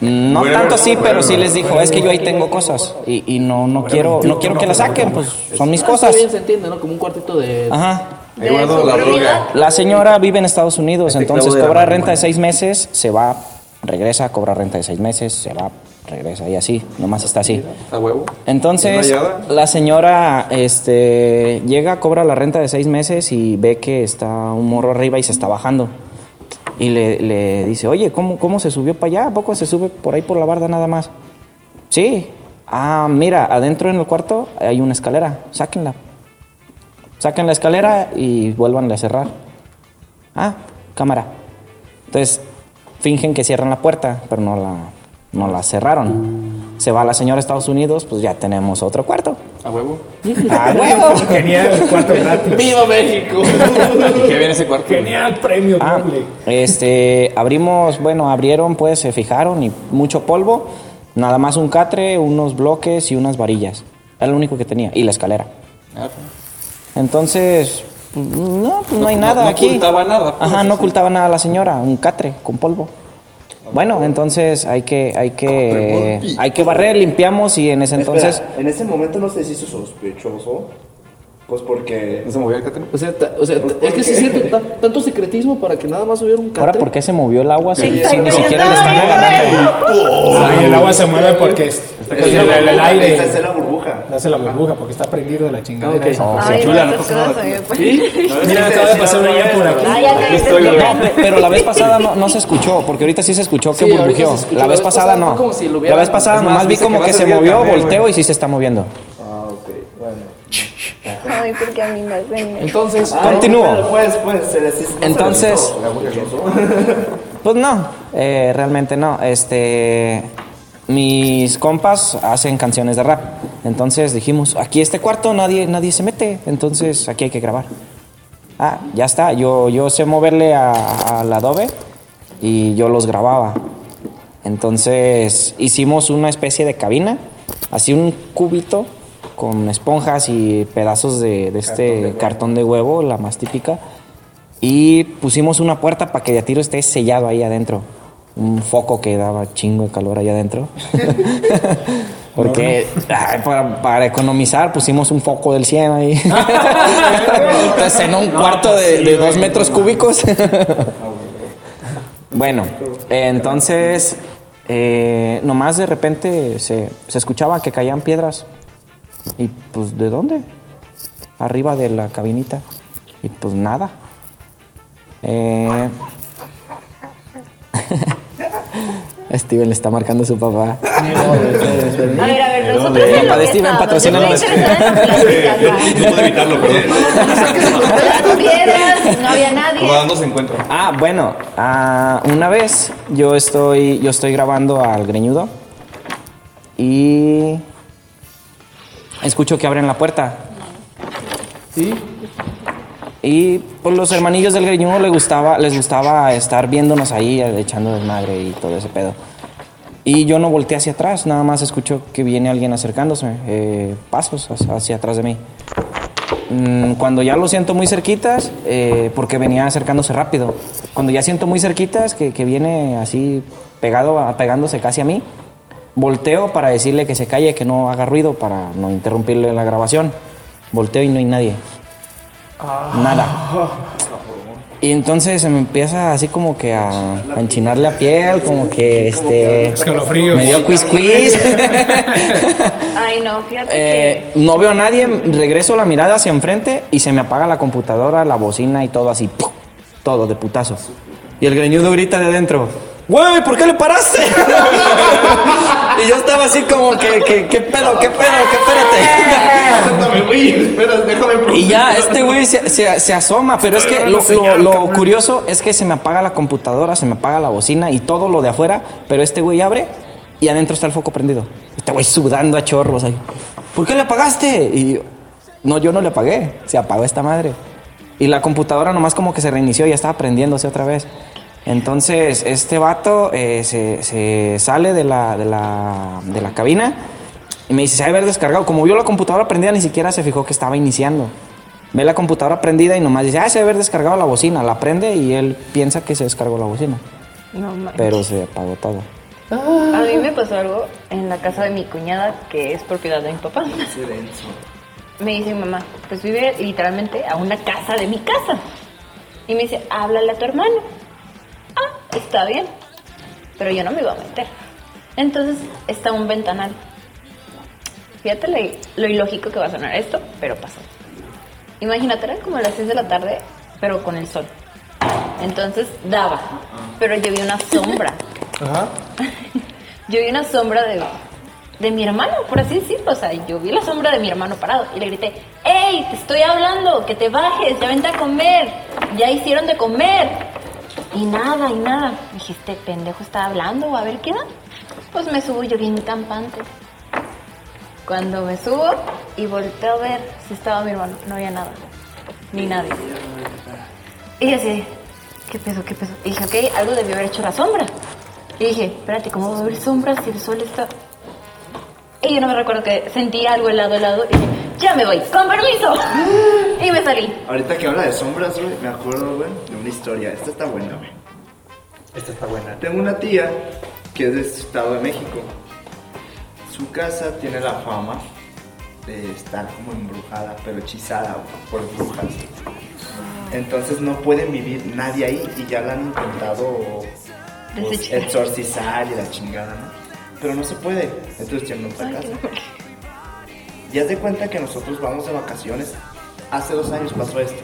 [SPEAKER 6] No
[SPEAKER 4] Bueno,
[SPEAKER 6] tanto así,
[SPEAKER 4] bueno,
[SPEAKER 6] pero sí les dijo, es que yo ahí tengo cosas y, y no, no quiero, no quiero que las saquen, pues son mis
[SPEAKER 1] Ah, Está
[SPEAKER 6] cosas.
[SPEAKER 1] bien, se entiende, ¿no? Como un cuartito de...
[SPEAKER 6] Ajá.
[SPEAKER 4] Ahí guardo la droga.
[SPEAKER 6] La señora vive en Estados Unidos,
[SPEAKER 4] Este
[SPEAKER 6] entonces
[SPEAKER 4] clavo de la
[SPEAKER 6] cobra
[SPEAKER 4] mano,
[SPEAKER 6] renta de
[SPEAKER 4] bueno.
[SPEAKER 6] seis meses, se va, regresa, cobra renta de seis meses, se va, regresa y así, nomás está así.
[SPEAKER 4] A huevo.
[SPEAKER 6] Entonces,
[SPEAKER 4] ¿Es rayada?
[SPEAKER 6] la señora este, llega, cobra la renta de seis meses y ve que está un morro arriba y se está bajando. Y le, le dice, oye, ¿cómo, ¿cómo se subió para allá? ¿A poco se sube por ahí por la barda nada más? Sí. Ah, mira, adentro en el cuarto hay una escalera. Sáquenla. Saquen la escalera y vuelvan a cerrar. Ah, cámara. Entonces, fingen que cierran la puerta, pero no la, no la cerraron. Se va la señora a Estados Unidos, pues ya tenemos otro cuarto.
[SPEAKER 4] A huevo.
[SPEAKER 6] ¡A huevo!
[SPEAKER 7] Genial, el cuarto gratis.
[SPEAKER 1] ¡Viva
[SPEAKER 7] (laughs)
[SPEAKER 1] México!
[SPEAKER 4] ¿Y qué viene ese cuarto?
[SPEAKER 7] Genial, premio
[SPEAKER 6] Ah,
[SPEAKER 7] doble.
[SPEAKER 6] este, abrimos, bueno, abrieron, pues se fijaron y mucho polvo. Nada más un catre, unos bloques y unas varillas. Era lo único que tenía. Y la escalera.
[SPEAKER 4] Ah,
[SPEAKER 6] Entonces, pues, no, pues no, hay
[SPEAKER 4] no-
[SPEAKER 6] nada
[SPEAKER 4] no
[SPEAKER 6] aquí.
[SPEAKER 4] ocultaba nada, pues,
[SPEAKER 6] Ajá, no
[SPEAKER 4] así.
[SPEAKER 6] ocultaba nada la señora, un catre con polvo. Bueno, entonces hay que, hay que, hay que barrer, limpiamos y en ese entonces,
[SPEAKER 8] Espera, en ese momento no se hizo sospechoso. Pues porque.
[SPEAKER 4] ¿No se movió el cátedra?
[SPEAKER 1] O sea, ta- o sea, ta- es que sí es cierto, ta- tanto secretismo para que nada más hubiera un
[SPEAKER 6] ahora
[SPEAKER 1] catre.
[SPEAKER 6] por qué se movió el agua si,
[SPEAKER 5] Sí,
[SPEAKER 6] si ni
[SPEAKER 5] sí,
[SPEAKER 6] siquiera le
[SPEAKER 5] sí,
[SPEAKER 6] están
[SPEAKER 5] sí,
[SPEAKER 6] agarrando.
[SPEAKER 7] Ay, el agua se mueve porque es- el, el- el aire
[SPEAKER 8] Esa es la burbuja.
[SPEAKER 7] le hace la burbuja porque está prendido de la chingada.
[SPEAKER 1] Ah, ok.
[SPEAKER 5] Ay, no, esas cosas a mí me ponen-
[SPEAKER 4] (laughs)
[SPEAKER 7] Mira, acaba de pasar una ya por aquí.
[SPEAKER 5] Ay, ya te
[SPEAKER 4] estoy,
[SPEAKER 5] entendí.
[SPEAKER 4] güey.
[SPEAKER 6] No,
[SPEAKER 5] (laughs)
[SPEAKER 6] pe- pero la vez pasada no, no se escuchó, porque ahorita sí se escuchó que
[SPEAKER 1] Sí, ahorita
[SPEAKER 6] burbujeó.
[SPEAKER 1] se escuchó.
[SPEAKER 6] La vez pasada no.
[SPEAKER 1] fue como si lo
[SPEAKER 6] la
[SPEAKER 1] hubieran-
[SPEAKER 6] vez pasada
[SPEAKER 4] es más,
[SPEAKER 6] nomás vi
[SPEAKER 4] dice
[SPEAKER 6] como
[SPEAKER 4] que va
[SPEAKER 6] que
[SPEAKER 4] a
[SPEAKER 6] se
[SPEAKER 4] servir el
[SPEAKER 6] movió,
[SPEAKER 4] café, güey.
[SPEAKER 6] volteo y sí se está moviendo.
[SPEAKER 8] Ah, ok. Bueno.
[SPEAKER 5] Ay, porque a mí me hacen-
[SPEAKER 1] Entonces,
[SPEAKER 8] Ah,
[SPEAKER 6] Continúo.
[SPEAKER 8] pero Pues, pues, se les hizo. no se les
[SPEAKER 6] Entonces-
[SPEAKER 8] hizo sospechoso.
[SPEAKER 6] (laughs) Pues no, eh, realmente no. Este, mis compas hacen canciones de rap. Entonces dijimos, aquí este cuarto nadie, nadie se mete, entonces aquí hay que grabar. Ah, ya está, yo, yo sé moverle a- al Adobe y yo los grababa. Entonces hicimos una especie de cabina, así un cubito con esponjas y pedazos de, de este cartón de huevo, la más típica. Y pusimos una puerta para que de a tiro esté sellado ahí adentro. Un foco que daba chingo de calor ahí adentro. Porque ay, para, para economizar pusimos un foco del 100 ahí. Entonces en un cuarto de, de dos metros cúbicos. bueno, entonces eh, nomás de repente se, se escuchaba que caían piedras. Y pues, ¿de dónde? Arriba de la cabinita. Y pues nada. Eh... (laughs) Steven le está marcando a su papá.
[SPEAKER 5] A ver, a ver, nosotros
[SPEAKER 6] Venga,
[SPEAKER 5] en lo
[SPEAKER 6] pa'
[SPEAKER 5] que
[SPEAKER 6] Steven,
[SPEAKER 5] estamos,
[SPEAKER 6] patrocínanos.
[SPEAKER 5] yo estoy interesada en las plantitas,
[SPEAKER 4] (laughs)
[SPEAKER 5] va.
[SPEAKER 4] Yo puedo evitarlo, perdón.
[SPEAKER 5] Las piedras, no había nadie.
[SPEAKER 4] Rodando se encuentra.
[SPEAKER 6] Ah, bueno, ah, una vez yo estoy, yo estoy grabando al greñudo y escucho que abren la puerta. Y pues los hermanillos del greñudo les gustaba, les gustaba estar viéndonos ahí, echando desmadre y todo ese pedo. Y yo no volteé hacia atrás, nada más escucho que viene alguien acercándose, eh, pasos hacia- hacia atrás de mí. Mm, cuando ya lo siento muy cerquitas, eh, porque venía acercándose rápido. Cuando ya siento muy cerquitas, que, que viene así pegado, a- pegándose casi a mí, volteo para decirle que se calle, que no haga ruido, para no interrumpirle la grabación. Volteo y no hay nadie. Nada. Y entonces se me empieza así como que a, a enchinar la piel, como que este...
[SPEAKER 7] Escalofríos.
[SPEAKER 6] Me dio quiz (laughs)
[SPEAKER 5] Ay, no, fíjate que.
[SPEAKER 6] Eh, no veo a nadie, regreso la mirada hacia enfrente y se me apaga la computadora, la bocina y todo así. ¡pum! Todo de putazo. Y el greñudo grita de adentro. ¡Güey, ¿por qué le paraste? (laughs) y yo estaba así como que, que- ¿qué pedo, qué pedo, qué espérate?
[SPEAKER 5] (laughs)
[SPEAKER 6] (laughs) Y ya, este güey se, se- se asoma, pero es que lo, lo- lo curioso es que se me apaga la computadora, se me apaga la bocina y todo lo de afuera, pero este güey abre y adentro está el foco prendido. Este güey sudando a chorros ahí. ¿Por qué le apagaste? Y yo, no, yo no le apagué, se apagó esta madre. Y la computadora nomás como que se reinició y ya estaba prendiéndose otra vez. Entonces, este vato eh, se, se sale de la, de la, de la cabina y me dice, se ha de haber descargado. Como vio la computadora prendida, ni siquiera se fijó que estaba iniciando. Ve la computadora prendida y nomás dice, ah, se ha de haber descargado la bocina. La prende y él piensa que se descargó la bocina.
[SPEAKER 5] No manches.
[SPEAKER 6] Pero se apagó todo.
[SPEAKER 5] A mí me pasó algo en la casa de mi cuñada, que es propiedad de mi papá. Me dice mi mamá, pues vive literalmente a una casa de mi casa. Y me dice, háblale a tu hermano. Ah, está bien. Pero yo no me iba a meter. Entonces está un ventanal. Fíjate lo, lo ilógico que va a sonar esto, pero pasó. Imagínate, eran como las 6 de la tarde, pero con el sol. Entonces daba, pero yo vi una sombra. Yo vi una sombra de, de mi hermano, por así decirlo. O sea, yo vi la sombra de mi hermano parado y le grité, ¡Ey, te estoy hablando! ¡Que te bajes! ¡Ya vente a comer! ¡Ya hicieron de comer! Y nada, y nada. Dije, este pendejo está hablando, a ver qué da. Pues me subo yo bien campante. Cuando me subo y volteo a ver si estaba mi hermano, no había nada. Ni nadie. Y yo así, ¿qué peso, qué peso? Y dije, ok, algo debió haber hecho la sombra. Y dije, espérate, ¿cómo va a haber sombra si el sol está...? Y yo no me recuerdo que sentí algo helado, helado. Y dije, ya me voy, con permiso. Y me salí.
[SPEAKER 8] Ahorita que habla de sombras, güey, me acuerdo, güey, de una historia. Esta está buena, güey.
[SPEAKER 3] Esta está buena.
[SPEAKER 8] Tengo una tía que es del Estado de México. Su casa tiene la fama de estar como embrujada, pero hechizada güey, por brujas. Entonces no puede vivir nadie ahí y ya la han intentado pues,
[SPEAKER 5] Desechar.
[SPEAKER 8] exorcizar y la chingada, ¿no? Pero no se puede. Entonces tiene otra casa. Ya de cuenta que nosotros vamos de vacaciones. Hace dos años pasó esto.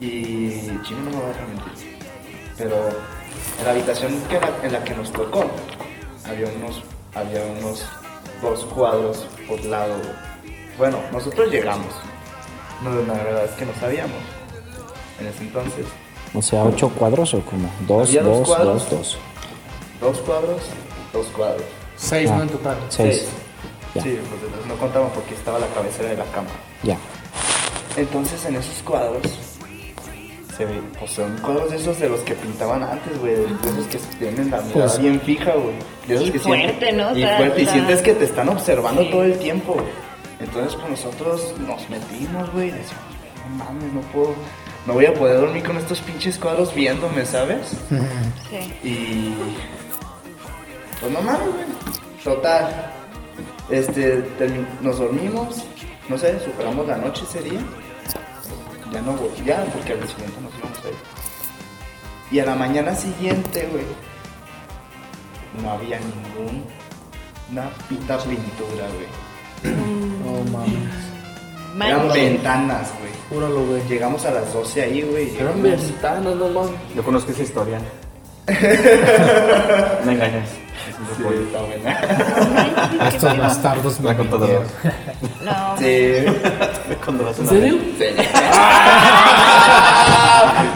[SPEAKER 8] Y Chino no me va a dejar mentir. Pero en la habitación que la- en la que nos tocó, había unos, había unos dos cuadros por lado. Bueno, nosotros llegamos. No, la verdad es que no sabíamos. En ese entonces,
[SPEAKER 6] O sea, ocho cuadros o como dos,
[SPEAKER 8] Había dos
[SPEAKER 6] dos, dos,
[SPEAKER 8] cuadros.
[SPEAKER 6] dos,
[SPEAKER 8] dos cuadros, dos cuadros.
[SPEAKER 3] Seis,
[SPEAKER 6] Ah.
[SPEAKER 3] ¿no? En total.
[SPEAKER 6] seis.
[SPEAKER 8] Sí,
[SPEAKER 6] Ya.
[SPEAKER 8] Sí, pues entonces no contamos porque estaba la cabecera de la cama.
[SPEAKER 6] Ya.
[SPEAKER 8] Entonces en esos cuadros se ve, pues son cuadros de esos de los que pintaban antes, güey, de esos que tienen la mirada
[SPEAKER 3] Pues-
[SPEAKER 8] bien fija, güey. De esos
[SPEAKER 5] Y
[SPEAKER 8] que
[SPEAKER 5] fuerte, ¿no? O
[SPEAKER 8] Y
[SPEAKER 5] sea,
[SPEAKER 8] fuerte, y
[SPEAKER 5] la-
[SPEAKER 8] sientes que te están observando todo el tiempo, güey. Entonces pues nosotros nos metimos, güey, y decíamos, no mames, no puedo, no voy a poder dormir con estos pinches cuadros viéndome, ¿sabes?
[SPEAKER 5] Sí.
[SPEAKER 8] Y. Pues no mames, güey. Total. Este, termi- nos dormimos. No sé, superamos la noche ese día. Ya no, güey. Ya, porque al siguiente nos íbamos a ir. Y a la mañana siguiente, güey. No había ningún. Una pita pintura, güey.
[SPEAKER 3] No mames.
[SPEAKER 8] Eran
[SPEAKER 5] Mal.
[SPEAKER 8] ventanas, güey.
[SPEAKER 3] Júralo, güey.
[SPEAKER 8] Llegamos a las 12 ahí, güey.
[SPEAKER 3] Eran ventanas, no mames.
[SPEAKER 4] Yo conozco
[SPEAKER 5] (laughs)
[SPEAKER 4] esa historia. Me engañas. Es un
[SPEAKER 8] Sí,
[SPEAKER 4] pollo.
[SPEAKER 8] está buena.
[SPEAKER 5] Qué
[SPEAKER 7] Estos bastardos
[SPEAKER 4] La contadora.
[SPEAKER 5] No.
[SPEAKER 8] Sí.
[SPEAKER 4] Cuando vas a
[SPEAKER 3] ¿En
[SPEAKER 4] una
[SPEAKER 3] serio?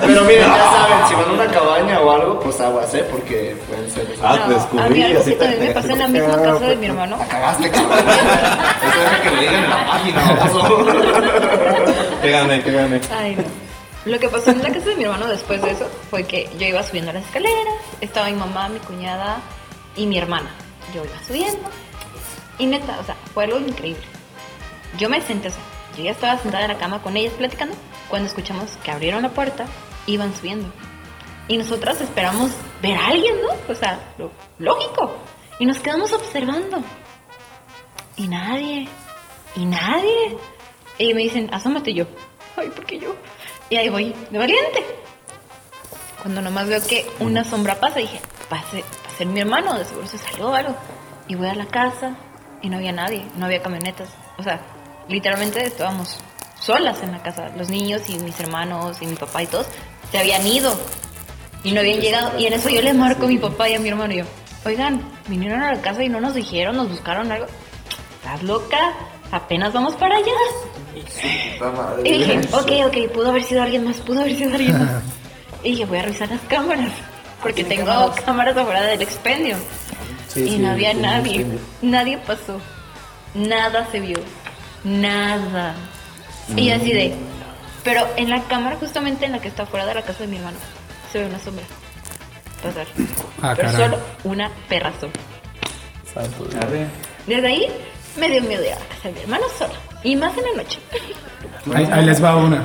[SPEAKER 8] Pero miren, ya saben, si van a una cabaña o algo, pues aguas, ¿eh? Porque pueden ser.
[SPEAKER 5] No,
[SPEAKER 4] Ah, te
[SPEAKER 5] a mí
[SPEAKER 4] descubrí.
[SPEAKER 5] algo
[SPEAKER 4] así
[SPEAKER 5] que también me
[SPEAKER 4] te-
[SPEAKER 5] pasó en la misma casa de mi hermano.
[SPEAKER 8] Acabaste, cabrón. Eso es lo que me digan en la página, ¿qué pasó?
[SPEAKER 4] ¿Qué gané? ¿Qué gané?
[SPEAKER 5] Ay, no. Lo que pasó en la casa de mi hermano después de eso fue que yo iba subiendo las escaleras, estaba mi mamá, mi cuñada y mi hermana. Yo iba subiendo. Y neta, o sea, fue algo increíble. Yo me senté, o sea, yo ya estaba sentada en la cama con ellas platicando cuando escuchamos que abrieron la puerta, iban subiendo. Y nosotras esperamos ver a alguien, ¿no? O sea, lo lógico. Y nos quedamos observando. Y nadie. Y nadie. Y me dicen, asómate Y yo. Ay, ¿por qué yo? Y ahí voy, de valiente. Cuando nomás veo que una sombra pasa, dije, va a ser, va a ser mi hermano, de seguro se salió o algo. Y voy a la casa y no había nadie, no había camionetas. O sea, literalmente estábamos solas en la casa. Los niños y mis hermanos y mi papá y todos se habían ido y no habían llegado. Y en eso yo les marco a mi papá y a mi hermano y yo, oigan, vinieron a la casa y no nos dijeron, nos buscaron algo. ¿Estás loca? Apenas vamos para allá. Y dije, ok, ok, pudo haber sido alguien más, pudo haber sido alguien más. Y dije, voy a revisar las cámaras, porque tengo cámaras? afuera del expendio. y no había nadie, nadie pasó, nada se vio, nada. Y yo así de, pero en la cámara justamente en la que está afuera de la casa de mi hermano, se ve una sombra pasar.
[SPEAKER 7] Ah,
[SPEAKER 5] pero
[SPEAKER 7] caray.
[SPEAKER 5] solo una perra sombra.
[SPEAKER 3] Santo Dios.
[SPEAKER 5] Desde ahí me dio miedo ir a la casa de mi hermano sola, y más en la noche.
[SPEAKER 7] Ahí, ahí les va una.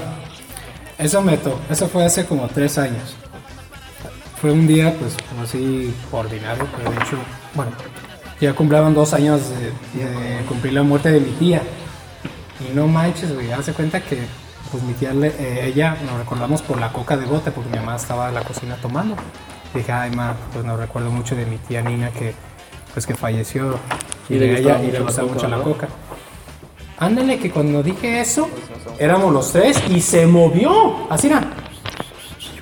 [SPEAKER 7] Eso me tocó. Eso fue hace como tres años. Fue un día, pues, como así ordinario, pero de hecho, bueno, ya cumplieron dos años de, de cumplir la muerte de mi tía. Y no manches, güey, hace cuenta que, pues, mi tía, le- eh, ella nos recordamos por la coca de bote, porque mi mamá estaba en la cocina tomando. Dije, ay, ma, pues, no recuerdo mucho de mi tía Nina que pues que falleció y,
[SPEAKER 1] Y le
[SPEAKER 7] le,
[SPEAKER 1] gustaba
[SPEAKER 7] ella- y
[SPEAKER 1] mucho
[SPEAKER 7] le
[SPEAKER 1] la
[SPEAKER 7] gustaba
[SPEAKER 1] coca,
[SPEAKER 7] mucho la
[SPEAKER 1] ¿no?
[SPEAKER 7] coca. Ándale, que cuando dije eso, éramos los tres y se movió. Así era.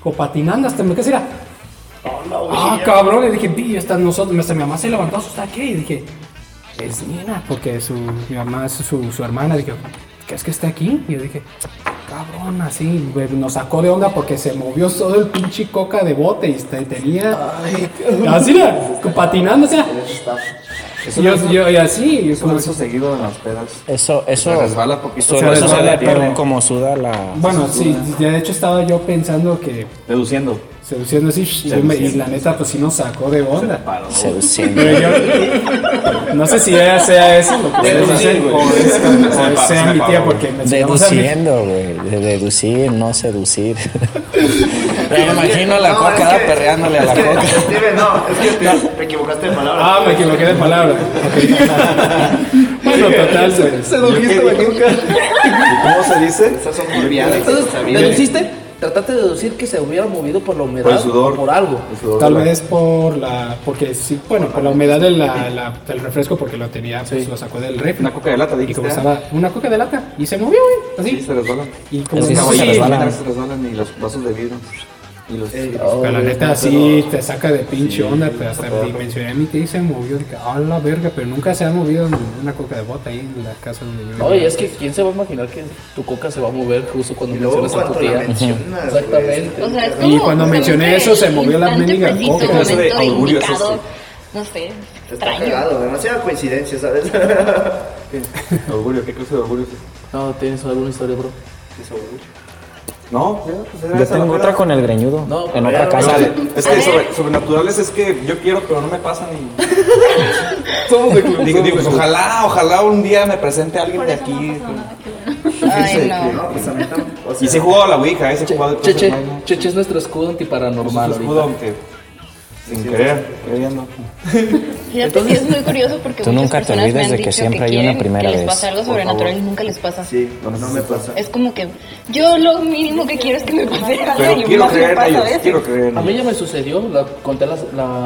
[SPEAKER 7] Como patinando hasta me quedé así era. Ah, cabrón. Y dije, vi, está nosotros. Hasta mi mamá se levantó asustada. ¿Qué? Y dije, es Nina. Porque su, mi mamá es su, su hermana. Dije, ¿qué es que está aquí? Y yo dije, cabrón, así. güey, Nos sacó de onda porque se movió todo el pinche coca de bote y está- tenía. así era. como Patinando, o sea. Y yo, yo- y así. y como-
[SPEAKER 4] Eso eso seguido en las pedas.
[SPEAKER 6] Eso, eso.
[SPEAKER 4] Se resbala poquito.
[SPEAKER 6] Solo
[SPEAKER 4] Se
[SPEAKER 6] eso
[SPEAKER 4] resbala,
[SPEAKER 6] sale
[SPEAKER 4] tiene.
[SPEAKER 6] por como suda la.
[SPEAKER 7] Bueno, sí, de hecho estaba yo pensando que
[SPEAKER 4] Deduciendo.
[SPEAKER 7] seduciendo así, y yo me- y la neta pues sí nos sacó de onda.
[SPEAKER 4] Paro.
[SPEAKER 7] (laughs)
[SPEAKER 6] Seduciendo.
[SPEAKER 7] Pero yo no sé si ella sea eso lo que ustedes
[SPEAKER 4] Deducir,
[SPEAKER 7] dicen,
[SPEAKER 4] güey.
[SPEAKER 7] o, es-
[SPEAKER 4] Se me
[SPEAKER 7] o
[SPEAKER 4] paró, se
[SPEAKER 7] sea
[SPEAKER 4] me
[SPEAKER 7] mi tía
[SPEAKER 4] paró,
[SPEAKER 7] porque me enseñamos a mí.
[SPEAKER 6] Deduciendo, güey. de- Deducir, no seducir. Me imagino a la
[SPEAKER 8] No,
[SPEAKER 6] coca
[SPEAKER 8] es que-
[SPEAKER 6] perreándole a la
[SPEAKER 8] es que-
[SPEAKER 6] coca.
[SPEAKER 8] (laughs) Steven, no, es que te, te equivocaste de palabra.
[SPEAKER 7] Ah, me equivoqué de palabra.
[SPEAKER 4] (laughs)
[SPEAKER 7] Ok. bueno, total, pues,
[SPEAKER 8] lo dijiste la nuca.
[SPEAKER 4] ¿Y cómo se dice?
[SPEAKER 8] Esas son curviadas.
[SPEAKER 1] Entonces,
[SPEAKER 8] sabía.
[SPEAKER 1] deduciste, trataste de deducir que se hubiera movido por la humedad
[SPEAKER 4] Por el sudor.
[SPEAKER 1] o por algo.
[SPEAKER 4] El sudor
[SPEAKER 7] tal
[SPEAKER 4] de la-
[SPEAKER 7] vez por la porque sí, bueno, por la humedad de la- la- del refresco porque lo tenía, pues lo sacó del refri.
[SPEAKER 4] Una coca de lata,
[SPEAKER 7] Y
[SPEAKER 4] dijiste.
[SPEAKER 7] como
[SPEAKER 4] ¿eh?
[SPEAKER 7] estaba una coca de lata y se movió, güey,
[SPEAKER 4] Sí,
[SPEAKER 7] así.
[SPEAKER 4] se resbala.
[SPEAKER 7] Y como
[SPEAKER 6] Es que
[SPEAKER 7] no
[SPEAKER 6] sí se
[SPEAKER 7] sé,
[SPEAKER 6] resbala.
[SPEAKER 4] Las se resbalan y los vasos de vidrio. Y los.
[SPEAKER 1] Pues
[SPEAKER 7] Pero la neta sí te saca de pinche onda, pero hasta mencioné a mi tía y se movió, dije, a la verga, pero nunca se ha movido una coca de bota ahí en la casa donde yo
[SPEAKER 1] Oye, es que quién se va a imaginar que tu coca se va a mover justo cuando
[SPEAKER 8] Y luego
[SPEAKER 1] mencionas a tu
[SPEAKER 8] cuando la
[SPEAKER 1] tía.
[SPEAKER 8] mencionas,
[SPEAKER 1] Exactamente.
[SPEAKER 5] O sea, es
[SPEAKER 7] Y
[SPEAKER 5] como-
[SPEAKER 7] cuando
[SPEAKER 5] o sea,
[SPEAKER 7] mencioné
[SPEAKER 5] no sé,
[SPEAKER 7] eso, se movió la
[SPEAKER 5] instante
[SPEAKER 7] mendiga
[SPEAKER 5] preciso,
[SPEAKER 7] coca.
[SPEAKER 5] momento
[SPEAKER 4] Clase de augurio es
[SPEAKER 5] indicado,
[SPEAKER 4] ese.
[SPEAKER 5] No sé,
[SPEAKER 8] Está
[SPEAKER 5] extraño.
[SPEAKER 8] cagado, demasiada coincidencia, ¿sabes?
[SPEAKER 4] Orgullo, ¿qué clase de orgullo es ese?
[SPEAKER 1] No, ¿tienes alguna historia, bro?
[SPEAKER 4] No, ya, pues era
[SPEAKER 6] Yo
[SPEAKER 4] esa la
[SPEAKER 6] tengo
[SPEAKER 4] peda.
[SPEAKER 6] otra con el greñudo.
[SPEAKER 1] No,
[SPEAKER 6] en
[SPEAKER 1] pero
[SPEAKER 6] otra
[SPEAKER 1] ya,
[SPEAKER 6] casa.
[SPEAKER 4] Es que sobre, sobrenaturales es que yo quiero, pero no me pasan.
[SPEAKER 1] (laughs)
[SPEAKER 4] Y... digo, digo, pues, ojalá, ojalá un día me presente alguien de aquí.
[SPEAKER 5] Ay, no.
[SPEAKER 8] No, pues a mí tampoco. O sea,
[SPEAKER 4] Y sí jugó a la Ouija, ese jugó
[SPEAKER 1] Cheche, Cheche es nuestro escudo antiparanormal
[SPEAKER 4] normal. escudo,
[SPEAKER 1] ahorita.
[SPEAKER 4] aunque sin querer, creyendo.
[SPEAKER 5] Fíjate, sí, es muy curioso porque
[SPEAKER 6] Tú
[SPEAKER 5] muchas
[SPEAKER 6] nunca te
[SPEAKER 5] personas me
[SPEAKER 6] olvides
[SPEAKER 5] han
[SPEAKER 6] de que
[SPEAKER 5] dicho
[SPEAKER 6] siempre hay una
[SPEAKER 5] quieren
[SPEAKER 6] primera
[SPEAKER 5] que les
[SPEAKER 6] vez,
[SPEAKER 5] pasa algo
[SPEAKER 4] por
[SPEAKER 5] sobrenatural y
[SPEAKER 4] favor.
[SPEAKER 5] nunca les pasa.
[SPEAKER 8] Sí, no, no me pasa.
[SPEAKER 5] Es como que yo lo mínimo que quiero es que me pase algo
[SPEAKER 4] Pero
[SPEAKER 5] y
[SPEAKER 4] quiero
[SPEAKER 5] más me
[SPEAKER 4] creer en
[SPEAKER 5] pasa a
[SPEAKER 4] ellos,
[SPEAKER 5] veces.
[SPEAKER 4] quiero creer en
[SPEAKER 1] A mí
[SPEAKER 4] ellos.
[SPEAKER 1] ya me sucedió, la conté la, Ah,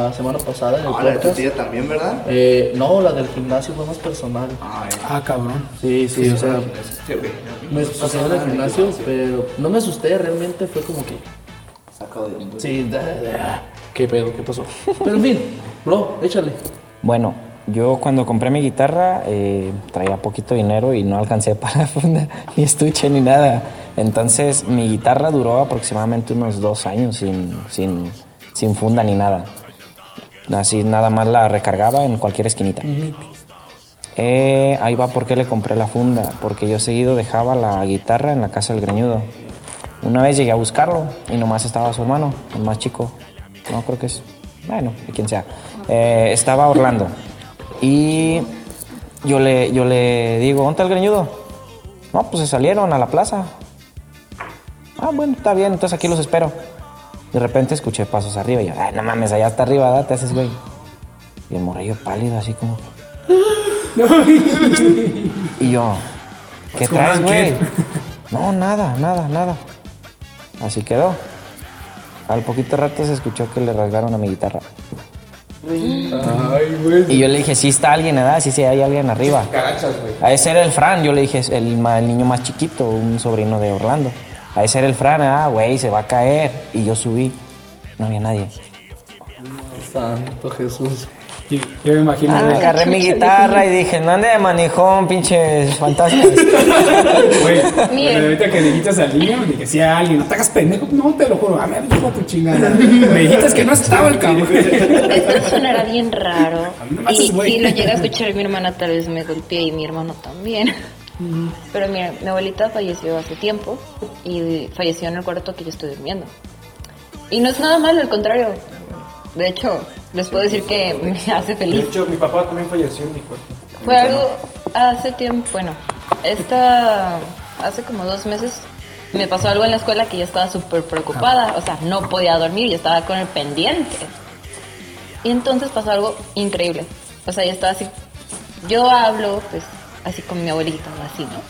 [SPEAKER 1] la semana pasada en el
[SPEAKER 8] Ahora, tu
[SPEAKER 1] podcast.
[SPEAKER 8] tía también, ¿verdad?
[SPEAKER 1] Eh, no, la del gimnasio fue más personal.
[SPEAKER 7] Ah, cabrón.
[SPEAKER 1] Sí, sí, o sea, me sucedió en el gimnasio, pero no me asusté, realmente fue como que... Sí, da, da, qué pedo, qué pasó. Pero en fin, bro, échale.
[SPEAKER 6] Bueno, yo cuando compré mi guitarra eh, traía poquito dinero y no alcancé (laughs) para funda, ni estuche, ni nada. Entonces mi guitarra duró aproximadamente unos dos años sin, sin, sin funda ni nada. Así nada más la recargaba en cualquier esquinita. Eh, ahí va por qué le compré la funda, porque yo seguido dejaba la guitarra en la casa del greñudo. Una vez llegué a buscarlo y nomás estaba su hermano, el más chico. No creo que es. Bueno, de quien sea. Eh, estaba Orlando. Y yo le, yo le digo, ¿dónde está el greñudo? No, pues se salieron a la plaza. Ah, bueno, está bien, entonces aquí los espero. De repente escuché pasos arriba y yo, "Ay, no mames, allá está arriba, ¿verdad? te haces güey. Y el morrillo pálido, así como. y yo, ¿qué
[SPEAKER 7] como
[SPEAKER 6] traes, güey?
[SPEAKER 7] Anquil.
[SPEAKER 6] No, nada, nada, nada. Así quedó. Al poquito rato se escuchó que le rasgaron a mi guitarra. Y yo le dije, sí está alguien, ¿verdad? Sí, sí, hay alguien arriba. A ese era el Fran, yo le dije, es el, ma- el niño más chiquito, un sobrino de Orlando. A ese era el Fran, ah, güey, se va a caer. Y yo subí, no había nadie.
[SPEAKER 1] Santo Jesús.
[SPEAKER 7] Yo, yo me imagino.
[SPEAKER 6] Ah,
[SPEAKER 7] güey,
[SPEAKER 6] (laughs) agarré mi guitarra y dije, no ande de manijón, pinches fantasmas.
[SPEAKER 7] Güey,
[SPEAKER 5] Miren.
[SPEAKER 7] pero ahorita que le quitas al niño, dije, sí, a alguien, no te hagas pendejo. No, te lo juro, a ver, hijo de tu chingada. (laughs) Me dijiste que no estaba el cabrón.
[SPEAKER 5] (laughs) Esto sonará bien raro.
[SPEAKER 7] mí no me haces
[SPEAKER 5] Y
[SPEAKER 7] güey.
[SPEAKER 5] si lo llega a escuchar mi hermana, tal vez me golpee y mi hermano también. Pero mira, mi abuelita falleció hace tiempo y falleció en el cuarto que yo estoy durmiendo. Y no es nada malo, al contrario. De hecho, les puedo decir que me hace
[SPEAKER 4] De
[SPEAKER 5] feliz.
[SPEAKER 4] hecho, mi papá también falleció en mi cuerpo.
[SPEAKER 5] Fue algo hace tiempo, bueno, esta, hace como dos meses me pasó algo en la escuela que yo estaba súper preocupada, o sea, no podía dormir, yo estaba con el pendiente. Y entonces pasó algo increíble, o sea, yo estaba así, yo hablo pues así con mi abuelita o así, ¿no?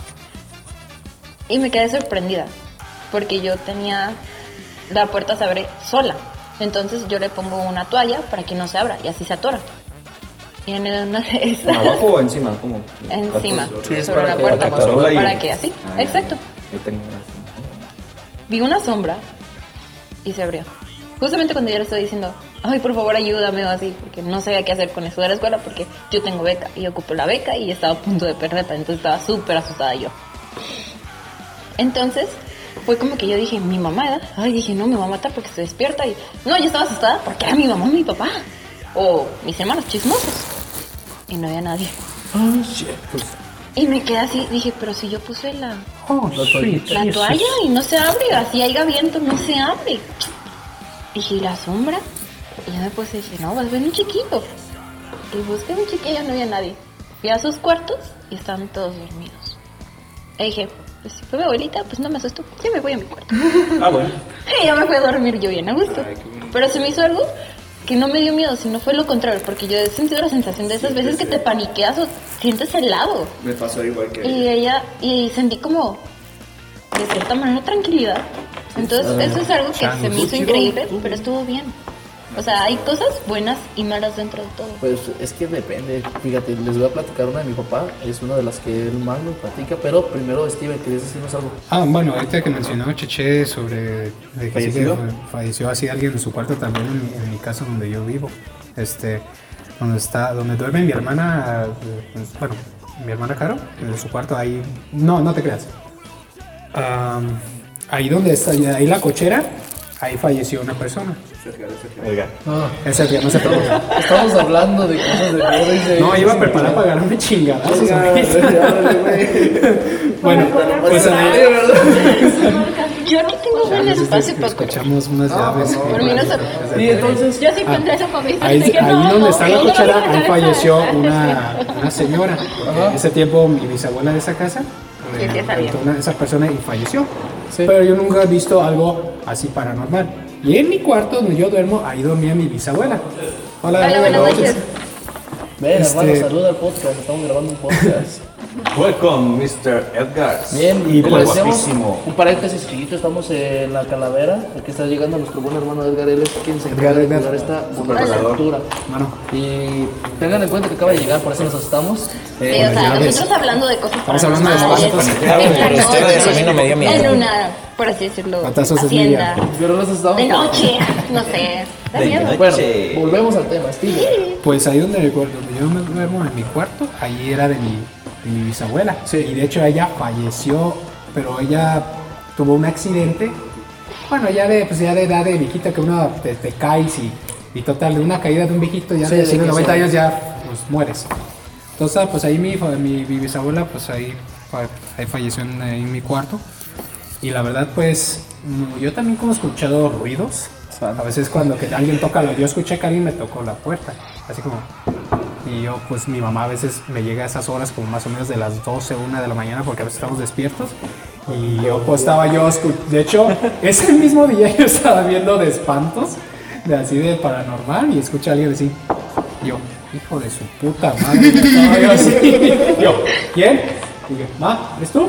[SPEAKER 5] Y me quedé sorprendida, porque yo tenía, la puerta se abre sola, entonces yo le pongo una toalla para que no se abra y así se atora. Y en una de esas,
[SPEAKER 4] ¿Abajo o encima? ¿Cómo?
[SPEAKER 5] (laughs) encima,
[SPEAKER 3] Sí, es
[SPEAKER 5] sobre
[SPEAKER 3] para
[SPEAKER 5] una
[SPEAKER 3] que-
[SPEAKER 5] puerta,
[SPEAKER 4] para que dobla y-
[SPEAKER 5] para que así,
[SPEAKER 4] Ah,
[SPEAKER 5] exacto.
[SPEAKER 4] Yo tengo una.
[SPEAKER 5] Vi una sombra y se abrió. Justamente cuando yo le estoy diciendo, ay, por favor, ayúdame o así, porque no sabía qué hacer con eso de la escuela, porque yo tengo beca y ocupo la beca y estaba a punto de perderla, entonces estaba súper asustada yo. Entonces, fue como que yo dije, mi mamá, ay, dije, no, me va a matar porque estoy despierta. Y no, yo estaba asustada porque era mi mamá, mi papá, o mis hermanos chismosos. Y no había nadie. Y me quedé así, dije, pero si yo puse la, la toalla y no se abre, así haya viento, no se abre. Dije, ¿y la sombra? Y ya me puse y dije, no, vas a ver un chiquito. Y busqué un chiquillo, no había nadie. Fui a sus cuartos y estaban todos dormidos. Y dije, pues si fue mi abuelita, pues no me asustó, ya me voy a mi
[SPEAKER 8] (laughs)
[SPEAKER 5] cuarto.
[SPEAKER 4] Ah, bueno.
[SPEAKER 5] Y ya me fui a dormir yo bien a gusto. Pero se me hizo algo que no me dio miedo, sino fue lo contrario, porque yo he sentido la sensación de esas veces que te paniqueas o sientes helado.
[SPEAKER 8] Me pasó igual que.
[SPEAKER 5] Y ella, y sentí como, de cierta manera, tranquilidad. Entonces, eso es algo que se me hizo increíble, pero estuvo bien. O sea, hay cosas buenas y malas dentro de todo.
[SPEAKER 3] Pues es que depende. Fíjate, les voy a platicar una de mi papá. Es una de las que él más nos platica. Pero primero, Steven, ¿querías decirnos algo?
[SPEAKER 7] Ah, bueno, ahorita que mencionaba Cheche sobre de que
[SPEAKER 4] ¿Fallecido?
[SPEAKER 7] sí que fa- falleció así alguien en su cuarto también en, mi- en mi casa donde yo vivo. Este, donde está, donde duerme mi hermana, eh, bueno, mi hermana Caro, en su cuarto ahí. No, no te creas. Am, ahí donde está, ahí la cochera, ahí falleció una persona.
[SPEAKER 4] Oiga.
[SPEAKER 3] No,
[SPEAKER 7] Esa que no se pregunta.
[SPEAKER 3] estamos hablando de cosas de mierda y de-
[SPEAKER 7] No, iba a preparar para ganarme chingadazos. bueno, pues ahí
[SPEAKER 5] Yo no tengo buen espacio para escuchar.
[SPEAKER 7] escuchamos unas llaves.
[SPEAKER 5] Por mí no se...
[SPEAKER 7] Y entonces,
[SPEAKER 5] yo sí contra eso con mis
[SPEAKER 7] Ah, Ahí,
[SPEAKER 5] dije,
[SPEAKER 7] ahí
[SPEAKER 5] no,
[SPEAKER 7] donde
[SPEAKER 5] no,
[SPEAKER 7] está
[SPEAKER 5] no,
[SPEAKER 7] la
[SPEAKER 5] no, no,
[SPEAKER 7] cochera,
[SPEAKER 5] no, no,
[SPEAKER 7] ahí
[SPEAKER 5] no,
[SPEAKER 7] falleció
[SPEAKER 5] no, no, no,
[SPEAKER 7] una, una señora. En ese tiempo mi bisabuela de esa casa,
[SPEAKER 5] Sí, sí, está bien.
[SPEAKER 7] rentó una de esas personas y falleció. Pero yo nunca he visto algo así paranormal. Y en mi cuarto donde yo duermo, ahí dormía mi bisabuela. Hola,
[SPEAKER 5] Hola, buenas noches.
[SPEAKER 3] Ven, hermano,
[SPEAKER 7] Este-
[SPEAKER 3] saluda al podcast. Estamos grabando un podcast.
[SPEAKER 4] Welcome, Mr. Edgar.
[SPEAKER 3] Bien,
[SPEAKER 7] Y
[SPEAKER 3] y
[SPEAKER 7] pues-
[SPEAKER 3] pues hacemos
[SPEAKER 4] guapísimo.
[SPEAKER 3] un paréntesis chiquito. Estamos en la calavera. Aquí está llegando nuestro buen hermano Edgar. Él es quien se encarga
[SPEAKER 7] Edgar,
[SPEAKER 3] de
[SPEAKER 7] Edgar.
[SPEAKER 3] cuidar esta
[SPEAKER 4] Supervisor.
[SPEAKER 3] cultura.
[SPEAKER 7] Mano,
[SPEAKER 3] Y tengan en cuenta que acaba de llegar, por eso nos asustamos.
[SPEAKER 5] Sí, o sea, nosotros hablando de cosas
[SPEAKER 7] eh, Estamos hablando de
[SPEAKER 5] paranormales,
[SPEAKER 7] cosas
[SPEAKER 6] paranormales.
[SPEAKER 5] en la
[SPEAKER 6] Pero ustedes,
[SPEAKER 5] noche,
[SPEAKER 6] a mí no me dio miedo.
[SPEAKER 5] En una, por así decirlo,
[SPEAKER 7] Patazos de
[SPEAKER 5] hacienda.
[SPEAKER 3] Pero nos asustamos.
[SPEAKER 5] De
[SPEAKER 3] porque-
[SPEAKER 5] noche, no sé. Da
[SPEAKER 4] De
[SPEAKER 5] miedo.
[SPEAKER 4] noche.
[SPEAKER 3] Bueno,
[SPEAKER 4] Sí.
[SPEAKER 3] volvemos al tema, Steve.
[SPEAKER 7] Pues ahí donde, donde yo me duermo en mi cuarto, ahí era de mi, de mi bisabuela. Y de hecho ella falleció, pero ella tuvo un accidente. Bueno, ya de, pues ya de edad de viejita que uno te, te caes y, y total, de una caída de un viejito ya
[SPEAKER 3] Sí,
[SPEAKER 7] de
[SPEAKER 3] sí, que
[SPEAKER 7] 90
[SPEAKER 3] sí.
[SPEAKER 7] años ya pues mueres. Entonces, ah, pues ahí mi, fa- mi, mi bisabuela, pues ahí, fa- ahí falleció en, ahí en mi cuarto. Y la verdad, pues mm, yo también como he escuchado ruidos. A veces cuando que alguien toca, la- yo escuché que alguien me tocó la puerta. Así como... Y yo, pues mi mamá a veces me llega a esas horas como más o menos de las 12, 1 de la mañana porque a veces estamos despiertos. Y yo pues estaba yo, escu- de hecho, (laughs) ese mismo día yo estaba viendo de espantos, de así de paranormal y escuché a alguien decir, yo, hijo de su puta madre. Estaba yo así. (laughs) Yo, ¿quién? Y yo, ma, ¿eres tú?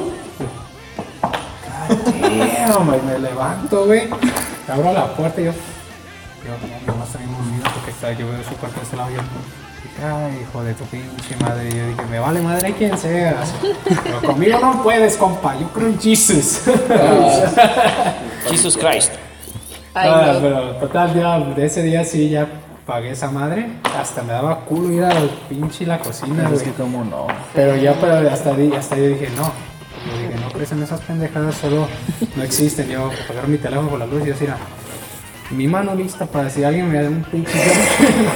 [SPEAKER 7] Damn, me, me levanto, güey. Abro la puerta y yo. Yo nomás traía un olvido porque está, yo veo su cuerpo de este lado y yo. dije, Ay, hijo de tu pinche madre. Y yo dije, me vale madre quien seas. Pero conmigo no puedes, compa. Yo creo en Jesus.
[SPEAKER 6] (laughs) Jesus Christ.
[SPEAKER 5] Ay,
[SPEAKER 7] Ah,
[SPEAKER 5] no.
[SPEAKER 7] pero total, ya de ese día sí ya pagué esa madre. Hasta me daba culo ir al pinche la cocina.
[SPEAKER 3] Es
[SPEAKER 7] güey.
[SPEAKER 3] que cómo no.
[SPEAKER 7] Pero ya pero hasta, di- hasta yo dije, no. Yo dije, no crecen esas pendejadas, solo no existen. Yo agarro mi teléfono con la luz y yo decía, mi mano lista para si alguien me da un pinche.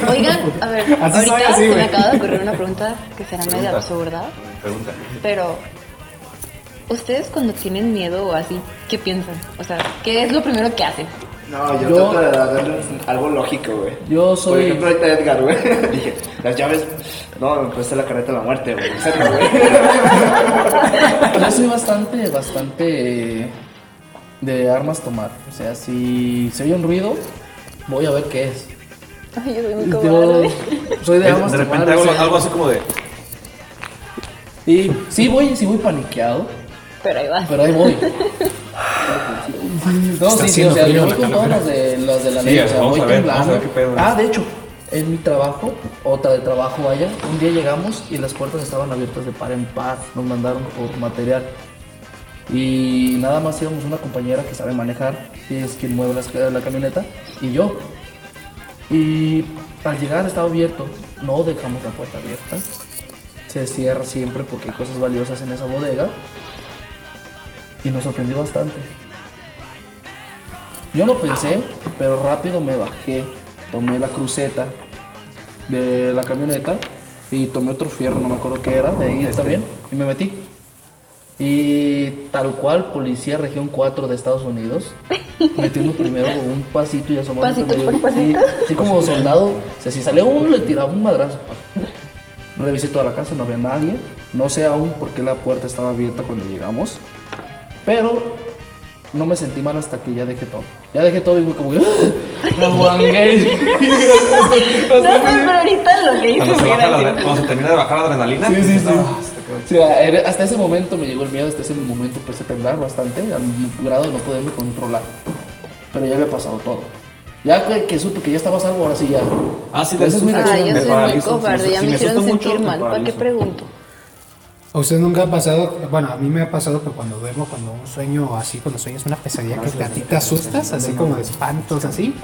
[SPEAKER 5] Oigan, a ver,
[SPEAKER 7] (laughs) Así soy,
[SPEAKER 5] ahorita
[SPEAKER 7] así,
[SPEAKER 5] se me
[SPEAKER 7] güey.
[SPEAKER 5] acaba de ocurrir una pregunta que será medio absurda,
[SPEAKER 4] Pregunta.
[SPEAKER 5] pero ¿ustedes cuando tienen miedo o así, qué piensan? O sea, ¿qué es lo primero que hacen? (laughs)
[SPEAKER 8] No, yo,
[SPEAKER 3] Yo-
[SPEAKER 8] trato de darle algo lógico, güey.
[SPEAKER 3] Yo
[SPEAKER 8] Por
[SPEAKER 3] soy.
[SPEAKER 8] ejemplo, ahorita Edgar, güey. Dije, las llaves. No, me puse la carreta de la muerte, güey. En serio, güey.
[SPEAKER 3] Yo soy bastante, bastante eh, de armas tomar. O sea, si se oye un ruido, voy a ver qué es.
[SPEAKER 5] Ay, yo soy muy
[SPEAKER 3] Yo
[SPEAKER 5] cobarde.
[SPEAKER 3] soy de
[SPEAKER 4] De,
[SPEAKER 3] armas
[SPEAKER 4] Eh, de
[SPEAKER 3] tomar.
[SPEAKER 4] repente
[SPEAKER 3] o
[SPEAKER 4] hago
[SPEAKER 3] sea,
[SPEAKER 4] algo así como de.
[SPEAKER 3] Y sí voy, sí voy paniqueado,
[SPEAKER 5] Pero ahí vas.
[SPEAKER 3] pero ahí voy. No, sí, sí,
[SPEAKER 7] haciendo
[SPEAKER 3] o sea,
[SPEAKER 7] frío
[SPEAKER 3] yo
[SPEAKER 7] en
[SPEAKER 3] voy
[SPEAKER 7] la
[SPEAKER 3] con todas
[SPEAKER 7] calavera.
[SPEAKER 3] las de, las de la
[SPEAKER 4] Sí,
[SPEAKER 3] ley, o sea,
[SPEAKER 4] vamos
[SPEAKER 3] voy
[SPEAKER 4] a ver, vamos a
[SPEAKER 3] temblando.
[SPEAKER 4] ver qué pedo.
[SPEAKER 3] Ah, de hecho, en mi trabajo, otra de trabajo vaya, un día llegamos y las puertas estaban abiertas de par en par, nos mandaron por material. Y nada más íbamos una compañera que sabe manejar, y es quien mueve las- eh, la, camioneta, y yo. Y al llegar estaba abierto, no dejamos la puerta abierta, se cierra siempre porque hay cosas valiosas en esa bodega, y nos sorprendió bastante. Yo lo pensé, pero rápido me bajé, tomé la cruceta de la camioneta y tomé otro fierro, no me acuerdo qué era, de ahí también, y me metí. Y tal cual, Policía Región 4 de Estados Unidos, metiendo primero un pasito y asomando.
[SPEAKER 5] Pasito
[SPEAKER 3] medio,
[SPEAKER 5] por
[SPEAKER 3] así, así como soldado, o sea, si salía uno le tiraba un madrazo. Revisé toda la casa, no había nadie. No sé aún por qué la puerta estaba abierta cuando llegamos. Pero no me sentí mal hasta que ya dejé todo. Ya dejé todo y fue como, me guangué.
[SPEAKER 5] No, no, pero ahorita lo leí.
[SPEAKER 4] Cuando se, baja la- cuando se termina de bajar la adrenalina.
[SPEAKER 3] Sí, sí, sí.
[SPEAKER 4] no,
[SPEAKER 3] O sea, era- hasta ese momento me llegó el miedo, hasta ese momento empecé a temblar bastante, al grado de no poderme controlar. Pero ya había pasado todo. Ya que, que supe que ya estaba a salvo, ahora sí ya.
[SPEAKER 4] Ah, sí,
[SPEAKER 3] Esa es mi
[SPEAKER 5] Ay, yo
[SPEAKER 3] reacción.
[SPEAKER 5] soy muy cobarde, ya me hicieron sentir mal. ¿Para qué pregunto?
[SPEAKER 7] ¿A usted nunca ha pasado? Bueno, a mí me ha pasado que cuando duermo, cuando un sueño así, cuando sueñas una pesadilla que a ti te asustas, así como de espantos, así.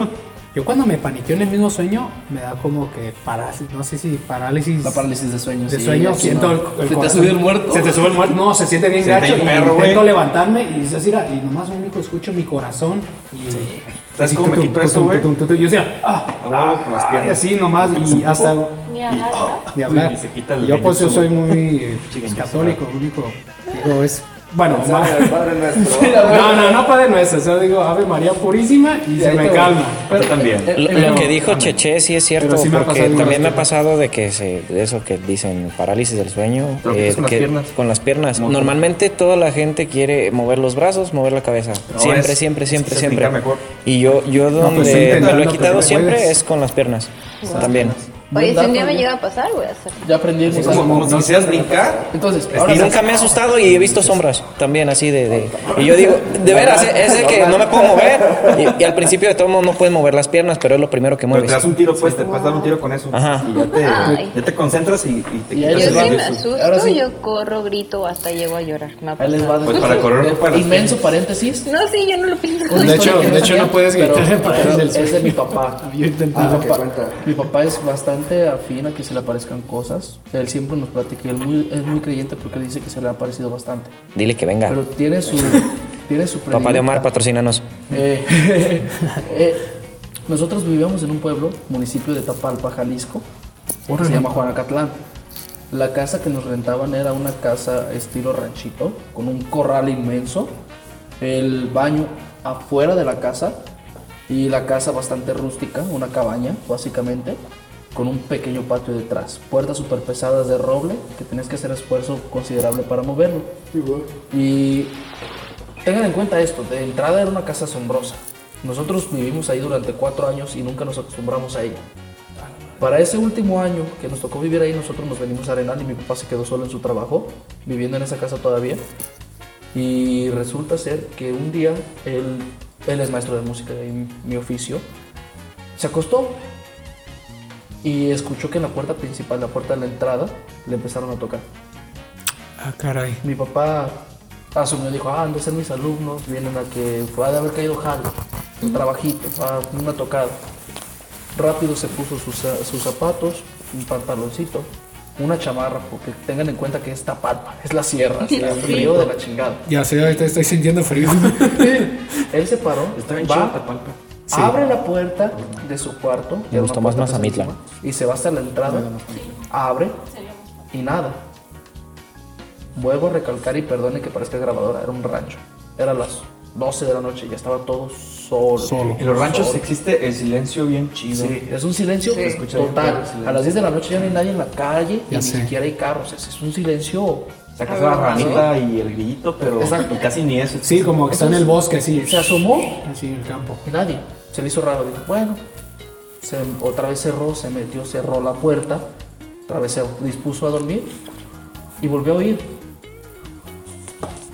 [SPEAKER 7] Yo cuando me paniqueo en el mismo sueño, me da como que parálisis, no sé si parálisis.
[SPEAKER 3] La parálisis de sueño.
[SPEAKER 7] de
[SPEAKER 3] sí,
[SPEAKER 7] sueño,
[SPEAKER 3] sí,
[SPEAKER 7] siento
[SPEAKER 3] no.
[SPEAKER 7] el, el
[SPEAKER 3] Se te ha
[SPEAKER 7] corazón.
[SPEAKER 3] subido el muerto.
[SPEAKER 7] Se te sube el muerto. No, se siente bien
[SPEAKER 4] Se
[SPEAKER 7] gacho.
[SPEAKER 4] te
[SPEAKER 7] como
[SPEAKER 4] perro,
[SPEAKER 7] intento
[SPEAKER 4] güey.
[SPEAKER 7] levantarme y dices, mira, y nomás único escucho mi corazón. Y,
[SPEAKER 4] ¿Sabes
[SPEAKER 7] y
[SPEAKER 4] cómo me
[SPEAKER 7] tum,
[SPEAKER 4] quito
[SPEAKER 7] tum,
[SPEAKER 4] eso,
[SPEAKER 7] tum,
[SPEAKER 4] güey?
[SPEAKER 7] tum, tum, tum. Y yo decía, ah,
[SPEAKER 4] A huevo, con las
[SPEAKER 7] ah,
[SPEAKER 4] piernas.
[SPEAKER 7] y así nomás, y hasta
[SPEAKER 5] Ni hablar.
[SPEAKER 7] de hablar.
[SPEAKER 4] Y se quita el
[SPEAKER 7] yo pues yo
[SPEAKER 4] brillo,
[SPEAKER 7] soy muy eh,
[SPEAKER 4] Chingue,
[SPEAKER 7] católico, único. Digo, es. Bueno, ma-
[SPEAKER 8] Sabe, el
[SPEAKER 7] (laughs)
[SPEAKER 8] Padre nuestro.
[SPEAKER 7] no, no, no Padre Nuestro. Yo digo Ave María Purísima y se
[SPEAKER 3] ahí
[SPEAKER 7] me
[SPEAKER 3] te-
[SPEAKER 7] calma.
[SPEAKER 3] Pero-
[SPEAKER 4] Yo también.
[SPEAKER 3] eh, eh,
[SPEAKER 6] Lo,
[SPEAKER 3] pero-
[SPEAKER 6] lo que dijo Cheche sí es cierto,
[SPEAKER 7] Pero sí me ha
[SPEAKER 6] porque
[SPEAKER 7] pasado
[SPEAKER 6] también me
[SPEAKER 7] una
[SPEAKER 6] ha
[SPEAKER 7] vez.
[SPEAKER 6] pasado de que se, de eso que dicen parálisis del sueño, eh,
[SPEAKER 4] Te lo quitas con las
[SPEAKER 6] que-
[SPEAKER 4] piernas.
[SPEAKER 6] con las piernas.
[SPEAKER 4] Como-
[SPEAKER 6] Normalmente toda la gente quiere mover los brazos, mover la cabeza,
[SPEAKER 4] No,
[SPEAKER 6] siempre,
[SPEAKER 4] es-
[SPEAKER 6] siempre,
[SPEAKER 4] es
[SPEAKER 6] siempre,
[SPEAKER 4] que se
[SPEAKER 6] siempre.
[SPEAKER 4] explica mejor.
[SPEAKER 6] Y yo, yo donde
[SPEAKER 7] pues, sí,
[SPEAKER 6] me
[SPEAKER 7] intentando,
[SPEAKER 6] lo he
[SPEAKER 7] pero
[SPEAKER 6] quitado
[SPEAKER 7] no
[SPEAKER 6] siempre
[SPEAKER 7] puedes.
[SPEAKER 6] es con las piernas, también.
[SPEAKER 5] Oye, si un día me llega a pasar, voy a hacer.
[SPEAKER 3] Ya aprendí el
[SPEAKER 4] Como, como si
[SPEAKER 3] mensaje.
[SPEAKER 4] quisieras brincar.
[SPEAKER 3] Entonces,
[SPEAKER 6] Y
[SPEAKER 3] ahora
[SPEAKER 6] nunca me he asustado y he visto sombras también así de, de- y yo digo de veras eh, es de que no me puedo mover y, y al principio de todo modo no puedes mover las piernas pero es lo primero que
[SPEAKER 4] Pero te
[SPEAKER 6] mueves.
[SPEAKER 4] das un tiro, pues, te puedes dar un tiro con eso.
[SPEAKER 6] Ajá.
[SPEAKER 4] Y ya te,
[SPEAKER 5] Ay.
[SPEAKER 4] ya te concentras y, y te
[SPEAKER 3] Y ahí
[SPEAKER 5] Yo
[SPEAKER 4] quitas
[SPEAKER 3] les
[SPEAKER 5] sí
[SPEAKER 3] va.
[SPEAKER 5] me
[SPEAKER 3] Ahora
[SPEAKER 5] asusto,
[SPEAKER 3] sí.
[SPEAKER 5] yo corro, grito, hasta llego a llorar. Me ha
[SPEAKER 3] Ahí les
[SPEAKER 5] pasado.
[SPEAKER 3] va
[SPEAKER 4] Pues para correr, no para las
[SPEAKER 3] Inmenso paréntesis.
[SPEAKER 5] No, sí, yo no lo pienso.
[SPEAKER 3] Una historia
[SPEAKER 7] De hecho-
[SPEAKER 3] que
[SPEAKER 7] de hecho,
[SPEAKER 3] sabía,
[SPEAKER 7] no puedes
[SPEAKER 3] pero-
[SPEAKER 7] gritar en
[SPEAKER 3] pero
[SPEAKER 7] paredes del
[SPEAKER 3] Es de mi papá.
[SPEAKER 7] Yo intenté.
[SPEAKER 3] mi,
[SPEAKER 8] Ah, ok,
[SPEAKER 3] papá
[SPEAKER 8] cuenta.
[SPEAKER 3] mi papá es bastante afín a que se le aparezcan cosas. Él siempre nos platica y él muy- es muy creyente porque él dice que se le ha aparecido bastante.
[SPEAKER 6] Dile que venga.
[SPEAKER 3] Pero tiene
[SPEAKER 6] (laughs)
[SPEAKER 3] su. tiene su
[SPEAKER 6] Papá de Omar,
[SPEAKER 3] predilecta.
[SPEAKER 6] patrocínanos.
[SPEAKER 3] Eh, eh, nosotros vivíamos en un pueblo, municipio de Tapalpa, Jalisco, se llama Juanacatlán. La casa que nos rentaban era una casa estilo ranchito, con un corral inmenso, el baño afuera de la casa y la casa bastante rústica, una cabaña básicamente, con un pequeño patio detrás, puertas super pesadas de roble que tenías que hacer esfuerzo considerable para moverlo. Y Tengan en cuenta esto, de entrada era una casa asombrosa. Nosotros vivimos ahí durante cuatro años y nunca nos acostumbramos a ella. Para ese último año que nos tocó vivir ahí, nosotros nos venimos a Arenal y mi papá se quedó solo en su trabajo, viviendo en esa casa todavía. Y resulta ser que un día él, él es maestro de música en mi oficio, se acostó y escuchó que en la puerta principal, la puerta de la entrada, le empezaron a tocar
[SPEAKER 7] Ah, caray.
[SPEAKER 3] mi papá asumió, dijo, ah, han de ser mis alumnos, vienen a que va de haber caído jalo, un trabajito, va una tocada. Rápido se puso sus, za- sus zapatos, un pantaloncito, una chamarra, porque tengan en cuenta que es tapalpa, es la sierra, es frío de la chingada.
[SPEAKER 7] Ya sé, ahorita estoy sintiendo
[SPEAKER 4] (laughs)
[SPEAKER 7] frío.
[SPEAKER 3] Él se paró, va, abre la puerta de su cuarto, que era
[SPEAKER 6] gustó
[SPEAKER 3] una
[SPEAKER 6] más
[SPEAKER 3] puerta
[SPEAKER 6] Mazamitla.
[SPEAKER 3] pesadísima, y se va hasta la entrada, abre y nada. Vuelvo a recalcar y perdone que parezca grabadora, era un rancho. Era las 12 de la noche y ya estaba todo solo.
[SPEAKER 7] Solo.
[SPEAKER 4] En los ranchos existe el silencio bien chido.
[SPEAKER 3] Sí, es un silencio
[SPEAKER 8] Sí, escuché
[SPEAKER 3] total.
[SPEAKER 8] el silencio.
[SPEAKER 3] A las 10 de la noche ya no hay nadie en la calle y
[SPEAKER 7] Ya
[SPEAKER 3] ni
[SPEAKER 7] sé.
[SPEAKER 3] siquiera hay carros. Es, es un silencio.
[SPEAKER 4] Sacas la ranita y el grillito, pero
[SPEAKER 3] Ah, Exacto.
[SPEAKER 4] y casi ni eso.
[SPEAKER 7] Sí, como que está en el bosque, así.
[SPEAKER 3] Se asomó
[SPEAKER 7] Así en el campo.
[SPEAKER 3] Y Nadie. Se le hizo raro. Dijo, bueno. Se- otra vez cerró, se metió, cerró la puerta. Otra vez se dispuso a dormir. Y volvió a oír.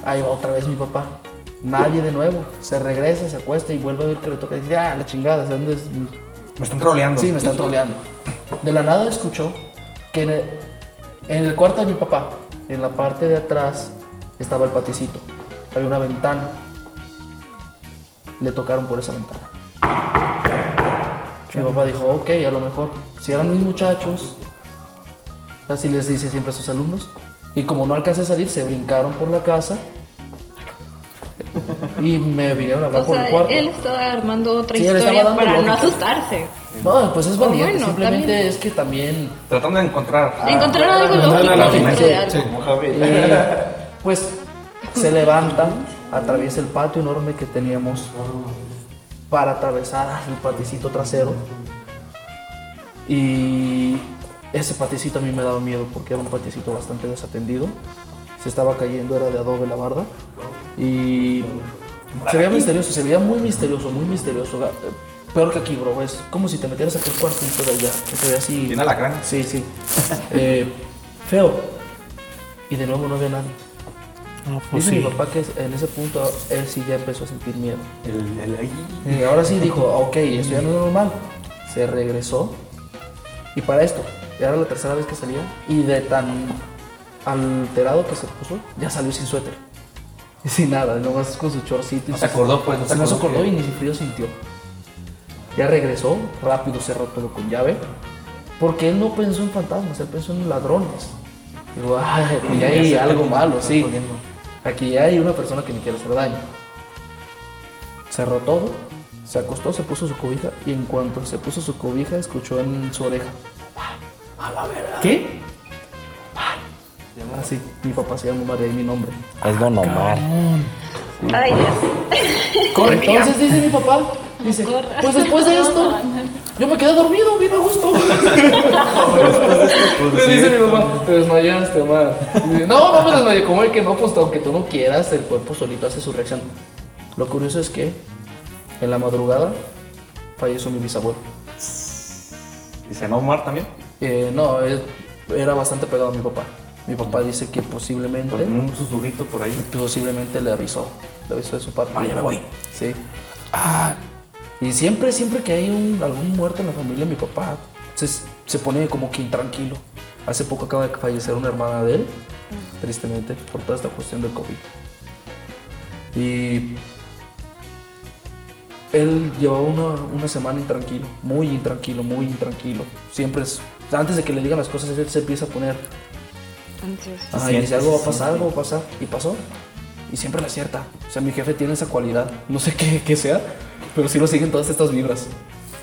[SPEAKER 3] Ahí va otra vez mi papá. Nadie de nuevo. Se regresa, se acuesta y vuelve a oír que le toca. Y dice, ah, la chingada, ¿sabes dónde es?
[SPEAKER 4] Me están troleando.
[SPEAKER 3] Sí, me están troleando. De la nada escuchó que en el, en el cuarto de mi papá, en la parte de atrás, estaba el paticito. Había una ventana. Le tocaron por esa ventana. Mi papá dijo, ok, a lo mejor, si eran mis muchachos, así les dice siempre a sus alumnos. Y como no alcancé a salir, se brincaron por la casa y me vinieron a hablar
[SPEAKER 5] O
[SPEAKER 3] por
[SPEAKER 5] sea,
[SPEAKER 3] el cuarto.
[SPEAKER 5] él estaba armando otra
[SPEAKER 3] Sí, él estaba
[SPEAKER 5] historia
[SPEAKER 3] dando
[SPEAKER 5] para no
[SPEAKER 3] lógica.
[SPEAKER 5] asustarse.
[SPEAKER 3] No, pues es
[SPEAKER 5] Bueno,
[SPEAKER 3] valiente, simplemente
[SPEAKER 5] también.
[SPEAKER 3] es que también
[SPEAKER 4] Tratando de encontrar.
[SPEAKER 5] Encontrar algo
[SPEAKER 7] Encontrar
[SPEAKER 5] lógico
[SPEAKER 7] la
[SPEAKER 5] dentro
[SPEAKER 7] lógica,
[SPEAKER 5] de algo.
[SPEAKER 4] Como Javi.
[SPEAKER 3] Eh, pues se levanta, atraviesa el patio enorme que teníamos para atravesar el paticito trasero. Y ese paticito a mí me daba miedo porque era un paticito bastante desatendido. Se estaba cayendo, era de adobe la barda. Y se veía misterioso, se veía muy misterioso, muy misterioso. Ga- eh, Peor que aquí, bro. Es como si te metieras a aquel cuarto y fuera allá. Se veía así.
[SPEAKER 4] Tiene alacrán.
[SPEAKER 3] Sí, sí. Eh, feo. Y de nuevo no había nadie. Dice mi papá que en ese punto él sí ya empezó a sentir miedo. Y ahora sí dijo, ok, esto ya no es normal. Se regresó. Y para esto, ya era la tercera vez que salía. Y de tan alterado que se puso, ya salió sin suéter. (laughs) Y sin nada, nomás con su chorcito. Y
[SPEAKER 4] No se
[SPEAKER 3] sus-
[SPEAKER 4] acordó, pues, no se
[SPEAKER 3] No se
[SPEAKER 4] acordó
[SPEAKER 3] acordó
[SPEAKER 4] que-
[SPEAKER 3] y ni si frío sintió. Ya regresó, rápido cerró todo con llave. Porque él no pensó en fantasmas, él pensó en ladrones. Digo, ay, aquí hay algo malo, sí. Aquí hay una persona que me quiere hacer daño. Cerró todo, se acostó, se puso su cobija y en cuanto se puso su cobija escuchó en su oreja. "Ah, ¿Qué? Así, mi papá se llama Omar, de ahí mi nombre.
[SPEAKER 6] Es Don Omar.
[SPEAKER 5] Ay, Dios.
[SPEAKER 3] Entonces dice mi papá, dice,
[SPEAKER 5] Corra.
[SPEAKER 3] pues después de esto, yo me quedé dormido, bien a gusto.
[SPEAKER 4] Pues,
[SPEAKER 3] Me
[SPEAKER 4] sí.
[SPEAKER 3] dice (laughs) mi papá, te desmayaste, Omar. Y dice, No, no me desmayé, como el que no, pues aunque tú no quieras, el cuerpo solito hace su reacción. Lo curioso es que en la madrugada falleció mi bisabuelo.
[SPEAKER 4] ¿Y se llama Omar también?
[SPEAKER 3] Eh, no, es- era bastante pegado a mi papá. Mi papá dice que posiblemente...
[SPEAKER 4] Con un susurrito por ahí.
[SPEAKER 3] posiblemente le avisó, le avisó de su parte. Ah, ya me voy. Sí. Ah. Y siempre, siempre que hay un, algún muerto en la familia, mi papá se, se pone como que intranquilo. Hace poco acaba de fallecer una hermana de él, tristemente, por toda esta cuestión del COVID. Y él llevaba una, una semana intranquilo, muy intranquilo, muy intranquilo. Siempre es, antes de que le digan las cosas, él se empieza a poner
[SPEAKER 5] Entonces,
[SPEAKER 3] Ajá, y dice, algo va a pasar, algo va a pasar. Y pasó. Y siempre la acierta. O sea, mi jefe tiene esa cualidad. No sé qué, qué sea, pero sí lo siguen todas estas vibras.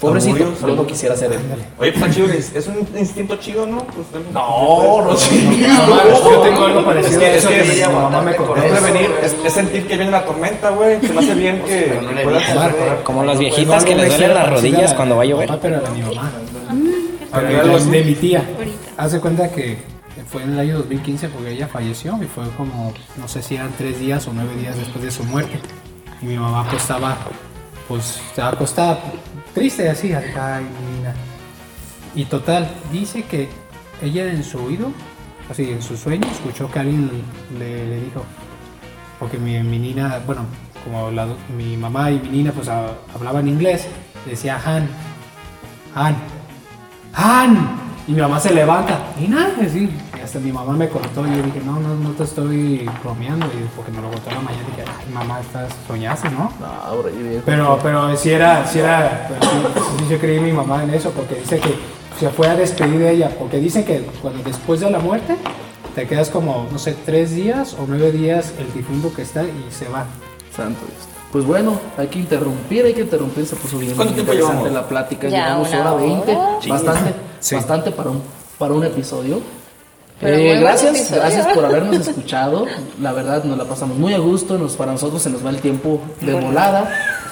[SPEAKER 3] Pobrecito,
[SPEAKER 4] Augurios,
[SPEAKER 3] yo no quisiera ser él.
[SPEAKER 4] Oye, pues está chido, es, es un instinto chido, ¿no? Pues, también.
[SPEAKER 3] No, no sí.
[SPEAKER 7] No, mames, yo tengo algo
[SPEAKER 4] Es
[SPEAKER 7] parecido
[SPEAKER 4] que,
[SPEAKER 7] a
[SPEAKER 4] es
[SPEAKER 7] eso
[SPEAKER 4] que
[SPEAKER 7] que
[SPEAKER 4] es-
[SPEAKER 7] mi mamá me contó.
[SPEAKER 4] es prevenir, es, es sentir que viene la tormenta, güey. Se me hace bien que puedas mejorar.
[SPEAKER 6] Como las
[SPEAKER 7] Tengo
[SPEAKER 6] viejitas
[SPEAKER 7] algo
[SPEAKER 6] que les
[SPEAKER 7] parecido
[SPEAKER 6] duelen las
[SPEAKER 7] a la-
[SPEAKER 6] rodillas cuando va a llover.
[SPEAKER 7] Papá, pero a mi mamá. Pero de- de mi tía. Hace cuenta que fue en el año 2015 porque ella falleció y fue como, no sé si eran tres días o nueve días después de su muerte. Y mi mamá pues estaba, pues estaba acostada, triste así, acá y mira. Y total, dice que ella en su oído, así en su sueño, escuchó que alguien le, le dijo, porque mi, mi nina, bueno, como la do- mi mamá y mi nina pues ha- hablaban inglés, decía Han, Han, Han. Y mi mamá se levanta, Nina, es decir, y hasta mi mamá me contó y yo dije, no, no, no te estoy bromeando, y porque me lo contó en la mañana y dije, ay, mamá, estás soñaste, ¿no?
[SPEAKER 3] No, bro, y Ah, viejo.
[SPEAKER 7] Pero, pero si era, si era, pues, sí, sí, yo creí mi mamá en eso, porque dice que se fue a despedir de ella, porque dice que cuando después de la muerte te quedas como, no sé, tres días o nueve días el difunto que está y se va.
[SPEAKER 3] Santo Dios. Pues bueno, hay que interrumpir, hay que interrumpir. Se puso bien
[SPEAKER 4] ¿Cuánto tiempo
[SPEAKER 3] interesante
[SPEAKER 4] llevamos?
[SPEAKER 3] la plática.
[SPEAKER 5] Ya,
[SPEAKER 3] llevamos
[SPEAKER 5] una
[SPEAKER 3] hora
[SPEAKER 5] hora.
[SPEAKER 3] 20. Bastante,
[SPEAKER 7] Sí.
[SPEAKER 3] bastante para un, para un episodio.
[SPEAKER 5] Pero
[SPEAKER 3] Eh,
[SPEAKER 5] muy buen
[SPEAKER 3] gracias,
[SPEAKER 5] episodio.
[SPEAKER 3] gracias
[SPEAKER 5] (laughs)
[SPEAKER 3] por habernos escuchado. La verdad, nos la pasamos muy a gusto. Nos, para nosotros se nos va el tiempo de volada.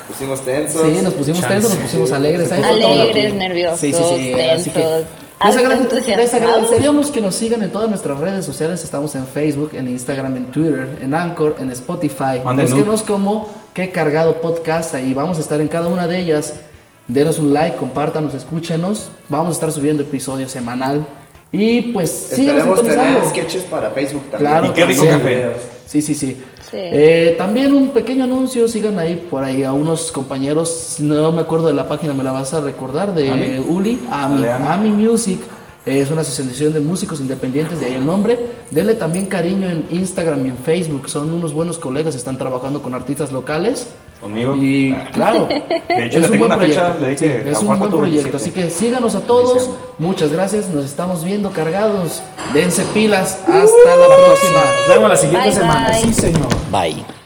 [SPEAKER 8] Pusimos tensos.
[SPEAKER 3] Sí, nos pusimos tensos, nos pusimos alegres. ¿sabes?
[SPEAKER 5] Alegres,
[SPEAKER 3] Todo.
[SPEAKER 5] nerviosos,
[SPEAKER 3] Sí, sí, sí, así que
[SPEAKER 5] tensos,
[SPEAKER 3] Les,
[SPEAKER 5] alto
[SPEAKER 3] agrade-
[SPEAKER 5] entusiasmado.
[SPEAKER 3] les agradeceríamos que nos sigan en todas nuestras redes sociales. Estamos en Facebook, en Instagram, en Twitter, en Anchor, en Spotify.
[SPEAKER 4] Manden un-
[SPEAKER 3] Búsquenos como Qué Cargado Podcast. Ahí vamos a estar en cada una de ellas. Denos un like, compártanos, escúchenos. Vamos a estar subiendo episodios semanal. Y pues síganos
[SPEAKER 8] Esperemos tener
[SPEAKER 3] sintonizando.
[SPEAKER 8] sketches para Facebook también.
[SPEAKER 3] Claro,
[SPEAKER 4] Y qué rico
[SPEAKER 3] sí.
[SPEAKER 4] café.
[SPEAKER 3] Sí, sí, sí.
[SPEAKER 5] Sí.
[SPEAKER 3] Eh, también un pequeño anuncio, sigan ahí por ahí a unos compañeros, no me acuerdo de la página, me la vas a recordar, de Uli, AMI, AMI Music, eh, es una asociación de músicos independientes, de ahí el nombre, denle también cariño en Instagram y en Facebook, son unos buenos colegas, están trabajando con artistas locales.
[SPEAKER 4] Conmigo. Ah.
[SPEAKER 3] Y
[SPEAKER 4] (laughs)
[SPEAKER 3] claro,
[SPEAKER 4] De hecho, le tengo una fecha, le dije,
[SPEAKER 3] sí, es
[SPEAKER 4] a
[SPEAKER 3] un
[SPEAKER 4] Juan
[SPEAKER 3] buen
[SPEAKER 4] Pato
[SPEAKER 3] proyecto,
[SPEAKER 4] 27.
[SPEAKER 3] así que síganos a todos, muchas gracias, nos estamos viendo cargados, dense pilas, hasta la próxima.
[SPEAKER 7] Nos vemos la siguiente
[SPEAKER 5] Bye,
[SPEAKER 7] semana.
[SPEAKER 5] bye.
[SPEAKER 7] Sí, señor.
[SPEAKER 9] Bye.